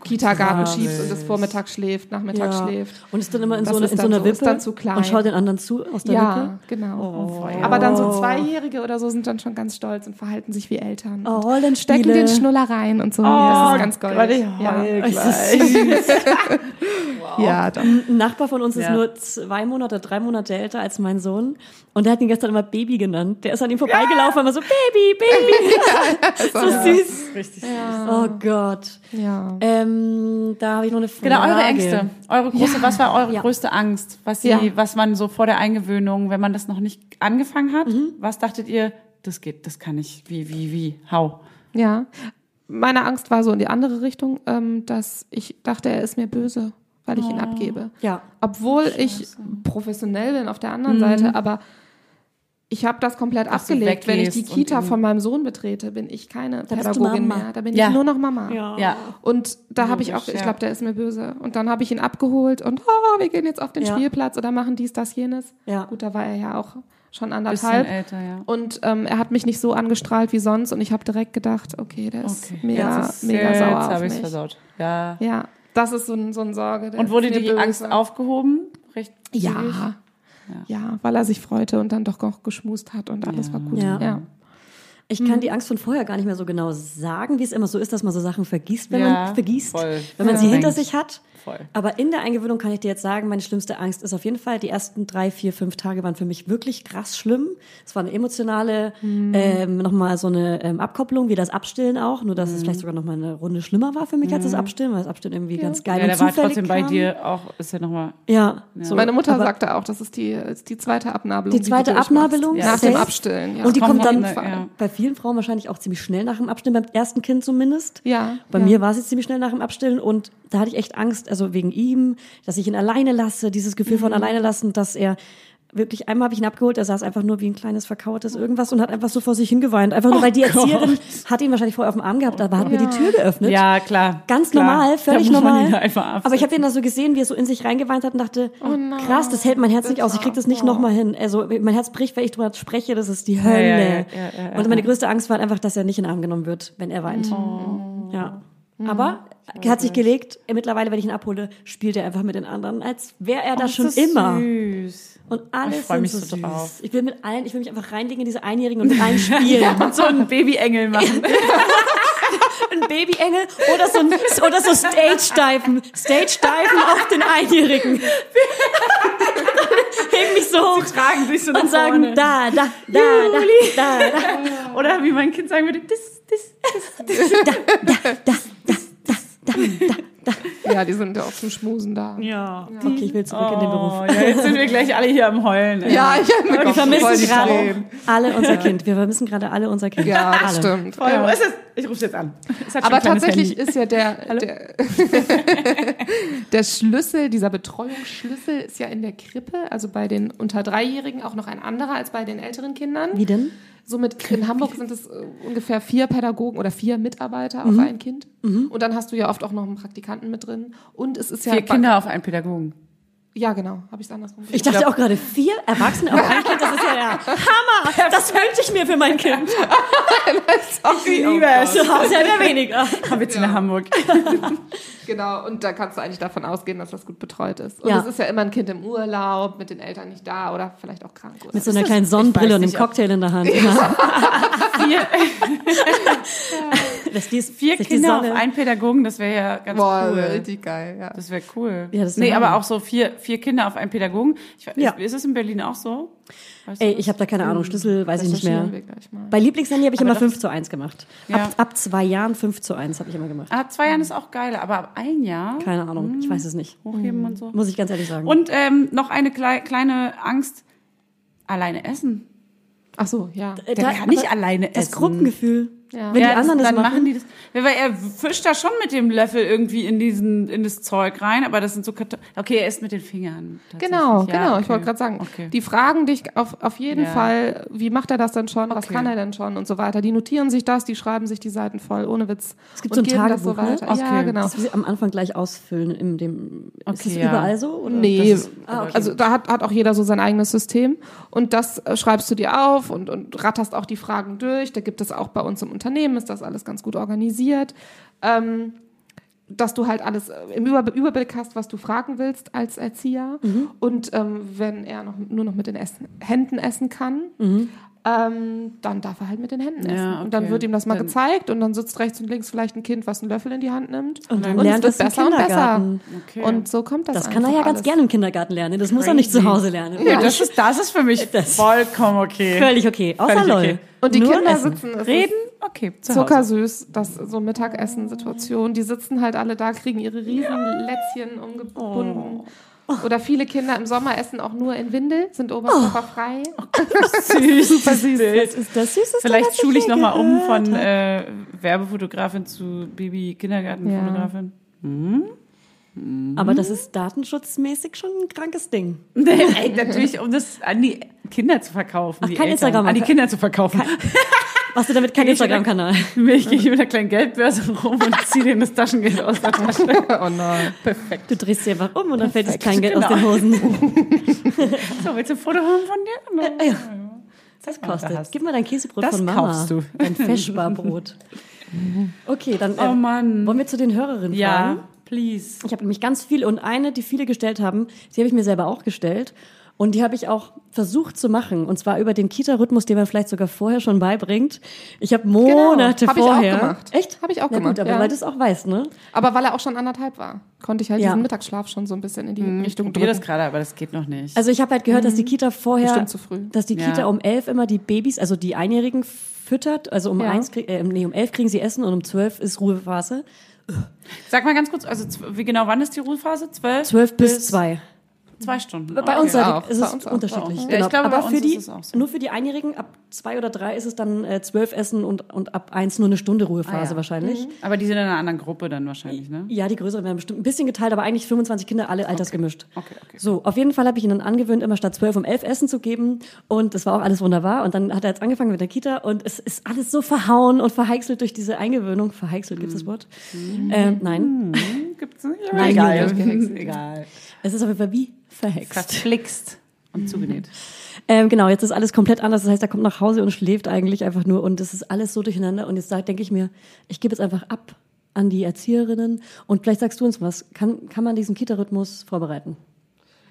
C: Kita-Garten schiebst und es vormittags schläft, nachmittags
A: Ja.
C: schläft.
A: Und ist dann immer in
C: Das
A: so, eine,
C: ist
A: in so
C: dann
A: einer
C: so-
A: Wippe
C: ist dann zu klein.
A: und schaut den anderen zu aus der
C: Ja,
A: Wippe.
C: genau.
B: Oh.
C: Aber dann so Zweijährige oder so sind dann schon ganz stolz und verhalten sich wie Eltern.
A: Oh,
C: und
A: Rollenspiele.
C: stecken den Schnuller rein und so. das ist ganz goldig.
B: Oh, Gott, ich
C: ja.
B: heul
A: Es ist
B: gleich.
C: ja, doch.
A: Ein Nachbar von uns ist
B: Ja.
A: nur zwei Monate, drei Monate älter als mein Sohn. Und der hat ihn gestern immer Baby genannt. Der ist an ihm vorbeigelaufen, immer so Baby,
B: *laughs*
A: Baby. *laughs* so süß.
B: Richtig.
A: Oh Gott.
C: Ja.
A: Ähm, da habe ich noch eine Frage.
B: Genau, eure Ängste. Eure große, was war eure größte Angst? Was, sie,
C: Ja.
B: was man so vor der Eingewöhnung, wenn man das noch nicht angefangen hat, was dachtet ihr, das geht, das kann ich, wie, wie, wie, how?
C: Ja. Meine Angst war so in die andere Richtung, ähm, dass ich dachte, er ist mir böse, weil ich ihn abgebe.
A: Ja.
C: Obwohl ich professionell bin auf der anderen Seite, aber ich habe das komplett
B: Dass du
C: abgelegt. Wenn ich die
B: weggehst und
C: Kita
B: ihn-
C: von meinem Sohn betrete, bin ich keine
A: Da bist du
C: Pädagogin
A: Mama.
C: mehr. Da bin
B: Ja.
C: ich nur noch Mama.
A: Ja.
B: Ja.
C: Und da habe ich auch,
B: Logisch,
C: ich
B: ja.
C: glaube, der ist mir böse. Und dann habe ich ihn abgeholt und oh, wir gehen jetzt auf den
A: Ja.
C: Spielplatz oder machen dies, das, jenes.
A: Ja.
C: Gut, da war er ja auch schon
B: Bisschen
C: anderthalb.
B: älter, ja.
C: Und ähm, er hat mich nicht so angestrahlt wie sonst und ich habe direkt gedacht, okay, der ist
B: Okay.
C: mega,
B: jetzt ist,
C: mega
B: jetzt
C: sauer auf
B: habe ich
C: mich.
B: es versaut. Ja.
C: Ja, das ist so ein, so ein Sorge. der
B: Und wurde
C: ist mir
B: die
C: böse.
B: Angst aufgehoben? Recht
C: Ja.
B: zügig?
C: ja. weil er sich freute und dann doch auch geschmust hat und alles war gut.
A: Ja.
C: Ja.
A: Ich
B: Mhm.
A: kann die Angst von vorher gar nicht mehr so genau sagen, wie es immer so ist, dass man so Sachen vergisst, wenn
B: Ja,
A: man vergisst,
B: voll.
A: wenn man
B: Ja.
A: sie hinter
B: Denkt.
A: sich hat.
B: Voll.
A: Aber in der Eingewöhnung kann ich dir jetzt sagen, meine schlimmste Angst ist auf jeden Fall, die ersten drei, vier, fünf Tage waren für mich wirklich krass schlimm. Es war eine emotionale, ähm, nochmal so eine ähm, Abkopplung, wie das Abstillen auch, nur dass es vielleicht sogar nochmal eine Runde schlimmer war für mich als das Abstillen, weil das Abstillen irgendwie ganz geil
B: Ja,
A: und
B: der war halt
A: zufällig
B: trotzdem bei
A: kam.
B: dir auch, ist ja nochmal.
A: Ja, so.
C: Meine Mutter
A: Aber
C: sagte auch, das ist die, ist die zweite Abnabelung.
A: Die zweite
C: du durchmachst.
A: Abnabelung,
C: Nach
A: safe.
C: dem Abstillen. Ja.
A: Und die
B: Auf
A: kommt dann
B: jeden Fall, ja.
A: bei vielen Frauen wahrscheinlich auch ziemlich schnell nach dem Abstillen, beim ersten Kind zumindest.
C: Ja,
A: Bei
C: ja.
A: mir war es jetzt ziemlich schnell nach dem Abstillen und da hatte ich echt Angst, also wegen ihm, dass ich ihn alleine lasse, dieses Gefühl
C: Mhm.
A: von alleine lassen, dass er wirklich, einmal habe ich ihn abgeholt, er saß einfach nur wie ein kleines verkautes irgendwas und hat einfach so vor sich hingeweint. Einfach
C: Oh
A: nur, weil die Erzieherin hat ihn wahrscheinlich vorher auf dem Arm gehabt, aber hat mir die Tür geöffnet.
B: Ja, klar.
A: Ganz
B: klar.
A: normal, völlig
B: da muss Man
A: normal.
B: ihn einfach absetzen.
A: aber ich habe den da so gesehen, wie er so in sich reingeweint hat und dachte,
B: Oh
A: oh, krass, das hält mein Herz nicht aus, ich krieg das nicht nochmal hin. Also mein Herz bricht, wenn ich drüber spreche, das ist die Hölle.
B: ja, ja, ja, ja.
A: und meine größte Angst war einfach, dass er nicht in den Arm genommen wird, wenn er weint.
B: Oh.
A: Ja.
B: Hm.
A: Aber er hat sich gelegt, mittlerweile, wenn ich ihn abhole, spielt er einfach mit den anderen, als wäre er da
B: Oh, Das
A: schon
B: ist
A: immer.
B: Süß.
A: Und alles
B: Ich freu
A: sind
B: mich
A: so,
B: so
A: süß.
B: drauf.
A: Ich will mit
B: *laughs*
A: allen, ich will mich einfach reinlegen in diese Einjährigen und mit allen spielen.
B: Und so einen Babyengel machen.
A: ein Babyengel oder so, ein, oder so Stage-Diven. Stage-Diven auf den Einjährigen. *laughs* Heben mich so hoch
B: Tragen sich so nach
A: und sagen,
B: vorne.
A: da, da, da, da, da, da,
B: Oder wie mein Kind sagen würde, das, das, das.
C: Ja, die sind ja auch zum Schmusen da.
B: Ja.
A: Okay, ich will zurück in den Beruf.
B: Oh, ja, jetzt sind wir gleich alle hier am Heulen. ey.
C: Ja, ich hab mir
A: Wir
C: auch voll die
A: vermissen gerade
C: Tränen.
A: alle unser Kind. Wir vermissen gerade alle unser Kind.
C: Ja, das
A: alle.
C: stimmt.
B: Voll.
C: Ja.
B: Es ist, ich rufe jetzt an. Es hat schon
C: Aber
B: ein kleines
C: tatsächlich
B: Handy.
C: ist
A: *laughs*
C: ja der, der, *laughs* der Schlüssel, dieser Betreuungsschlüssel ist ja in der Krippe, also bei den unter Dreijährigen auch noch ein anderer als bei den älteren Kindern.
A: Wie denn?
C: Somit in Hamburg sind es äh, ungefähr vier Pädagogen oder vier Mitarbeiter
A: Mhm.
C: auf ein Kind. Und dann hast du ja oft auch noch einen Praktikanten mit drin. Und es ist ja.
B: Vier Kinder auf einen Pädagogen.
C: Ja, genau. Habe ich es andersrum
A: Ich dachte auch gerade, vier Erwachsene auf ein Kind, das ist ja der Hammer. Das wünsche ich mir für mein
B: *laughs*
A: Kind.
B: Ich liebe es.
A: Zu Hause immer weniger.
B: Komm jetzt nach Hamburg.
C: Genau, und da kannst du eigentlich davon ausgehen, dass das gut betreut ist. Und
A: Ja.
C: es ist ja immer ein Kind im Urlaub, mit den Eltern nicht da oder vielleicht auch krank. Oder
A: Mit so einer kleinen Sonnenbrille und einem Cocktail in der Hand.
B: Vier,
A: Dass die,
B: vier
A: sich
B: Kinder
A: die
B: auf
A: Sonne,
B: einen Pädagogen, das wäre ja ganz
C: Boah,
B: cool.
C: richtig geil, ja.
B: Das wäre cool.
A: Ja, das
B: nee,
A: wär
B: aber
A: Hammer.
B: auch so vier, vier Kinder auf einen Pädagogen. Ich, weiß-
A: Ja.
B: Ist es in Berlin auch so? Weißt du
A: Ey,
B: das?
A: ich habe da keine Ahnung, Schlüssel weiß ich nicht mehr.
C: recherchieren wir gleich mal.
A: Bei Lieblingshandy habe ich immer 5 zu 1 gemacht.
B: Ja.
A: Ab, ab zwei Jahren 5 zu 1 habe ich immer gemacht.
B: Ah, zwei Jahren ist auch geil, aber ab ein Jahr
A: Keine Ahnung, ich weiß es nicht.
B: hochheben und so.
A: Muss ich ganz ehrlich sagen.
B: Und ähm, noch eine klei kleine Angst. Alleine essen.
C: Ach so, ja.
A: Äh,
B: Der
A: da-
B: kann nicht
A: aber
B: alleine
A: Das
B: essen.
A: Gruppengefühl.
C: Ja.
A: Wenn
B: Ja,
A: die anderen das,
B: dann
A: machen.
B: die das. Ja, Weil er fischt da schon mit dem Löffel irgendwie in diesen in das Zeug rein, aber das sind so Karton Okay, er isst mit den Fingern. tatsächlich.
C: Genau,
B: Ja,
C: genau. Ich
B: okay.
C: wollte gerade sagen,
B: Okay.
C: die fragen dich auf, auf jeden
B: Ja.
C: Fall, wie macht er das denn schon, was
B: Okay.
C: kann er denn schon und so weiter. Die notieren sich das, die schreiben sich die Seiten voll, ohne Witz. Es
A: gibt
C: und
A: so ein
C: geben das so
A: Tagebuch, ne?
C: weiter. Ja,
B: Okay.
C: genau.
A: Das wir am Anfang gleich ausfüllen in dem ist
B: Okay,
A: das
B: ja.
A: überall so oder?
C: Nee,
B: Das ist-
A: Ah, okay.
C: also da hat, hat auch jeder so sein eigenes System und das äh, schreibst du dir auf und, und ratterst auch die Fragen durch. Da gibt es auch bei uns im Unternehmen, ist das alles ganz gut organisiert. Ähm, dass du halt alles äh, im Über Überblick hast, was du fragen willst als Erzieher.
A: Mhm.
C: Und ähm, wenn er noch, nur noch mit den Essen, Händen essen kann,
A: Mhm.
C: ähm, dann darf er halt mit den Händen
B: Ja,
C: essen. Und dann
B: okay.
C: wird ihm das mal
B: Dann-
C: gezeigt und dann sitzt rechts und links vielleicht ein Kind, was einen Löffel in die Hand nimmt.
A: Und dann
C: es
A: lernt
C: wird
A: es im Kindergarten.
B: Okay.
C: Und so kommt das
A: Das kann er
C: einfach
A: ja ganz
C: alles.
A: gerne im Kindergarten lernen. ne? Das muss er nicht zu
B: Crazy.
A: Hause lernen.
B: Nee, das, ist, das ist für mich
A: Das-
B: vollkommen okay.
A: Völlig okay. Außer
B: Völlig
A: LOL.
B: okay.
C: Und die
A: Nur
C: Kinder
A: essen.
C: sitzen es ist
B: Reden, okay. Zu Hause.
C: Zuckersüß, das so Mittagessen-Situation. Die sitzen halt alle da, kriegen ihre riesen Lätzchen
A: Oh.
C: umgebunden. Oder viele Kinder im Sommer essen auch nur in Windel, sind oberkörperfrei.
B: *laughs*
A: Oh.
B: Süß, super süß.
A: Das ist das Süßeste.
B: Vielleicht
A: was ich
B: schule ich
A: je
B: nochmal um
A: gehört
B: von
A: habe.
B: äh, Werbefotografin zu Baby-Kindergartenfotografin.
A: Aber das ist datenschutzmäßig schon ein krankes Ding.
B: *laughs* Ey, natürlich, um das an die Kinder zu verkaufen. die
A: kein
B: Eltern,
A: Instagram.
B: An die Kinder zu verkaufen. *laughs*
A: Machst du damit keinen Instagram-Kanal?
B: Ich gehe ich mit einer kleinen Geldbörse rum und ziehe denen das Taschengeld aus der Tasche.
C: *laughs* oh nein.
A: Du drehst sie einfach um und dann fällt das
B: Perfekt,
A: Kleingeld aus den
C: Genau.
A: Hosen.
B: So, willst du ein Foto haben von dir? Oh,
A: Äh, ja. Das kostet.
B: hast-
A: Gib mal dein Käsebrot
B: Das
A: von Mama.
B: kaufst du.
A: Dein
C: *laughs*
A: Feschbarbrot. Okay, dann äh,
B: Oh Mann.
A: wollen wir zu den Hörerinnen fragen?
B: Ja, please.
A: Ich habe nämlich ganz viel und eine, die viele gestellt haben, die habe ich mir selber auch gestellt. Und die habe ich auch versucht zu machen. Und zwar über den Kita-Rhythmus, den man vielleicht sogar vorher schon beibringt. Ich habe Monate
C: Genau. Hab ich auch
A: vorher.
C: gemacht.
A: Echt?
C: Hab ich auch
A: Na
C: gemacht,
A: Gut, aber
C: ja.
A: weil du es auch weißt, ne?
C: Aber weil er auch schon anderthalb war, konnte ich halt
A: Ja.
C: diesen Mittagsschlaf schon so ein bisschen in die Richtung
B: Hm, Probier das
C: drücken.
B: gerade, aber das geht noch nicht.
A: Also ich habe halt gehört, dass die
B: Mhm.
A: Kita vorher,
C: Bestimmt zu früh.
A: dass die
B: Ja.
A: Kita um elf immer die Babys, also die Einjährigen füttert. Also um
C: Ja.
A: eins, krieg, äh, nee, um elf kriegen sie Essen und um zwölf ist Ruhephase.
B: Sag mal ganz kurz, also zw- wie genau, wann ist die Ruhephase? Zwölf?
A: Zwölf bis zwei.
B: Zwei Stunden.
A: Bei uns
C: auch.
A: ist
C: Bei
A: es
C: uns auch.
A: unterschiedlich.
B: Bei uns.
A: Genau.
B: Ja, ich glaube,
A: Aber
B: bei
A: für
B: uns
A: die,
B: ist es auch so.
A: nur für die Einjährigen ab zwei oder drei ist es dann äh, zwölf Essen und, und ab eins nur eine Stunde Ruhephase
B: Ah, ja.
A: wahrscheinlich.
B: Aber die sind in einer anderen Gruppe dann wahrscheinlich, ne?
A: Ja, die größeren werden bestimmt ein bisschen geteilt, aber eigentlich 25 Kinder, alle altersgemischt.
B: Okay, okay.
A: So, auf jeden Fall habe ich ihnen angewöhnt, immer statt 12 um 11 Essen zu geben. Und das war auch alles wunderbar. Und dann hat er jetzt angefangen mit der Kita und es ist alles so verhauen und verheißelt durch diese Eingewöhnung. Verheißelt, gibt's das Wort? Ähm, nein,
B: Gibt's nicht?
A: Nein,
B: egal.
C: Julian.
B: egal.
A: es ist auf jeden Fall wie verhext.
B: Verflixt und zugenäht.
A: Ähm, genau, jetzt ist alles komplett anders. Das heißt, er kommt nach Hause und schläft eigentlich einfach nur und es ist alles so durcheinander. Und jetzt sag- denke ich mir, ich gebe jetzt einfach ab an die Erzieherinnen und vielleicht sagst du uns was. Kann, kann man diesen Kita-Rhythmus vorbereiten?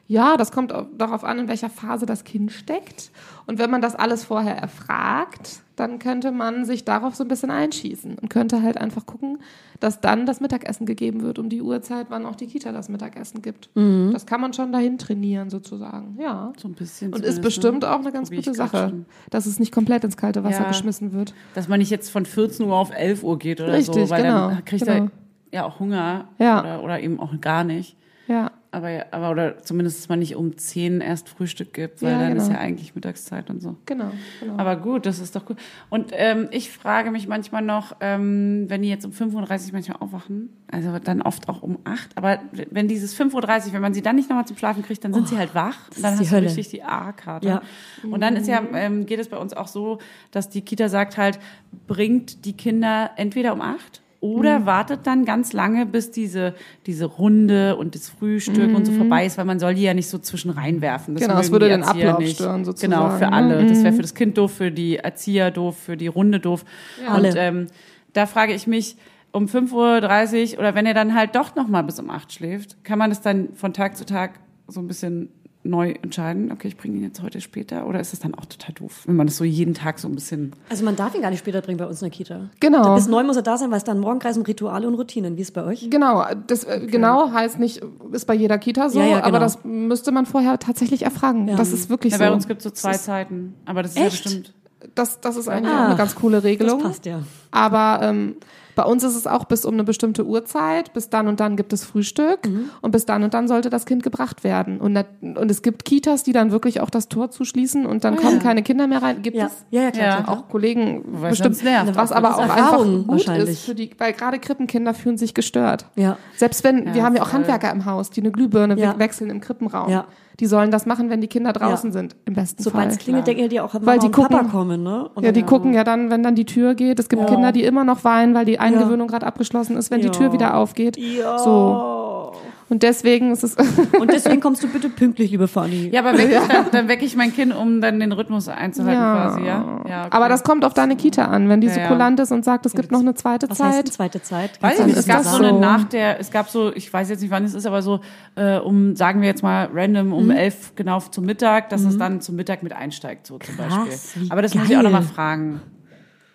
C: Ja, das kommt au- darauf an, in welcher Phase das Kind steckt. Und wenn man das alles vorher erfragt, dann könnte man sich darauf so ein bisschen einschießen und könnte halt einfach gucken, dass dann das Mittagessen gegeben wird um die Uhrzeit, wann auch die Kita das Mittagessen gibt.
B: Mhm.
C: Das kann man schon dahin trainieren sozusagen. Ja.
B: So ein bisschen.
C: Und
B: zumindest,
C: ist
B: ne?
C: bestimmt auch eine ganz
B: Probier ich
C: gute
B: grad
C: Sache,
B: schon.
C: dass es nicht komplett ins kalte Wasser
B: Ja.
C: geschmissen wird.
B: Dass man nicht jetzt von 14 Uhr auf 11 Uhr geht oder
C: Richtig,
B: so, weil
C: genau,
B: dann kriegt
C: genau.
B: er ja auch Hunger
C: Ja.
B: Oder, oder eben auch gar nicht.
C: Ja.
B: Aber, aber oder zumindest, dass man nicht um 10 erst Frühstück gibt, weil
C: Ja,
B: dann ist
C: genau.
B: ja eigentlich Mittagszeit und so.
C: Genau, genau.
B: Aber gut, das ist doch gut. Und ähm, ich frage mich manchmal noch, ähm, wenn die jetzt um 5.30 Uhr manchmal aufwachen, also dann oft auch um 8, aber wenn dieses 5.30 Uhr, wenn man sie dann nicht nochmal zum Schlafen kriegt, dann sind
C: Oh,
B: sie halt wach.
A: ist
B: Dann
A: die
B: hast du
A: Hölle.
B: richtig die A-Karte.
A: Ja.
B: Und dann ist ja,
C: Mhm.
B: ähm, geht es bei uns auch so, dass die Kita sagt halt, bringt die Kinder entweder um 8 oder
C: Mhm.
B: wartet dann ganz lange, bis diese, diese Runde und das Frühstück und so vorbei ist, weil man soll die ja nicht so zwischen reinwerfen. Das
C: Mhm. Genau, es
B: mögen
C: würde
B: die
C: den
B: Erzieher
C: Ablauf
B: nicht.
C: stören sozusagen,
B: Genau, für
C: ne?
B: alle. Das wäre für das Kind doof, für die Erzieher doof, für die Runde doof.
A: Alle.
B: Und ähm, da frage ich mich, um 5.30 Uhr oder wenn er dann halt doch nochmal bis um 8 schläft, kann man das dann von Tag zu Tag so ein bisschen neu entscheiden? Okay, ich bringe ihn jetzt heute später oder ist das dann auch total doof, wenn man das so jeden Tag so ein bisschen...
A: Also man darf ihn gar nicht später bringen bei uns in der Kita.
C: Genau.
A: Bis neun muss er da sein, weil es dann morgen kreisen um Rituale und Routinen, wie ist es bei euch?
C: Genau, das äh, genau heißt nicht, ist bei jeder Kita so,
A: Ja, ja,
C: aber
A: genau.
C: das müsste man vorher tatsächlich erfragen. Das ist wirklich
B: Ja,
C: so.
B: bei uns gibt es so zwei Zeiten, aber das ist ja
A: Echt?
B: bestimmt...
C: das, das ist eigentlich
A: Ah,
C: auch eine ganz coole
A: Das
C: Regelung.
A: passt ja.
C: Aber ähm, bei uns ist es auch bis um eine bestimmte Uhrzeit, bis dann und dann gibt es Frühstück
A: Mhm.
C: und bis dann und dann sollte das Kind gebracht werden. Und, nat- und es gibt Kitas, die dann wirklich auch das Tor zuschließen und dann kommen keine Kinder mehr rein. Gibt
A: Ah, Ja,
C: es
A: ja, ja klar.
B: Ja.
A: klar, klar.
C: auch Kollegen
B: Weil
C: bestimmt,
B: sonst nervt.
C: was
B: Das
C: aber
A: ist
C: auch
A: Erfahrung
C: einfach gut
A: wahrscheinlich.
C: ist für die, weil gerade Krippenkinder fühlen sich gestört.
A: Ja.
C: Selbst wenn,
B: Ja,
C: wir haben ja auch
B: voll.
C: Handwerker im Haus, die eine Glühbirne we-
A: Ja.
C: wechseln im Krippenraum.
A: Ja.
C: Die sollen das machen, wenn die Kinder draußen
A: Ja.
C: sind, im besten
A: Sobald es
C: Fall.
A: klingelt, denken die auch, Mama
C: Weil die
A: und Papa
C: gucken-
A: kommen, ne? Und
C: Ja,
A: dann-
C: die gucken ja dann, wenn dann die Tür geht. Es gibt Kinder, die immer noch weinen, weil die Eingewöhnung gerade abgeschlossen ist, wenn
A: Ja.
C: die Tür wieder aufgeht.
A: Ja.
C: So. Und deswegen ist es *laughs*
A: Und deswegen kommst du bitte pünktlich, liebe Fanny.
B: Ja, aber weck ich dann, dann wecke ich mein Kind, um dann den Rhythmus einzuhalten quasi, ja? ja okay.
C: Aber das kommt auf deine Kita an. Wenn die so
B: ja.
C: kulant ist und sagt, es gibt noch eine zweite
A: Was heißt
C: Zeit.
A: denn zweite Zeit?
B: Weiß
A: Kannst
B: ich
A: du
B: nicht,
A: mir
B: es
C: das
B: gab
A: sagen?
B: so eine
C: so?
B: Nacht der, es gab so, ich weiß jetzt nicht wann es ist, aber so äh, um, sagen wir jetzt mal random,
A: Mhm.
B: um elf genau zum Mittag, dass es dann zum Mittag mit einsteigt, so zum
A: Krass,
B: Beispiel.
A: wie
B: Aber das muss ich auch
A: geil.
B: nochmal fragen.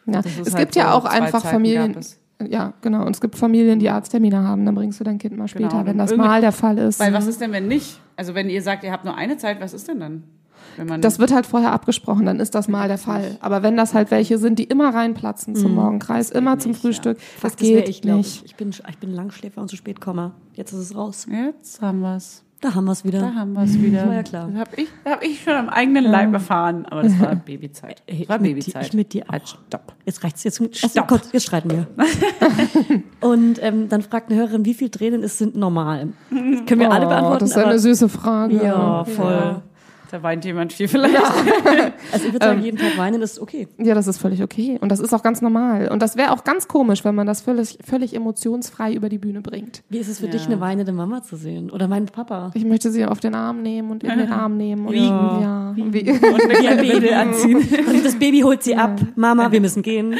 C: Ja.
B: Das ist
C: Es
B: halt
C: gibt ja
B: so,
C: auch
B: zwei
C: einfach
B: Zeiten
C: Familien.
B: gab es.
C: Ja, genau. Und es gibt Familien, die Arzttermine haben. Dann bringst du dein Kind mal später,
B: Genau.
C: wenn das
B: Irgendwie-
C: mal der Fall ist.
B: Weil was ist denn, wenn nicht? Also wenn ihr sagt, ihr habt nur eine Zeit, was ist denn dann? Wenn man
C: Das wird halt vorher abgesprochen, dann ist das mal der Fall. Aber wenn das halt welche sind, die immer reinplatzen
B: Mhm.
C: zum Morgenkreis, immer zum Frühstück, das
A: Fuck, wär
C: geht
A: ich, glaub
C: nicht.
A: Ich. Ich, bin, ich bin Langschläfer und zu spät komme. Jetzt ist es raus.
B: Jetzt haben wir's.
A: Da haben wir es wieder.
B: Da haben wir's wieder.
A: War ja klar.
B: Das habe ich, das hab ich schon am eigenen Leib erfahren, aber das
A: *laughs*
B: war Babyzeit.
A: Ey,
B: Das war
A: ich mit dir-
B: Babyzeit.
A: ich mit dir auch.
B: Halt, stopp.
A: Jetzt reicht's. Jetzt, jetzt,
B: Stopp.
A: kurz, jetzt streiten wir.
C: *laughs*
A: und ähm, dann fragt eine Hörerin, wie viel Tränen ist, sind normal? Das können wir alle beantworten.
C: Oh, das ist eine
A: aber-
C: süße Frage.
A: ja, voll.
B: Äh, Da weint jemand viel vielleicht.
A: Also ich würde sagen, jeden Tag weinen ist okay.
C: Ja, das ist völlig okay. Und das ist auch ganz normal. Und das wäre auch ganz komisch, wenn man das völlig, völlig emotionsfrei über die Bühne bringt.
A: Wie ist es für dich, eine weinende Mama zu sehen? Oder meinen Papa?
C: Ich möchte sie auf den Arm nehmen und in den Arm nehmen. Und
A: Wiegen.
C: Ja. Wie-
B: *laughs* Und eine
A: Wie ein
B: kleine
A: Baby
B: Windel anziehen.
A: Und das Baby holt sie ab. Mama, wir müssen gehen.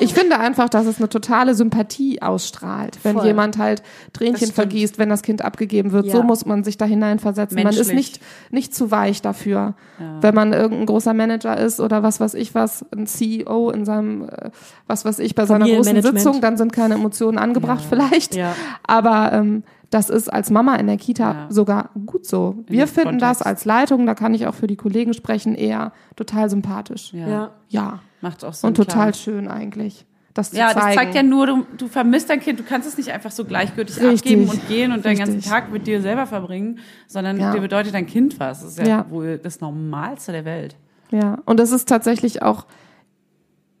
C: Ich finde einfach, dass es eine totale Sympathie ausstrahlt, wenn
A: Voll.
C: jemand halt
B: Das
C: Tränchen
B: stimmt.
C: vergießt, wenn das Kind abgegeben wird.
A: Ja.
C: So muss man sich da hineinversetzen. Man ist
B: Menschlich.
C: nicht, nicht zu weich dafür. Wenn man irgendein großer Manager ist oder was weiß ich was, ein CEO in seinem, äh, was weiß ich, bei seiner großen
A: Familienmanagement.
C: Sitzung, dann sind keine Emotionen angebracht vielleicht.
A: Ja.
C: Aber ähm, das ist als Mama in der Kita
B: Ja.
C: sogar gut so. Wir
B: dem
C: finden das
B: Kontext.
C: als Leitung, da kann ich auch für die Kollegen sprechen, eher total sympathisch.
B: Ja.
A: Ja.
C: Ja.
B: Macht auch Sinn.
C: Und total
B: klar.
C: schön eigentlich. Das zu
B: Ja,
C: zeigen.
B: das zeigt ja nur, du, du vermisst dein Kind. Du kannst es nicht einfach so gleichgültig
C: Richtig.
B: abgeben und gehen und deinen ganzen
C: Richtig.
B: Tag mit dir selber verbringen, sondern
C: Ja.
B: dir bedeutet dein Kind was. Das ist ja,
C: Ja.
B: wohl das Normalste der Welt.
C: Ja, und es ist tatsächlich auch,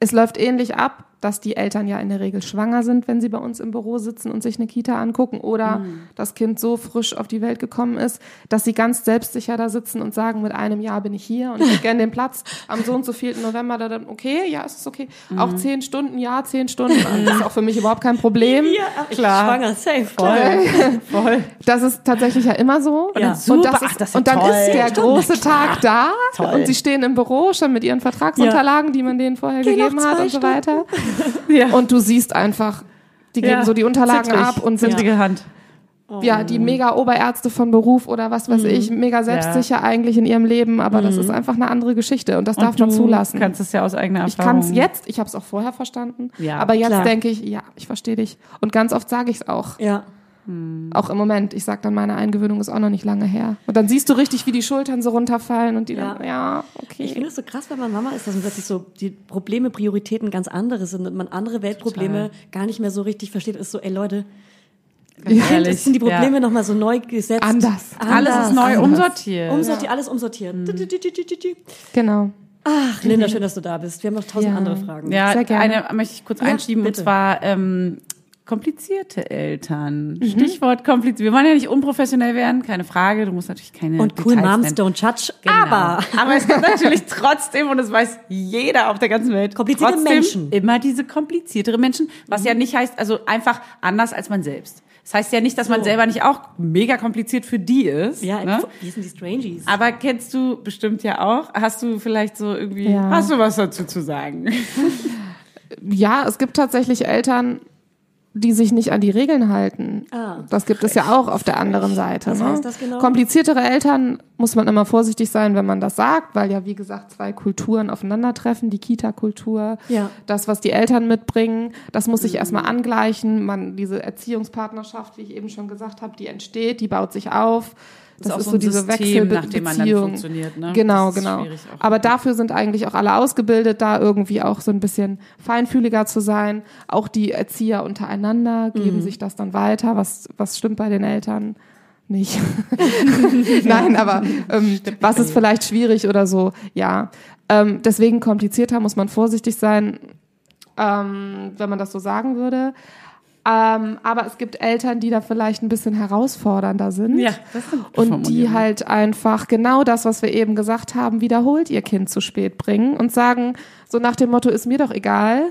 C: es läuft ähnlich ab, dass die Eltern ja in der Regel schwanger sind, wenn sie bei uns im Büro sitzen und sich eine Kita angucken oder
B: Hm.
C: das Kind so frisch auf die Welt gekommen ist, dass sie ganz selbstsicher da sitzen und sagen, mit einem Jahr bin ich hier und ich gerne den Platz am so und so 4. November da dann, okay, ja, es ist okay.
B: Hm.
C: Auch zehn Stunden, ja, zehn Stunden, das ist auch für mich überhaupt kein
B: *laughs*
C: Problem.
A: Ja, klar. Schwanger, safe. Voll.
C: Das ist tatsächlich ja immer so. Und,
A: dann
B: super,
C: das ist,
B: ach, das ist ja
C: und dann
B: toll.
C: ist der
B: Ja,
C: große Tag da
B: Toll.
C: und sie stehen im Büro schon mit ihren Vertragsunterlagen, die man denen vorher
A: noch
C: gegeben hat
A: zwei
C: und so weiter.
B: *laughs* Ja.
C: Und du siehst einfach, die geben
B: Ja.
C: so die Unterlagen
B: Zittrig.
C: ab und sind
B: Zittrige Hand.
C: ja, die mega Oberärzte von Beruf oder was
B: Mhm.
C: weiß ich, mega selbstsicher eigentlich in ihrem Leben, aber das ist einfach eine andere Geschichte und das darf man zulassen.
B: Du kannst es ja aus eigener
C: ich
B: Erfahrung.
C: kann es jetzt, ich habe es auch vorher verstanden,
B: Ja,
C: aber jetzt
A: klar.
C: denke ich, ja, ich verstehe dich. Und ganz oft sage ich es auch,
A: Ja.
C: auch im Moment. Ich sage dann, meine Eingewöhnung ist auch noch nicht lange her. Und dann siehst du richtig, wie die Schultern so runterfallen und die
A: Ja.
C: dann, ja,
A: Ich
C: okay.
A: finde es so krass, wenn man Mama ist, dass man plötzlich so die Probleme, Prioritäten ganz andere sind und man andere Weltprobleme gar nicht mehr so richtig versteht. Ist so, ey Leute,
B: Ganz
A: Kind,
B: ehrlich,
A: es sind die Probleme
B: ja.
A: nochmal so neu gesetzt.
C: Anders.
B: Alles ist neu umsortiert.
A: Umsortiert, alles umsortiert.
C: Genau.
A: Ach, Linda, schön, dass du da bist. Wir haben noch tausend
C: Ja.
A: andere Fragen.
B: Ja,
C: Sehr gerne.
B: eine möchte ich kurz
A: Ja,
B: einschieben
A: bitte.
B: und zwar ähm, komplizierte Eltern.
C: Mhm.
B: Stichwort kompliziert. Wir wollen ja nicht unprofessionell werden, keine Frage. Du musst natürlich keine
A: Und cool
B: Details
A: Moms
B: nennen.
A: don't judge,
B: Genau.
A: aber
B: aber es gibt
C: *laughs*
B: natürlich trotzdem und das weiß jeder auf der ganzen Welt
A: Komplizierte
B: trotzdem
A: Menschen.
B: immer diese kompliziertere Menschen, was
C: Mhm.
B: ja nicht heißt, also einfach anders als man selbst. Das heißt ja nicht, dass man selber nicht auch mega kompliziert für die ist.
A: ja,
B: ne?
A: wie sind die Strangies?
C: Ah.
B: Aber kennst du bestimmt ja auch. Hast du vielleicht so irgendwie,
C: Ja.
B: hast du was dazu zu sagen?
C: Ja, es gibt tatsächlich Eltern, die sich nicht an die Regeln halten.
A: Ah.
C: das gibt es ja auch auf der anderen Seite.
A: Was
C: ne?
A: heißt das genau?
C: Kompliziertere Eltern muss man immer vorsichtig sein, wenn man das sagt, weil ja, wie gesagt, zwei Kulturen aufeinandertreffen, die Kita-Kultur,
A: Ja.
C: das, was die Eltern mitbringen, das muss sich erstmal angleichen. Man, diese Erziehungspartnerschaft, wie ich eben schon gesagt habe, die entsteht, die baut sich auf. Das,
B: ist auch
C: ist,
B: so
C: so
B: ein
C: diese
B: System, nach dem man dann
C: Wechselbeziehung.
B: funktioniert, ne?
C: Genau,
B: Das ist
C: genau.
B: schwierig auch.
C: Aber dafür sind eigentlich auch alle ausgebildet, da irgendwie auch so ein bisschen feinfühliger zu sein. Auch die Erzieher untereinander geben
B: Mhm.
C: sich das dann weiter. Was, was stimmt bei den Eltern?
B: *laughs*
C: Nicht. *laughs* Nein, aber ähm, was ist vielleicht schwierig oder so? Ja. Ähm, deswegen komplizierter muss man vorsichtig sein, ähm, wenn man das so sagen würde. Ähm, aber es gibt Eltern, die da vielleicht ein bisschen herausfordernder sind.
B: das ist eine gute
C: Und die
B: Formulierung.
C: halt einfach genau das, was wir eben gesagt haben, wiederholt ihr Kind zu spät bringen und sagen, so nach dem Motto, ist mir doch egal,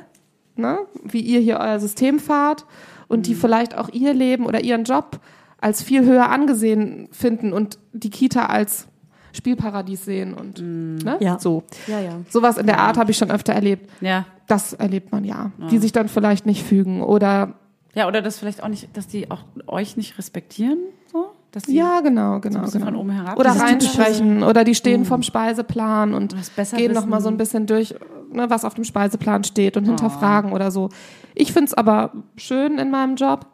C: ne, wie ihr hier euer System fahrt und die vielleicht auch ihr Leben oder ihren Job als viel höher angesehen finden und die Kita als Spielparadies sehen und ne,
A: Ja.
C: so.
A: Ja, ja.
C: Sowas in der Art habe ich schon öfter erlebt.
B: Ja.
C: Das erlebt man ja. Die sich dann vielleicht nicht fügen oder
B: Ja, oder das vielleicht auch nicht, dass die auch euch nicht respektieren, so? Dass die
C: Ja, genau, genau.
B: bisschen
C: genau.
B: von oben herab.
C: Oder
B: Dieses
C: reinsprechen. Oder die stehen vom Speiseplan und
B: Mhm. Das besser
C: gehen
B: wissen.
C: nochmal
B: Oh.
C: so ein bisschen durch, ne, was auf dem Speiseplan steht und hinterfragen oder so. Ich find's aber schön in meinem Job.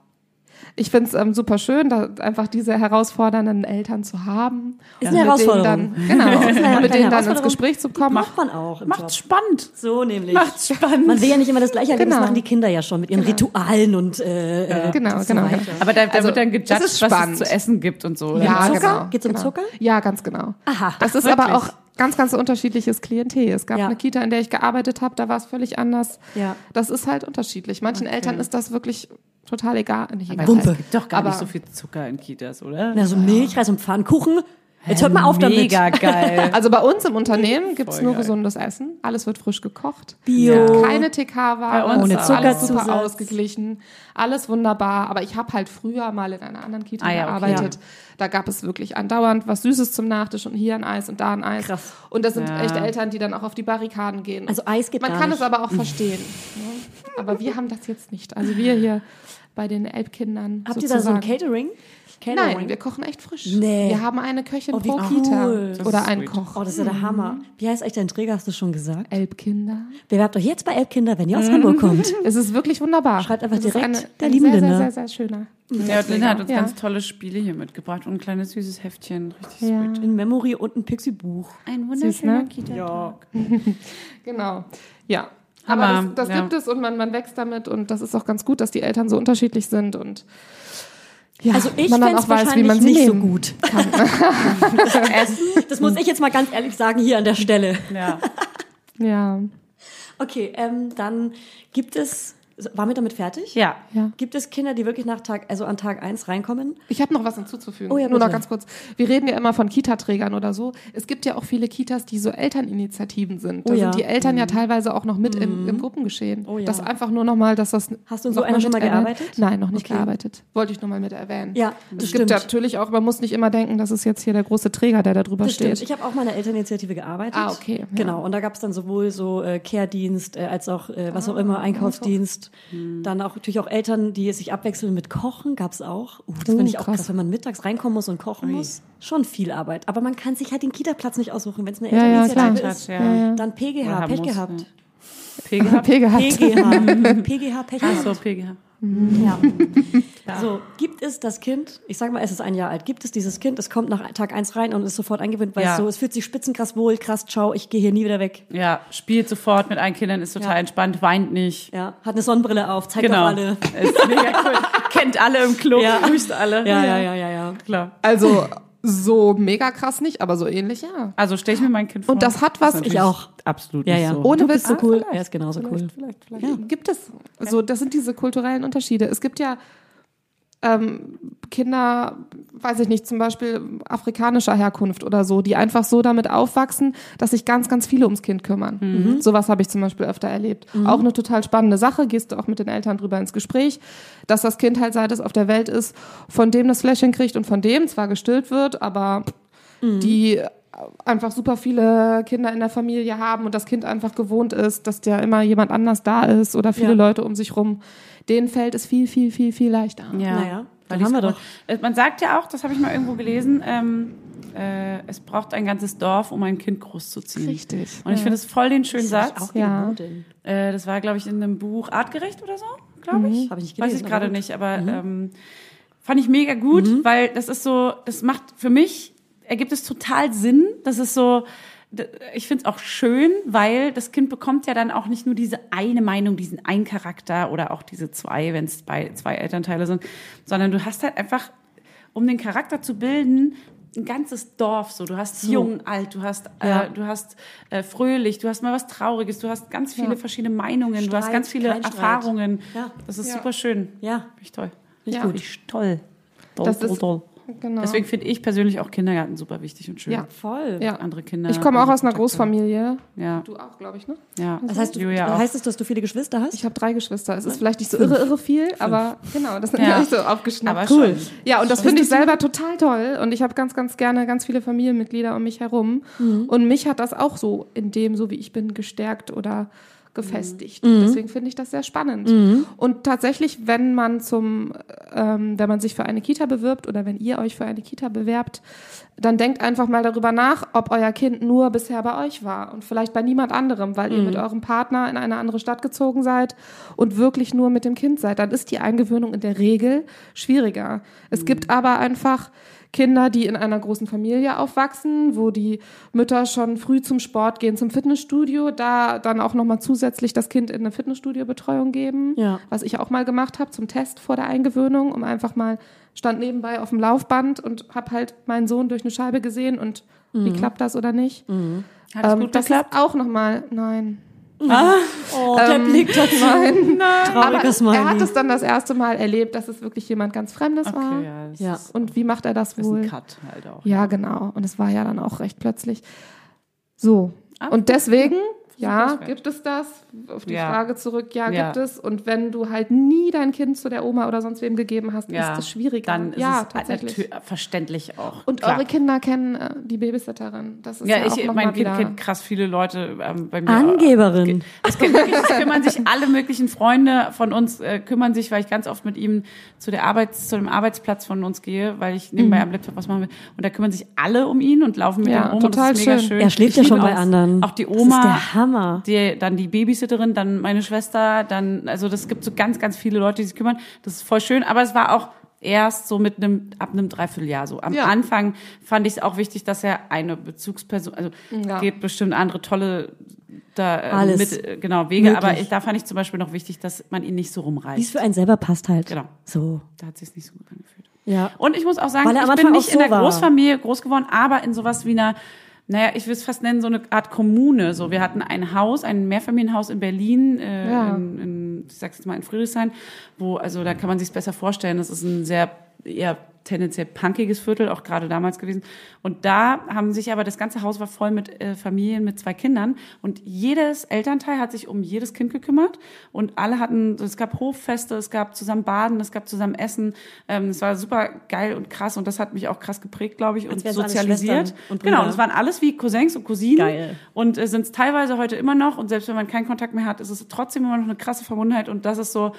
C: Ich find's ähm, super schön, da einfach diese herausfordernden Eltern zu haben.
A: Ist
C: Und
A: eine
C: mit denen
A: Herausforderung.
C: Dann, genau.
A: *laughs* Ist eine
C: und mit denen dann ins
A: Herausforderung.
C: Gespräch zu kommen.
A: Macht man auch im
B: Macht's
A: Job.
B: spannend.
A: So nämlich.
B: Macht's spannend.
A: Man will ja nicht immer das gleiche erleben, das
C: Genau.
A: machen die Kinder ja schon mit ihren Ritualen und äh, äh,
C: Genau,
A: und so
C: genau,
A: weiter.
C: genau.
B: aber da, da
C: Also,
B: wird dann
C: es
B: gejudged, was
C: ist
B: es
C: spannend.
B: zu essen gibt und so. oder?
C: Ja,
A: Zucker?
C: genau.
A: Geht's um
C: genau.
A: Zucker?
C: Ja, ganz genau.
A: Aha.
C: Das ist
B: wirklich?
C: aber auch ganz, ganz unterschiedliches Klientel. Es gab
A: Ja.
C: eine Kita, in der ich gearbeitet habe, da war es völlig anders.
A: Ja.
C: Das ist halt unterschiedlich. Manchen Eltern ist das wirklich total egal. Nicht egal.
A: Wumpe.
B: Es gibt doch gar
C: Aber-
B: nicht so viel Zucker in Kitas, oder?
A: Na, so Milchreis und Pfannkuchen. Jetzt hört mal auf damit.
B: Mega
C: *laughs*
B: geil.
C: Also bei uns im Unternehmen gibt's
B: Voll
C: nur
B: geil.
C: gesundes Essen. Alles wird frisch gekocht.
A: Bio.
C: Keine
B: Bei
C: TK-Ware,
B: uns
A: Ohne
C: alles super
A: Zuckerzusatz.
C: ausgeglichen, alles wunderbar. Aber ich habe halt früher mal in einer anderen Kita
B: Ah ja, okay.
C: gearbeitet. Da gab es wirklich andauernd was Süßes zum Nachtisch und hier ein Eis und da ein Eis.
A: Krass.
C: Und das sind
B: Ja.
C: echt Eltern, die dann auch auf die Barrikaden gehen.
A: Also Eis geht
C: Man
A: gar
C: kann
A: nicht.
C: es aber auch verstehen. ne? Aber wir haben das jetzt nicht. Also wir hier bei den Elbkindern.
A: Habt ihr da so
C: sozusagen.
A: ein Catering? Catering?
C: Nein, wir kochen echt frisch.
A: Nee.
C: Wir haben eine Köchin
A: Oh, wie
C: pro
A: cool. Das
C: Kita
A: ist
C: oder einen
B: sweet.
C: Koch.
A: Oh, das ist ja der Hammer. Wie heißt eigentlich dein Träger, hast du schon gesagt?
C: Elbkinder.
A: Bewerbt euch jetzt bei Elbkinder, wenn ihr
C: Mhm.
A: aus Hamburg kommt.
C: Es ist wirklich wunderbar.
A: Schreibt einfach
C: Es ist
A: direkt
C: eine,
A: der ne?
C: ein
A: lieben
C: sehr,
A: Linda.
C: Sehr, sehr, sehr schöner.
B: ja, und Linda hat uns
C: Ja.
B: ganz tolle Spiele hier mitgebracht und ein kleines süßes Heftchen. Richtig
C: Ja.
B: sweet.
A: In Memory und ein Pixie-Buch.
B: Ein
C: Süß, ne?
B: Kita. Ja.
C: Genau. Ja.
B: Hammer,
C: Aber das, das
B: ja.
C: gibt es und man, man wächst damit und das ist auch ganz gut, dass die Eltern so unterschiedlich sind und ja,
A: Also ich
C: man dann
A: fänd's
C: auch weiß, wie
A: wahrscheinlich
C: man sie
A: nicht so
C: nehmen
A: gut. *laughs*
C: Kann. Hm.
A: Das muss ich jetzt mal ganz ehrlich sagen hier an der Stelle.
B: ja.
C: ja.
A: Okay, ähm, dann gibt es. Waren wir damit fertig?
B: Ja.
C: ja.
A: Gibt es Kinder, die wirklich nach Tag, also an Tag 1 reinkommen?
C: Ich habe noch was hinzuzufügen.
A: Oh ja,
C: Nur
A: bitte.
C: noch ganz kurz. Wir reden ja immer von Kita-Trägern oder so. Es gibt ja auch viele Kitas, die so Elterninitiativen sind. Da
A: Oh ja.
C: sind die Eltern ja teilweise auch noch mit im, im Gruppengeschehen.
A: Oh ja.
C: Das einfach nur nochmal, dass das.
A: Hast du in so
C: noch
A: einer schon mal
C: mit erwähnt-
A: gearbeitet?
C: Nein, noch nicht
A: Okay.
C: gearbeitet. Wollte ich nur mal mit erwähnen.
A: Ja, das
C: Es
A: stimmt.
C: gibt natürlich auch, man muss nicht immer denken, das ist jetzt hier der große Träger, der da drüber
A: Das
C: steht.
A: stimmt. Ich habe auch mal in der Elterninitiative gearbeitet.
C: Ah, okay, ja.
A: Genau. Und da gab es dann sowohl so äh, Care-Dienst äh, als auch äh, was auch immer, Einkaufsdienst, und dann auch natürlich auch Eltern, die sich abwechseln mit Kochen, gab's auch. Uh, das finde ich auch krass. wenn man mittags reinkommen muss und kochen muss. Schon viel Arbeit. Aber man kann sich halt den Kita-Platz nicht aussuchen. Wenn es eine
F: Ja, ja,
A: Elterninitiative
F: klar.
A: ist,
B: Ja, ja.
A: dann PGH,
B: Oder
A: Pech
B: muss,
A: gehabt.
B: P
C: *laughs*
B: gehabt.
F: P gehabt.
A: PGH, PGH, Pech gehabt.
B: Achso, P gehabt.
A: Ja.
B: *laughs*
A: So, gibt es das Kind, ich sage mal, es ist ein Jahr alt, gibt es dieses Kind, es kommt nach Tag eins rein und ist sofort eingewöhnt, weil
B: Ja.
A: es so, es fühlt sich spitzenkrass wohl, krass, ciao, ich gehe hier nie wieder weg.
B: Ja, spielt sofort mit allen Kindern, ist total
A: Ja.
B: entspannt, weint nicht.
A: Ja, hat eine Sonnenbrille auf, zeigt
B: Genau.
A: auf alle.
B: Ist mega cool. *laughs* Kennt alle im Club,
A: Ja.
B: grüßt alle.
A: Ja, ja, ja, ja, ja.
B: Klar.
C: Also so mega krass nicht, aber so ähnlich ja.
B: Also stell ich mir mein Kind vor.
C: Und das hat was-
B: natürlich
A: Ich auch.
B: Absolut
A: Ja,
B: nicht
A: ja.
B: so.
C: Ohne
A: du bist
C: Witz.
A: so cool.
C: Ah, vielleicht,
A: er ist genauso cool.
B: Vielleicht, vielleicht.
C: Gibt es. So, das sind diese kulturellen Unterschiede. Es gibt ja ähm, Kinder, weiß ich nicht, zum Beispiel afrikanischer Herkunft oder so, die einfach so damit aufwachsen, dass sich ganz, ganz viele ums Kind kümmern.
B: Mhm.
C: Mhm. Sowas habe ich zum Beispiel öfter erlebt. Auch eine total spannende Sache, gehst du auch mit den Eltern drüber ins Gespräch, dass das Kind halt seit es auf der Welt ist, von dem das Fläschchen kriegt und von dem zwar gestillt wird, aber
B: Mhm.
C: die einfach super viele Kinder in der Familie haben und das Kind einfach gewohnt ist, dass der immer jemand anders da ist oder viele
A: Ja.
C: Leute um sich rum, denen fällt es viel, viel, viel, viel leichter.
B: Ja,
A: Naja,
B: weil
A: dann haben wir
B: die's-
A: doch.
B: Äh, Man sagt ja auch, das habe ich mal irgendwo gelesen, ähm, äh, es braucht ein ganzes Dorf, um ein Kind großzuziehen.
C: Richtig.
B: Und ich finde es voll den schönen
A: Das hab
B: Satz.
A: ich auch
C: Ja.
A: ja. den.
B: Äh, das war, glaube ich, in einem Buch Artgerecht oder so,
A: Mhm.
B: glaube ich.
A: Hab ich nicht gelesen, Mhm.
B: Weiß ich
A: aber
B: gerade
A: gut.
B: nicht, aber ähm, fand ich mega gut, weil das ist so, das macht für mich, ergibt es total Sinn. Das ist so, d- ich finde es auch schön, weil das Kind bekommt ja dann auch nicht nur diese eine Meinung, diesen einen Charakter oder auch diese zwei, wenn es bei zwei Elternteile sind, sondern du hast halt einfach, um den Charakter zu bilden, ein ganzes Dorf so. Du hast jung, alt, du hast,
A: Ja.
B: äh, du hast äh, fröhlich, du hast mal was Trauriges, du hast ganz viele
C: Ja.
B: verschiedene Meinungen, du hast
A: Streit,
B: ganz viele
A: kein Streit.
B: Erfahrungen.
A: Ja.
B: Das ist
C: Ja.
B: super schön.
A: Ja.
B: Finde ich toll.
C: Ja.
B: Finde ich toll. Toll,
C: Das
B: toll,
C: ist-
B: toll.
C: Genau.
B: Deswegen finde ich persönlich auch Kindergarten super wichtig und schön.
C: Ja.
A: Voll.
C: ja.
B: Andere Kinder.
C: Ich komme auch
B: andere
C: aus einer
B: Kontakte.
C: Großfamilie.
B: Ja.
C: Du auch, glaube ich, ne?
B: ja.
A: Das heißt, du,
B: Julia auch.
A: heißt es, dass du viele Geschwister hast?
C: Ich habe drei Geschwister. Es ist vielleicht nicht so irre, irre viel, aber genau, das
B: Ja.
C: habe ich so aufgeschnappt.
B: Aber Cool. schon.
C: Ja, und das finde ich selber total toll. Und ich habe ganz, ganz gerne ganz viele Familienmitglieder um mich herum. Und mich hat das auch so in dem, so wie ich bin, gestärkt oder gefestigt. Deswegen finde ich das sehr spannend. Und tatsächlich, wenn man zum, ähm, wenn man sich für eine Kita bewirbt oder wenn ihr euch für eine Kita bewerbt, dann denkt einfach mal darüber nach, ob euer Kind nur bisher bei euch war und vielleicht bei niemand anderem, weil ihr mit eurem Partner in eine andere Stadt gezogen seid und wirklich nur mit dem Kind seid. Dann ist die Eingewöhnung in der Regel schwieriger. Es gibt aber einfach Kinder, die in einer großen Familie aufwachsen, wo die Mütter schon früh zum Sport gehen, zum Fitnessstudio, da dann auch nochmal zusätzlich das Kind in eine Fitnessstudio-Betreuung geben,
A: Ja.
C: was ich auch mal gemacht habe zum Test vor der Eingewöhnung, um einfach mal, stand nebenbei auf dem Laufband und habe halt meinen Sohn durch eine Scheibe gesehen und wie klappt das oder nicht.
B: Mhm. Hat es
C: Ähm,
B: gut
C: das
B: geklappt?
C: ist auch nochmal, nein.
A: oh,
B: Ähm,
A: der Blick dazu.
C: Nein.
A: Trauriger Smiley.
C: Er hat es dann das erste Mal erlebt, dass es wirklich jemand ganz Fremdes war.
B: Okay, ja. Das
A: Ja.
B: Ist,
C: Und wie macht er das
B: ist
C: wohl?
B: ein Cut halt auch.
C: Ja, genau. Und es war ja dann auch recht plötzlich. So.
B: Ah, *laughs*
C: und deswegen, ja,
B: wert.
C: gibt es das? Auf die
B: Ja.
C: Frage zurück, ja,
B: Ja.
C: gibt es. Und wenn du halt nie dein Kind zu der Oma oder sonst wem gegeben hast,
B: Ja.
C: ist es schwieriger.
B: Dann ist
C: ja,
B: es
C: tatsächlich.
B: natür- verständlich auch.
C: Und
B: Klar.
C: eure Kinder kennen äh, die Babysitterin. Das ist ja,
B: Ja,
C: auch
B: ich,
C: noch
B: mein
C: mal
B: Kind
C: wieder.
B: kennt krass viele Leute ähm, bei mir.
A: Angeberin.
B: Es gibt wirklich, es kümmern sich alle möglichen Freunde von uns, äh, kümmern sich, weil ich ganz oft mit ihm zu der Arbeits, zu dem Arbeitsplatz von uns gehe, weil ich
A: Mhm.
B: nebenbei am Laptop was machen will. Und da kümmern sich alle um ihn und laufen mit
C: Ja,
B: ihm rum.
C: total
B: und das ist mega
C: schön.
B: schön.
A: Er schläft
B: Ich
A: ja
B: lieb
A: schon bei
B: auch-
A: anderen.
B: Auch die
A: Das ist
B: Oma.
A: der Hammer.
B: Die, dann die Babysitterin, dann meine Schwester, dann, also das gibt so ganz, ganz viele Leute, die sich kümmern. Das ist voll schön, aber es war auch erst so mit einem, ab einem Dreivierteljahr so. Am
C: Ja.
B: Anfang fand ich es auch wichtig, dass er eine Bezugsperson, also
C: Ja.
B: geht bestimmt andere tolle da äh,
A: Alles
B: mit, äh, genau, Wege,
A: möglich.
B: aber ich, da fand ich zum Beispiel noch wichtig, dass man ihn nicht so
A: Wie es
B: rumreißt.
A: für einen selber passt halt.
B: Genau.
A: So.
B: Da hat sich's nicht so gut angefühlt.
A: Ja.
B: Und ich muss auch sagen,
A: Weil er am
B: ich bin
A: Anfang
B: nicht
A: auch
B: in
A: so
B: der
A: war.
B: Großfamilie groß geworden, aber in sowas wie einer, naja, ich will es fast nennen, so eine Art Kommune. So, wir hatten ein Haus, ein Mehrfamilienhaus in Berlin, äh,
C: Ja.
B: in, in, ich sag's jetzt mal in Friedrichshain, wo, also da kann man sich's besser vorstellen. Das ist ein sehr eher tendenziell punkiges Viertel, auch gerade damals gewesen. Und da haben sich aber, das ganze Haus war voll mit äh, Familien mit zwei Kindern und jedes Elternteil hat sich um jedes Kind gekümmert und alle hatten, es gab Hoffeste, es gab zusammen Baden, es gab zusammen Essen. Ähm, es war super geil und krass und das hat mich auch krass geprägt, glaube ich, und
A: Als wär's alles
B: sozialisiert.
A: Schwestern und
B: genau,
A: Brüder.
B: und es waren alles wie Cousins und Cousinen
A: Geil.
B: und äh, sind es teilweise heute immer noch und selbst wenn man keinen Kontakt mehr hat, ist es trotzdem immer noch eine krasse Verbundenheit und das ist so,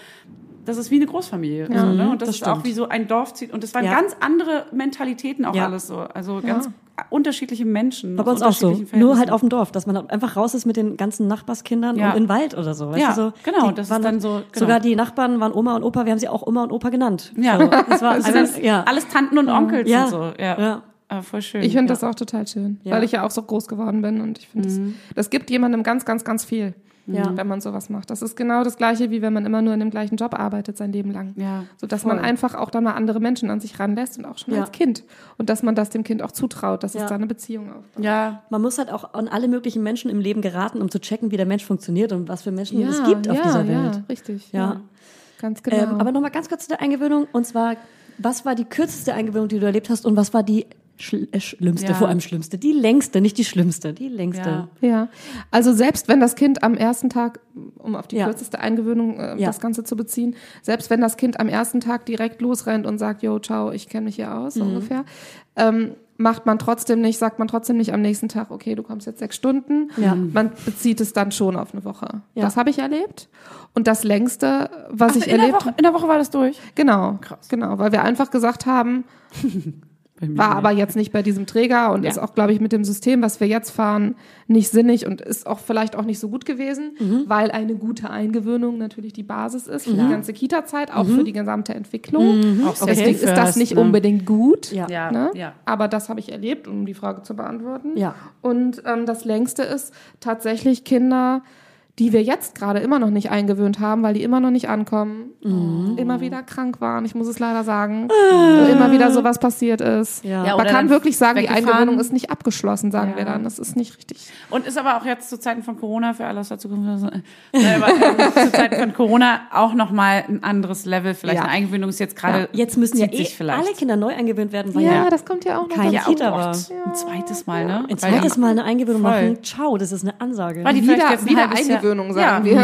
B: das ist wie eine Großfamilie. so, ne? Und
A: Mhm. das
B: das, ist auch
A: stimmt.
B: wie so ein Dorf zieht. Und das waren
A: Ja.
B: ganz andere Mentalitäten auch
A: Ja.
B: alles so. Also ganz unterschiedliche Menschen.
A: War bei uns
B: aus
A: auch so.
B: unterschiedlichen
A: Nur halt
B: Verhältnissen.
A: auf dem Dorf, dass man halt einfach raus ist mit den ganzen Nachbarskindern
B: Ja.
A: und in den Wald oder so. Weißt
B: Ja,
A: du, so
B: genau,
A: Die
B: das ist
A: waren-
B: dann so, genau.
A: Sogar die Nachbarn waren Oma und Opa, wir haben sie auch Oma und Opa genannt.
B: Ja.
A: halt So, das war
B: *laughs* Also
A: alles,
B: alles,
A: ja. Mhm.
B: alles Tanten und Onkels
A: Ja.
B: und so. Ja.
A: Ja.
B: Aber voll schön.
C: Ich finde
B: ja.
C: das auch total schön,
A: Ja. Mhm.
C: weil ich ja auch so groß geworden bin und ich finde, das, das gibt jemandem ganz, ganz, ganz viel,
A: Ja.
C: wenn man sowas macht. Das ist genau das Gleiche, wie wenn man immer nur in dem gleichen Job arbeitet sein Leben lang.
B: Ja,
C: so dass
A: voll.
C: man einfach auch dann mal andere Menschen an sich ranlässt und auch schon
A: Ja.
C: als Kind. Und dass man das dem Kind auch zutraut, dass
A: Ja.
C: es da eine Beziehung aufbaut.
B: Ja.
A: Man muss halt auch an alle möglichen Menschen im Leben geraten, um zu checken, wie der Mensch funktioniert und was für Menschen es gibt auf
C: ja,
A: dieser
C: Ja,
A: Welt.
C: richtig.
A: Ja.
C: Ganz genau.
A: Ähm, aber nochmal ganz kurz zu der Eingewöhnung. Und zwar, was war die kürzeste Eingewöhnung, die du erlebt hast und was war die schl äh, schlimmste,
B: Ja.
A: vor allem schlimmste? Die längste, nicht die schlimmste, die längste.
B: Ja.
C: Ja, also selbst wenn das Kind am ersten Tag, um auf die
A: Ja.
C: kürzeste Eingewöhnung äh,
A: Ja.
C: das Ganze zu beziehen, selbst wenn das Kind am ersten Tag direkt losrennt und sagt, yo, ciao, ich kenne mich hier aus,
A: Mhm.
C: so ungefähr, ähm, macht man trotzdem nicht, sagt man trotzdem nicht am nächsten Tag, okay, du kommst jetzt sechs Stunden.
A: Ja.
C: Man bezieht es dann schon auf eine Woche.
A: Ja.
C: Das habe ich erlebt. Und das Längste, was ich
B: in, der
C: erlebt
B: Woche, in der Woche war das durch.
C: Genau,
B: Krass.
C: genau, weil wir einfach gesagt haben, war aber jetzt nicht bei diesem Träger und
B: Ja.
C: ist auch, glaube ich, mit dem System, was wir jetzt fahren, nicht sinnig und ist auch vielleicht auch nicht so gut gewesen, weil eine gute Eingewöhnung natürlich die Basis ist für die ganze Kita-Zeit, auch für die gesamte Entwicklung.
B: Auch
A: Okay.
C: Deswegen ist das nicht
B: ne?
C: unbedingt gut.
A: Ja.
B: Ja,
C: Ne?
B: ja.
C: Aber das habe ich erlebt, um die Frage zu beantworten.
A: Ja.
C: Und ähm, das längste ist tatsächlich Kinder, die wir jetzt gerade immer noch nicht eingewöhnt haben, weil die immer noch nicht ankommen,
B: Mhm.
C: immer wieder krank waren, ich muss es leider sagen, immer wieder sowas passiert ist.
A: Ja.
B: Ah. Ja,
C: Man
B: oder
C: kann
B: dann
C: wirklich sagen, die
B: weggefahren.
C: Eingewöhnung ist nicht abgeschlossen, sagen
B: Ja.
C: wir dann. Das ist nicht richtig.
B: Und ist aber auch jetzt zu Zeiten von Corona für alles dazu gekommen. Äh, aber, äh, zu Zeiten von Corona auch nochmal ein anderes Level. Vielleicht
C: Ja.
B: eine Eingewöhnung ist jetzt gerade.
A: Jetzt müssen ja
B: zieht
A: eh
B: sich vielleicht.
A: alle Kinder neu eingewöhnt werden, weil
C: Ja,
A: ja,
C: das kommt ja auch noch
A: Keine
C: dazu.
A: Ja, Kita war.
B: oft. Ein zweites Mal, ne?
A: ein
B: Weil-
A: zweites Mal eine Eingewöhnung
B: Voll.
A: machen. Ciao, das ist eine Ansage.
B: Weil die vielleicht jetzt
C: Wieder,
B: ein
C: wieder
B: halbes Jahr-
C: Eingewöhnung,
B: Ja. Mhm.
C: sagen wir.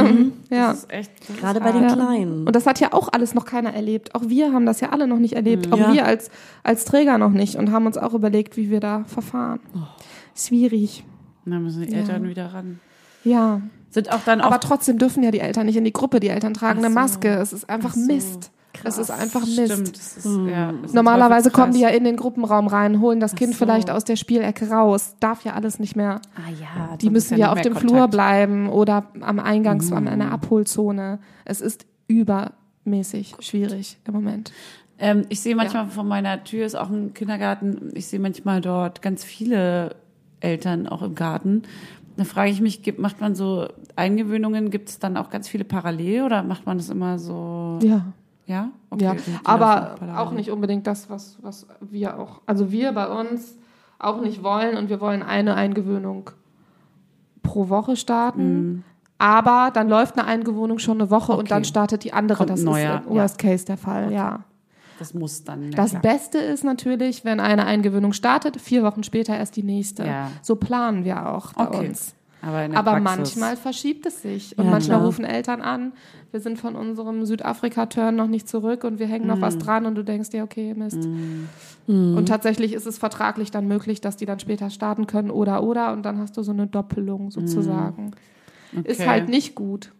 C: Ja.
B: Das ist echt. Das
A: Gerade
B: ist
A: bei den
B: hart.
A: Kleinen.
C: Und das hat ja auch alles noch keiner erlebt. Auch wir haben das ja alle noch nicht erlebt.
B: Mhm.
C: Auch
A: Ja.
C: wir als, als Träger noch nicht und haben uns auch überlegt, wie wir da verfahren.
B: Oh.
C: Schwierig.
B: Da müssen die Eltern wieder ran.
C: Ja.
B: Sind auch dann
C: Aber
B: auch
C: trotzdem dürfen ja die Eltern nicht in die Gruppe. Die Eltern tragen
B: Ach
C: eine
B: so.
C: Maske. Es ist einfach Mist. Es ist einfach Mist.
B: Stimmt, das ist, ja, das ist ein
C: Normalerweise kommen die ja
B: Teufelskreis.
C: in den Gruppenraum rein, holen das Kind
B: so.
C: vielleicht aus der Spielecke raus. Darf ja alles nicht mehr.
B: Ah ja,
C: Die müssen ja, auf dem Flur
B: Kontakt. Mm.
C: bleiben oder am Eingang zu an einer Abholzone. Es ist übermäßig schwierig im Moment.
B: Ähm, ich sehe manchmal vor meiner Tür ist auch ein Kindergarten. Ich sehe manchmal dort ganz viele Eltern auch im Garten. Da frage ich mich, gibt, macht man so Eingewöhnungen? Gibt es dann auch ganz viele parallel oder macht man das immer so?
C: Ja.
B: Ja,
C: ja,
B: die Kinder
C: aber
B: sind
C: auch nicht unbedingt das, was, was wir auch, also wir bei uns auch nicht wollen und wir wollen eine Eingewöhnung pro Woche starten. Aber dann läuft eine Eingewöhnung schon eine Woche
B: Mhm. Okay.
C: und dann startet die andere.
B: Kommt
C: das
B: ein neuer,
C: ist im Worst Case der Fall, ja.
B: Das muss dann. na
C: Das
B: klar.
C: Beste ist natürlich, wenn eine Eingewöhnung startet, vier Wochen später erst die nächste.
B: Ja.
C: So planen wir auch bei
B: Okay.
C: uns.
B: Aber, in der
C: Aber
B: Praxis.
C: manchmal verschiebt es sich. Und
A: Ja,
C: manchmal
A: klar.
C: rufen Eltern an, wir sind von unserem Südafrika-Turn noch nicht zurück und wir hängen noch was dran und du denkst dir, okay, Mist. Und tatsächlich ist es vertraglich dann möglich, dass die dann später starten können oder oder und dann hast du so eine Doppelung sozusagen. Ist
B: Okay.
C: halt nicht gut.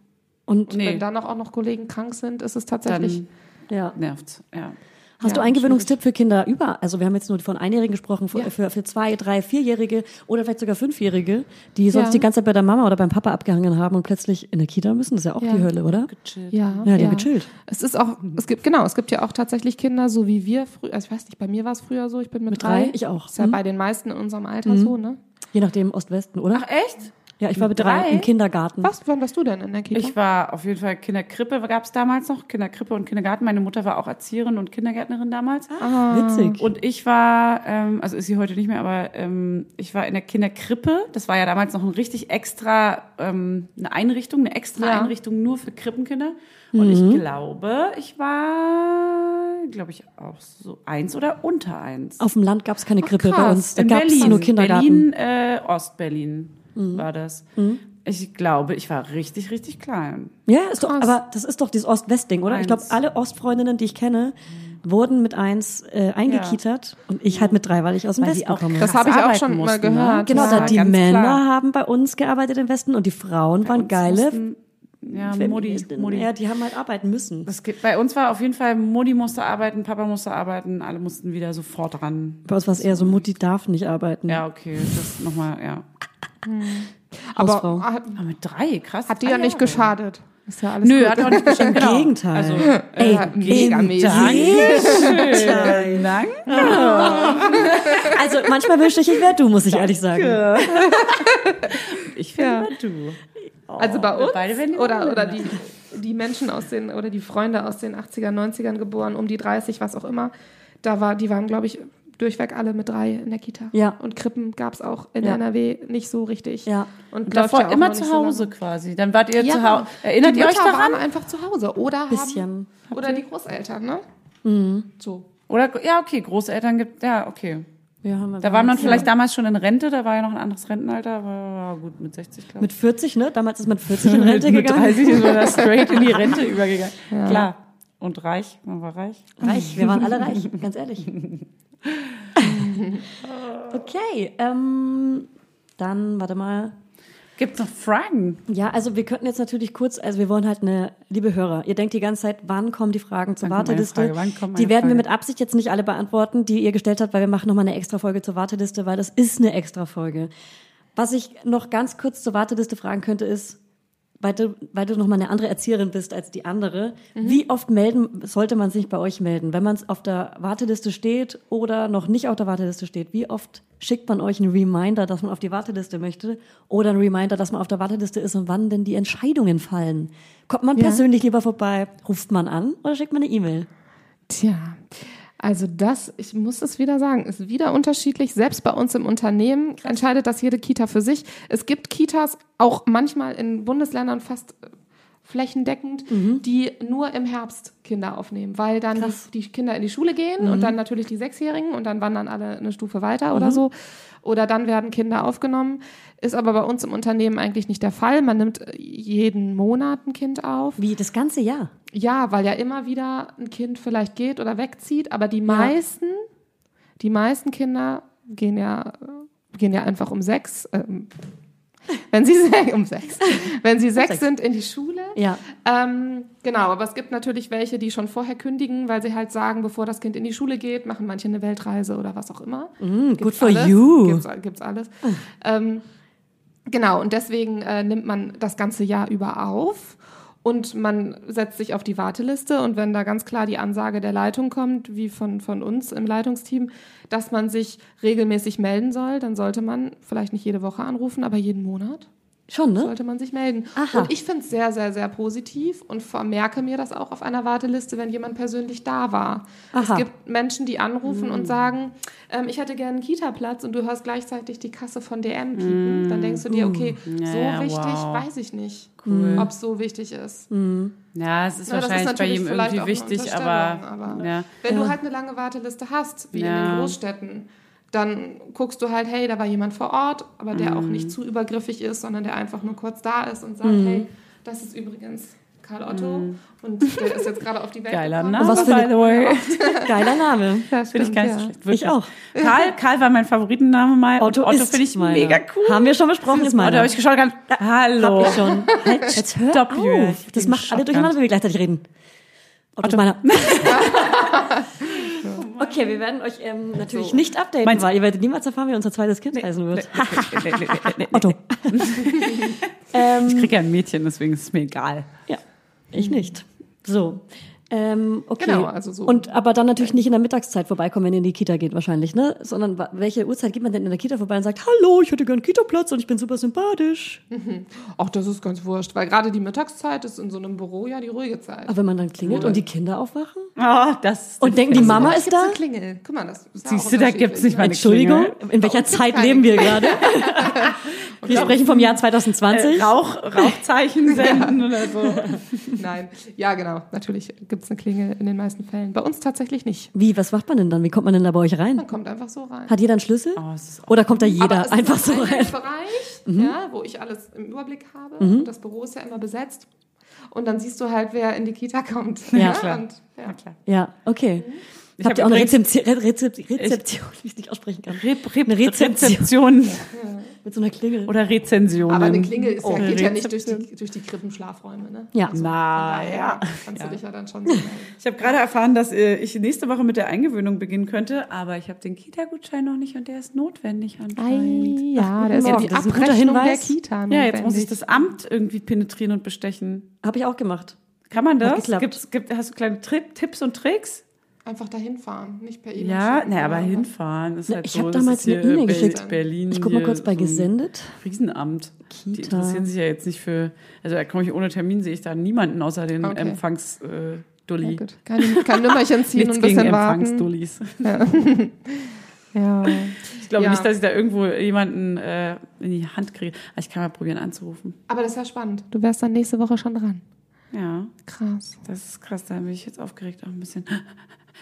A: Und
B: Nee.
C: Wenn dann auch, auch noch Kollegen krank sind, ist es tatsächlich.
B: dann
A: ja.
B: nervt. Ja.
A: Hast du
C: Ja,
A: Eingewöhnungstipp für Kinder über? Also wir haben jetzt nur von Einjährigen gesprochen, für,
C: Ja.
A: für, für zwei, drei, vierjährige oder vielleicht sogar fünfjährige, die sonst
C: Ja.
A: die ganze Zeit bei der Mama oder beim Papa abgehangen haben und plötzlich in der Kita müssen. Das ist ja auch
C: Ja.
A: die Hölle, oder?
C: Ja,
A: Ja, die haben gechillt.
C: Es ist auch, es gibt, genau, es gibt ja auch tatsächlich Kinder, so wie wir früher, also ich weiß nicht, bei mir war es früher so, ich bin mit,
A: Mit drei,
C: drei.
A: ich auch.
C: Ist ja
A: Mhm.
C: bei den meisten in unserem Alter so, ne?
A: Je nachdem Ost-Westen, oder?
B: Ach echt?
A: ja, ich war mit drei,
B: drei?
A: im Kindergarten.
C: Was, wann warst du denn in der Kita?
B: Hm. Ich war auf jeden Fall Kinderkrippe gab es damals noch Kinderkrippe und Kindergarten. Meine Mutter war auch Erzieherin und Kindergärtnerin damals.
C: Ah.
A: Witzig.
B: Und ich war, ähm, also ist sie heute nicht mehr, aber ähm, ich war in der Kinderkrippe. Das war ja damals noch ein richtig extra, ähm, eine Einrichtung, eine extra
C: Ja.
B: Einrichtung nur für Krippenkinder. Und ich glaube, ich war glaube ich, auch so eins oder unter eins.
A: Auf dem Land gab es keine Krippe bei
B: Krass,
A: uns. Da
B: in
A: gab es
B: Berlin.
A: Oh, nur Kindergarten.
B: Berlin, äh, Ostberlin war das. Ich glaube, ich war richtig, richtig klein.
A: Ja, ist doch,
C: Krass.
A: aber das ist doch dieses Ost-West-Ding, oder? Ich glaube,
B: Eins.
A: alle Ostfreundinnen, die ich kenne, wurden mit eins äh, eingekietert und ich halt mit drei, weil ich aus dem
B: Weil die
A: Westen
B: auch
A: komme.
B: krass
C: Das habe ich auch
B: arbeiten
C: schon mal
B: mussten, ne?
C: gehört.
A: Genau,
C: das
A: da
C: war
A: die
C: ganz
A: Männer
C: klar.
A: haben bei uns gearbeitet im Westen und die Frauen waren geile.
B: Mussten- Ja, Modi,
A: Feministinnen.
B: Modi.
A: Ja, die haben halt arbeiten müssen.
B: Das geht, bei uns war auf jeden Fall, Modi musste arbeiten, Papa musste arbeiten, alle mussten wieder sofort ran.
A: Bei uns war es eher so, Mutti darf nicht arbeiten.
B: Ja, okay, das nochmal, ja.
A: Hausfrau.
C: Aber hat,
B: Aber mit drei, krass.
C: hat dir
B: drei
C: ja nicht
B: Jahre.
C: geschadet. Ist ja alles
B: Nö,
C: gut.
B: hat auch
C: *laughs*
B: nicht geschadet. Genau.
A: Gegenteil.
B: Also,
A: Ey,
C: ja, mega
A: im
C: mäßig.
A: Gegenteil.
B: lang?
A: *laughs* Also manchmal wünschte ich, ich wäre du, muss ich ehrlich sagen.
B: Ich finde du.
C: Also bei uns
B: beide werden die
C: oder, oder
B: Holländer.
C: die, die Menschen aus den oder die Freunde aus den 80er, 90ern geboren, um die 30, was auch immer, da war, die waren, glaube ich, durchweg alle mit drei in der Kita.
A: Ja.
C: Und Krippen gab es auch in
A: Ja.
C: NRW nicht so richtig.
A: Ja.
C: Und,
B: Und
C: läuft
B: davor
C: ja auch
B: immer
C: noch
B: zu
C: nicht so lange.
B: Hause quasi. Dann wart ihr
C: Ja,
B: zu Hause. Erinnert
C: die
B: ihr euch
C: Mütter
B: daran?
C: Waren einfach zu Hause oder
A: Bisschen.
C: haben oder die Großeltern, ne? So.
B: Oder ja, okay, Großeltern gibt ja, okay.
A: Ja, haben halt wir
B: Da war man vielleicht damals schon in Rente, da war ja noch ein anderes Rentenalter, aber ja, gut, mit 60, glaube
A: mit
B: ich.
A: 40, ne? Damals ist man mit 40 in Rente
B: *laughs* mit
A: gegangen.
B: 30 ist man da straight in die Rente übergegangen. Klar. Und reich, man war reich.
A: Reich, wir waren alle *laughs* reich, ganz ehrlich. Okay, ähm, dann warte mal.
B: Gibt's noch Fragen?
A: Ja, also wir könnten jetzt natürlich kurz, also wir wollen halt eine, liebe Hörer, ihr denkt die ganze Zeit, wann kommen die Fragen zur
B: Wann kommt meine
A: Warteliste?
B: Frage? Wann kommt meine
A: die werden wir
B: Frage?
A: mit Absicht jetzt nicht alle beantworten, die ihr gestellt habt, weil wir machen nochmal eine extra Folge zur Warteliste, weil das ist eine extra Folge. Was ich noch ganz kurz zur Warteliste fragen könnte, ist, weil du, weil du nochmal eine andere Erzieherin bist als die andere,
B: Mhm.
A: wie oft melden, sollte man sich bei euch melden? Wenn man es auf der Warteliste steht oder noch nicht auf der Warteliste steht, wie oft schickt man euch einen Reminder, dass man auf die Warteliste möchte oder einen Reminder, dass man auf der Warteliste ist und wann denn die Entscheidungen fallen? Kommt man persönlich lieber vorbei, ruft man an oder schickt man eine E-Mail?
C: Tja, also das, ich muss es wieder sagen, ist wieder unterschiedlich. Selbst bei uns im Unternehmen entscheidet das jede Kita für sich. Es gibt Kitas auch manchmal in Bundesländern fast äh, flächendeckend, die nur im Herbst Kinder aufnehmen, weil dann
A: Krass.
C: die, die Kinder in die Schule gehen und dann natürlich die Sechsjährigen und dann wandern alle eine Stufe weiter oder so. Oder dann werden Kinder aufgenommen. Ist aber bei uns im Unternehmen eigentlich nicht der Fall. Man nimmt äh, jeden Monat ein Kind auf.
A: Wie das ganze Jahr?
C: Ja, weil ja immer wieder ein Kind vielleicht geht oder wegzieht, aber die meisten, die meisten Kinder gehen ja, äh, gehen ja einfach um sechs, ähm, *laughs* wenn sie se- um sechs, wenn sie sechs
A: sechs.
C: sind in die Schule.
A: Ja.
C: Ähm, genau, aber es gibt natürlich welche, die schon vorher kündigen, weil sie halt sagen, bevor das Kind in die Schule geht, machen manche eine Weltreise oder was auch immer.
A: Mm, good
C: Gibt's
A: for
C: alles.
A: you. Ah.
C: Gibt's, gibt's alles. Ähm, genau, und deswegen äh, nimmt man das ganze Jahr über auf und man setzt sich auf die Warteliste und wenn da ganz klar die Ansage der Leitung kommt, wie von, von uns im Leitungsteam, dass man sich regelmäßig melden soll, dann sollte man vielleicht nicht jede Woche anrufen, aber jeden Monat
A: Schon, ne?
C: sollte man sich melden.
A: Aha.
C: Und ich finde es sehr, sehr, sehr positiv und vermerke mir das auch auf einer Warteliste, wenn jemand persönlich da war.
A: Aha.
C: Es gibt Menschen, die anrufen
B: Mm.
C: und sagen, ähm, ich hätte gerne einen Kita-Platz und du hörst gleichzeitig die Kasse von DM piepen. Dann denkst du dir, okay, so
B: Mm. Ja,
C: wichtig
B: wow.
C: weiß ich nicht,
B: Cool.
C: ob es so wichtig ist.
B: Ja, es ist
C: Na, das ist
B: wahrscheinlich bei
C: natürlich
B: jedem
C: vielleicht
B: irgendwie
C: auch eine
B: wichtig, aber,
C: Unterstellung, aber-
B: ja.
C: Wenn
A: Ja.
C: du halt eine lange Warteliste hast, wie in
B: Ja.
C: den Großstädten, dann guckst du halt, hey, da war jemand vor Ort, aber der auch
B: Mhm.
C: nicht zu übergriffig ist, sondern der einfach nur kurz da ist und sagt, hey, das ist übrigens Karl Otto und der ist jetzt gerade auf die Welt
B: Mhm. Geiler
C: gekommen.
B: Name,
A: Was für
B: by
A: eine-
B: the way.
A: *laughs* Geiler Name.
C: Ja,
B: Finde ich
C: stimmt,
B: gar nicht
C: ja.
B: so schlecht. Wirklich.
A: Ich auch. *laughs*
B: Karl, Karl war mein Favoritenname mal.
A: Otto,
B: und Otto
A: ist
B: finde ich
A: meiner.
B: mega cool.
A: Haben wir schon besprochen, ist
B: Otto
A: meiner.
B: habe ich geschaut ganz, hallo. *laughs*
A: Hab ich schon. Halt, jetzt hör
B: Stopp, Julia,
A: auf.
B: ich
A: Das
B: bin
A: macht alle
B: schockiert.
A: durcheinander, wenn wir gleichzeitig reden. Otto, ist meiner. *laughs* okay, wir werden euch ähm, natürlich nicht updaten,
B: Meinst-
A: weil ihr werdet niemals erfahren, wie unser zweites Kind heißen wird.
B: Nee, nee, nee, nee, nee.
A: Otto.
B: *laughs* Ich
A: ähm,
B: krieg ja ein Mädchen, deswegen ist es mir egal.
A: ja, ich nicht. So. Ähm, okay.
C: Genau, also so.
A: Und aber dann natürlich nicht in der Mittagszeit vorbeikommen, wenn ihr in die Kita geht wahrscheinlich, ne? Sondern wa- welche Uhrzeit geht man denn in der Kita vorbei und sagt, hallo, ich hätte gern Kita-Platz und ich bin super sympathisch.
C: Ach, das ist ganz wurscht, weil gerade die Mittagszeit ist in so einem Büro ja die ruhige Zeit.
A: Aber wenn man dann klingelt und die Kinder aufwachen?
B: Oh, das
A: Und denken, die Mama ist
C: gibt's
A: da?
C: eine Klingel. Guck mal, das ist
B: Siehst du, da gibt's nicht mal eine
A: Entschuldigung,
B: Klingel.
A: in welcher Zeit leben wir *laughs* gerade? Wir sprechen vom Jahr 2020.
B: Rauch,
A: *laughs*
B: Rauchzeichen senden oder so.
C: Nein, ja genau, natürlich gibt's eine Klingel in den meisten Fällen. Bei uns tatsächlich nicht.
A: Wie, was macht man denn dann? Wie kommt man denn da bei euch rein?
C: Man kommt einfach so rein.
A: Hat jeder einen Schlüssel?
B: Oh, es ist auch-
A: Oder kommt da
C: Aber es
A: jeder
C: ist
A: einfach
C: ein
A: so rein?
C: Eingangsbereich, ja, wo ich alles im Überblick habe. Und das Büro ist ja immer besetzt. Und dann siehst du halt, wer in die Kita kommt.
A: Ja,
B: klar.
C: Und, ja.
B: klar.
A: Ja, okay.
B: Ich
A: Habt
B: hab
A: ihr auch eine
B: übrigens-
A: Rezeption, Rezeption, Rezeption die ich nicht aussprechen kann?
B: Rep, Rep,
A: Eine Rezeption.
B: Rezeption
A: Mit so einer Klingel.
B: oder Rezensionen.
C: Aber eine Klingel ist
B: Oh.
C: ja, geht ja nicht durch die, durch die Krippenschlafräume. Ne?
A: Ja.
B: Naja.
C: Naja, kannst du dich ja dann schon so melden.
B: Ich habe gerade erfahren, dass äh, ich nächste Woche mit der Eingewöhnung beginnen könnte, aber ich habe den Kita-Gutschein noch nicht und der ist notwendig anscheinend.
C: Ja, der
A: ist
C: ist
A: ja
C: ja
A: die
C: die
A: Das ist ein guter
C: Abrechnung der
A: Hinweis.
C: Kita.
B: Ja, jetzt muss
C: notwendig.
B: ich das Amt irgendwie penetrieren und bestechen.
A: Habe ich auch gemacht.
B: Kann man
A: Hat
B: das?
A: geklappt.
B: Gibt's, gibt, hast du kleine Tri Tipps und Tricks?
C: Einfach dahin fahren, nicht per E-Mail.
B: Ja,
C: schicken,
B: naja, aber
C: sondern-
B: hinfahren ist
A: Na,
B: halt
A: ich
B: so.
A: hab
B: das
A: damals
B: ist hier
A: eine E-Mail
B: Be-
A: geschickt.
B: Berlin
A: Ich guck mal
B: hier
A: kurz bei
B: so ein
A: gesendet.
B: Riesenamt. Die
A: Kita.
B: interessieren sich ja jetzt nicht für. Also da komme ich ohne Termin, sehe ich da niemanden außer den
C: Okay.
B: Empfangs. Äh, Dulli.
C: Ja, gut. Kein, kein Nummerchen ziehen
B: Nichts
C: und ein
B: gegen
C: bisschen warten.
B: Empfangsdullis.
C: Ja.
B: Ich glaube
C: Ja.
B: nicht, dass ich da irgendwo jemanden äh, in die Hand kriege. Aber ich kann mal probieren anzurufen.
C: Aber das ist ja spannend. Du wärst dann nächste Woche schon dran.
B: Ja,
C: Krass.
B: das ist krass. Da bin ich jetzt aufgeregt auch ein bisschen.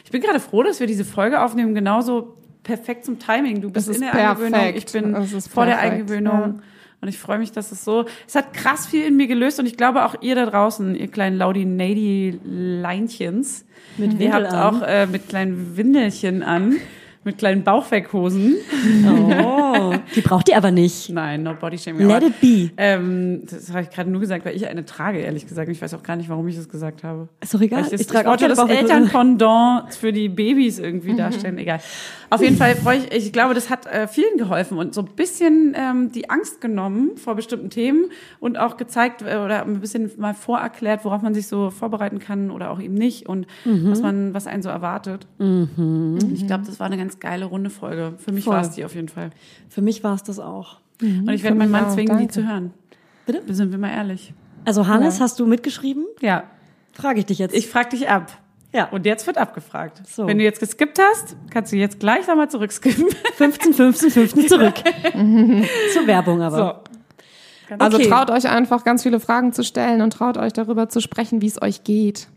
B: Ich bin gerade froh, dass wir diese Folge aufnehmen. Genauso perfekt zum Timing. Du bist
C: Das ist
B: in der
C: perfekt.
B: Eingewöhnung. Ich bin
C: Das ist
B: vor der
C: perfekt,
B: Eingewöhnung.
C: ja.
B: Und ich freue mich, dass es so. Es hat krass viel in mir gelöst und ich glaube auch ihr da draußen, ihr kleinen Laudi-Nady-Leinchens.
A: Mit
B: Ihr habt
A: Windelarm.
B: auch äh, mit kleinen Windelchen an, mit kleinen Bauchweckhosen.
A: Oh, *laughs* die braucht ihr aber nicht.
B: Nein, no body shaming.
A: Let
B: aber-
A: it be.
B: Ähm, das habe ich gerade nur gesagt, weil ich eine trage, ehrlich gesagt. Ich weiß auch gar nicht, warum ich das gesagt habe.
A: Ist doch egal.
B: Weil Ich, das,
A: Ich trage
B: ich wollte
A: auch keine Mhm.
B: das
A: Bauchhose.
B: Elternpendant für die Babys irgendwie darstellen. Egal. Auf jeden Fall freue ich, ich glaube, das hat äh, vielen geholfen und so ein bisschen ähm, die Angst genommen vor bestimmten Themen und auch gezeigt äh, oder ein bisschen mal vorerklärt, worauf man sich so vorbereiten kann oder auch eben nicht und
A: Mhm.
B: was man, was einen so erwartet. Und ich glaube, das war eine ganz geile runde Folge. Für mich
A: Voll. Mhm.
B: war es die auf jeden Fall.
A: Für mich war es das auch.
B: Und ich werde meinen Mann
C: auch,
B: zwingen, die
C: danke.
B: zu hören.
A: Bitte?
B: Sind wir mal ehrlich.
A: Also Hannes, hast du mitgeschrieben?
B: Ja.
A: Frage ich dich jetzt.
B: Ich frag dich ab.
A: ja.
B: Und jetzt wird abgefragt.
A: So.
B: Wenn du jetzt geskippt hast, kannst du jetzt gleich nochmal zurückskippen.
A: 15, 15, 15 *laughs* zurück. Zur Werbung aber.
B: So.
C: Also
A: Okay.
C: traut euch einfach, ganz viele Fragen zu stellen und traut euch darüber zu sprechen, wie es euch geht.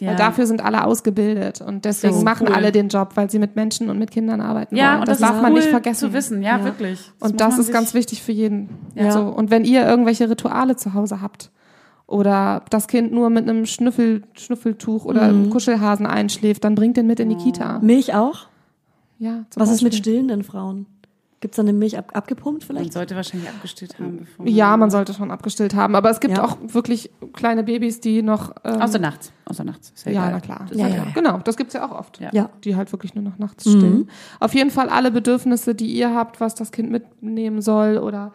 B: Ja.
C: Weil dafür sind alle ausgebildet und deswegen
B: Das ist
C: machen
B: cool.
C: alle den Job, weil sie mit Menschen und mit Kindern arbeiten
B: Ja,
C: wollen.
B: und das,
C: darf
B: ist
C: man
B: cool
C: nicht vergessen.
B: zu wissen. Ja, wirklich. muss
C: und das
B: man
C: ist
B: sich-
C: ganz wichtig für jeden.
B: Ja.
C: So. Und wenn ihr irgendwelche Rituale zu Hause habt oder das Kind nur mit einem Schnüffel, Schnüffeltuch oder
B: Mhm.
C: einem Kuschelhasen einschläft, dann bringt den mit in die Kita.
A: Milch auch?
C: Ja, zum
A: Was ist mit
C: Beispiel.
A: stillenden Frauen? Gibt's da eine Milch ab, abgepumpt
B: Man
A: vielleicht?
B: sollte wahrscheinlich abgestillt haben. Bevor
C: Ja, man sollte schon abgestillt haben, aber es gibt
A: Ja.
C: auch wirklich kleine Babys, die noch ähm,
B: Außer nachts. Außer nachts. Ist
C: Ja,
B: egal.
C: na klar.
B: Das
A: Ja,
B: ist
A: ja.
C: Genau, das gibt's ja auch oft.
B: Ja. Mhm.
A: Ja.
C: Die halt wirklich nur noch nachts stillen. Auf jeden Fall alle Bedürfnisse, die ihr habt, was das Kind mitnehmen soll oder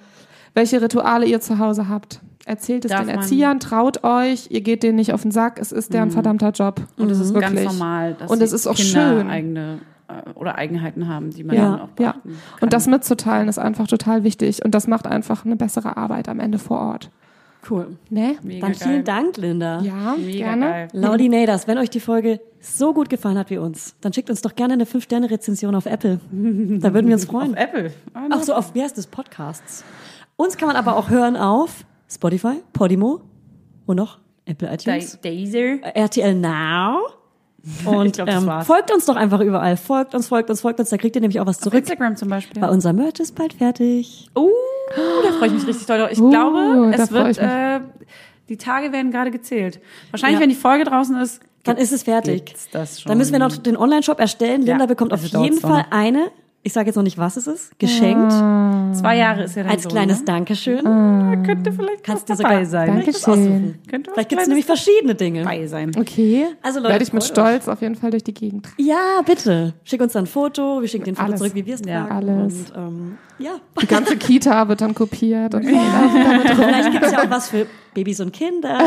C: welche Rituale ihr zu Hause habt. Erzählt es
B: Darf
C: den
B: man- Mhm.
C: Erziehern, traut euch, ihr geht denen nicht auf den Sack, es ist deren verdammter Job. Und es ist
B: Ganz normal. Dass
C: Und es
B: die
C: ist auch
B: Kinder
C: schön.
B: eigene äh, oder Eigenheiten haben, die man dann
C: Ja,
B: auch
C: ja.
B: beachten kann.
C: Und das mitzuteilen ist einfach total wichtig. Und das macht einfach eine bessere Arbeit am Ende vor Ort.
A: Cool.
C: Ne?
B: Mega
A: Dann vielen
B: geil.
A: Dank, Linda.
C: Ja,
B: Mega
C: gerne.
B: geil.
A: Laudinators, wenn euch die Folge so gut gefallen hat wie uns, dann schickt uns doch gerne eine 5-Sterne-Rezension auf Apple. Da würden wir
B: *laughs*
A: uns freuen.
B: Apple. Ah,
A: Ach so, auf wie heißt das? Podcasts. Uns kann man aber auch hören auf Spotify, Podimo, wo noch? Apple iTunes, Äh,
B: Daisy.
A: RTL Now.
B: *laughs*
A: Und
B: glaub, das
A: ähm,
B: war's.
A: folgt uns doch einfach überall. Folgt uns, folgt uns, folgt uns. Da kriegt ihr nämlich auch was
B: Auf
A: zurück.
B: Instagram zum Beispiel.
A: Weil unser Merch ist bald fertig.
B: Oh, da freue ich mich richtig doll. drauf. Ich
C: Uh,
B: glaube,
C: da
B: es
C: freu
B: wird,
C: ich mich.
B: äh, die Tage werden gerade gezählt. Wahrscheinlich,
A: Ja.
B: wenn die Folge draußen ist,
A: Dann ist es fertig.
B: Gibt's das schon?
A: Dann müssen wir noch den Online-Shop erstellen. Linda
B: Ja,
A: bekommt auf
B: also dauert's
A: jeden
B: doch
A: Fall
B: noch.
A: eine, ich sage jetzt noch nicht, was es ist, geschenkt.
B: zwei Jahre ist ja dann
A: Als
B: so,
A: kleines
B: ne?
A: Dankeschön.
B: Da könnte vielleicht
A: Kannst du
B: was
A: sogar-
B: dabei sein.
A: Danke.
B: Danke.
A: das aussuchen.
C: Dankeschön.
B: Könnte was
A: Vielleicht gibt es
B: Kleines
A: nämlich verschiedene Dinge.
B: dabei sein.
C: Okay.
A: Also Leute,
C: Werde ich mit
A: freut euch.
C: Stolz auf jeden Fall durch die Gegend tragen.
A: Ja, bitte. Schick uns dann ein Foto. Wir schicken den Foto
C: Alles.
A: zurück, wie wir es
B: Ja,
A: tragen.
C: alles.
A: Und, ähm, ja.
C: Die ganze Kita wird dann kopiert. Und
A: Vielleicht gibt es ja auch was für Babys und
B: Ah,
A: Kinder.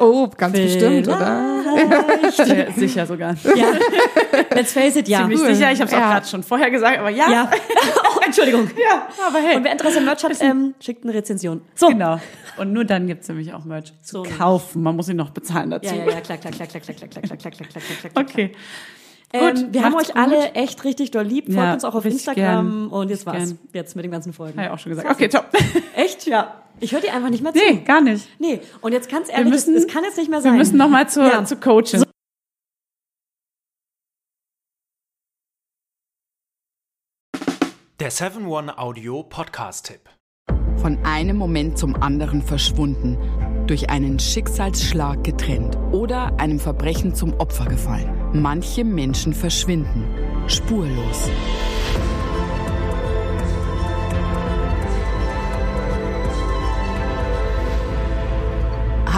C: Oh, ganz bestimmt, oder?
A: Vielleicht.
B: Ja, sicher sogar. *laughs*
A: Ja. Let's face it, ja.
B: Ziemlich sicher. Ich habe es auch
C: Ja.
B: gerade schon vorher gesagt, aber ja.
A: Ja. *laughs* Oh, Entschuldigung.
B: Ja, aber hey.
A: Und wer Interesse am Merch hat, ähm, schickt eine Rezension. So.
B: Genau. Und nur dann gibt's nämlich auch Merch
A: So.
B: zu kaufen. Man muss ihn noch bezahlen
A: Ja,
B: dazu.
A: ja, ja, klar, klar, klar, klar, klar, klar, klar, klar, klar, klar, klar, klar, klar.
B: *laughs* Okay.
A: Ähm,
B: Gut,
A: wir haben euch
B: macht's
A: alle echt richtig doll lieb. Folgt
B: Ja,
A: uns auch auf
B: richtig
A: Instagram.
B: gern.
A: Und jetzt war's.
B: gern.
A: Jetzt mit den ganzen Folgen.
B: Habe ich auch schon gesagt. Okay, top. *laughs*
A: Echt? Ja. Ich höre dir einfach nicht mehr zu.
B: Nee, gar nicht.
A: Nee. Und jetzt ganz ehrlich,
B: müssen-
A: es, es kann jetzt nicht mehr
B: Wir
A: sein.
B: müssen nochmal zur,
A: Ja.
B: zur Coachin.
F: Der 7-One-Audio-Podcast-Tipp.
G: Von einem Moment zum anderen verschwunden, durch einen Schicksalsschlag getrennt oder einem Verbrechen zum Opfer gefallen. Manche Menschen verschwinden spurlos.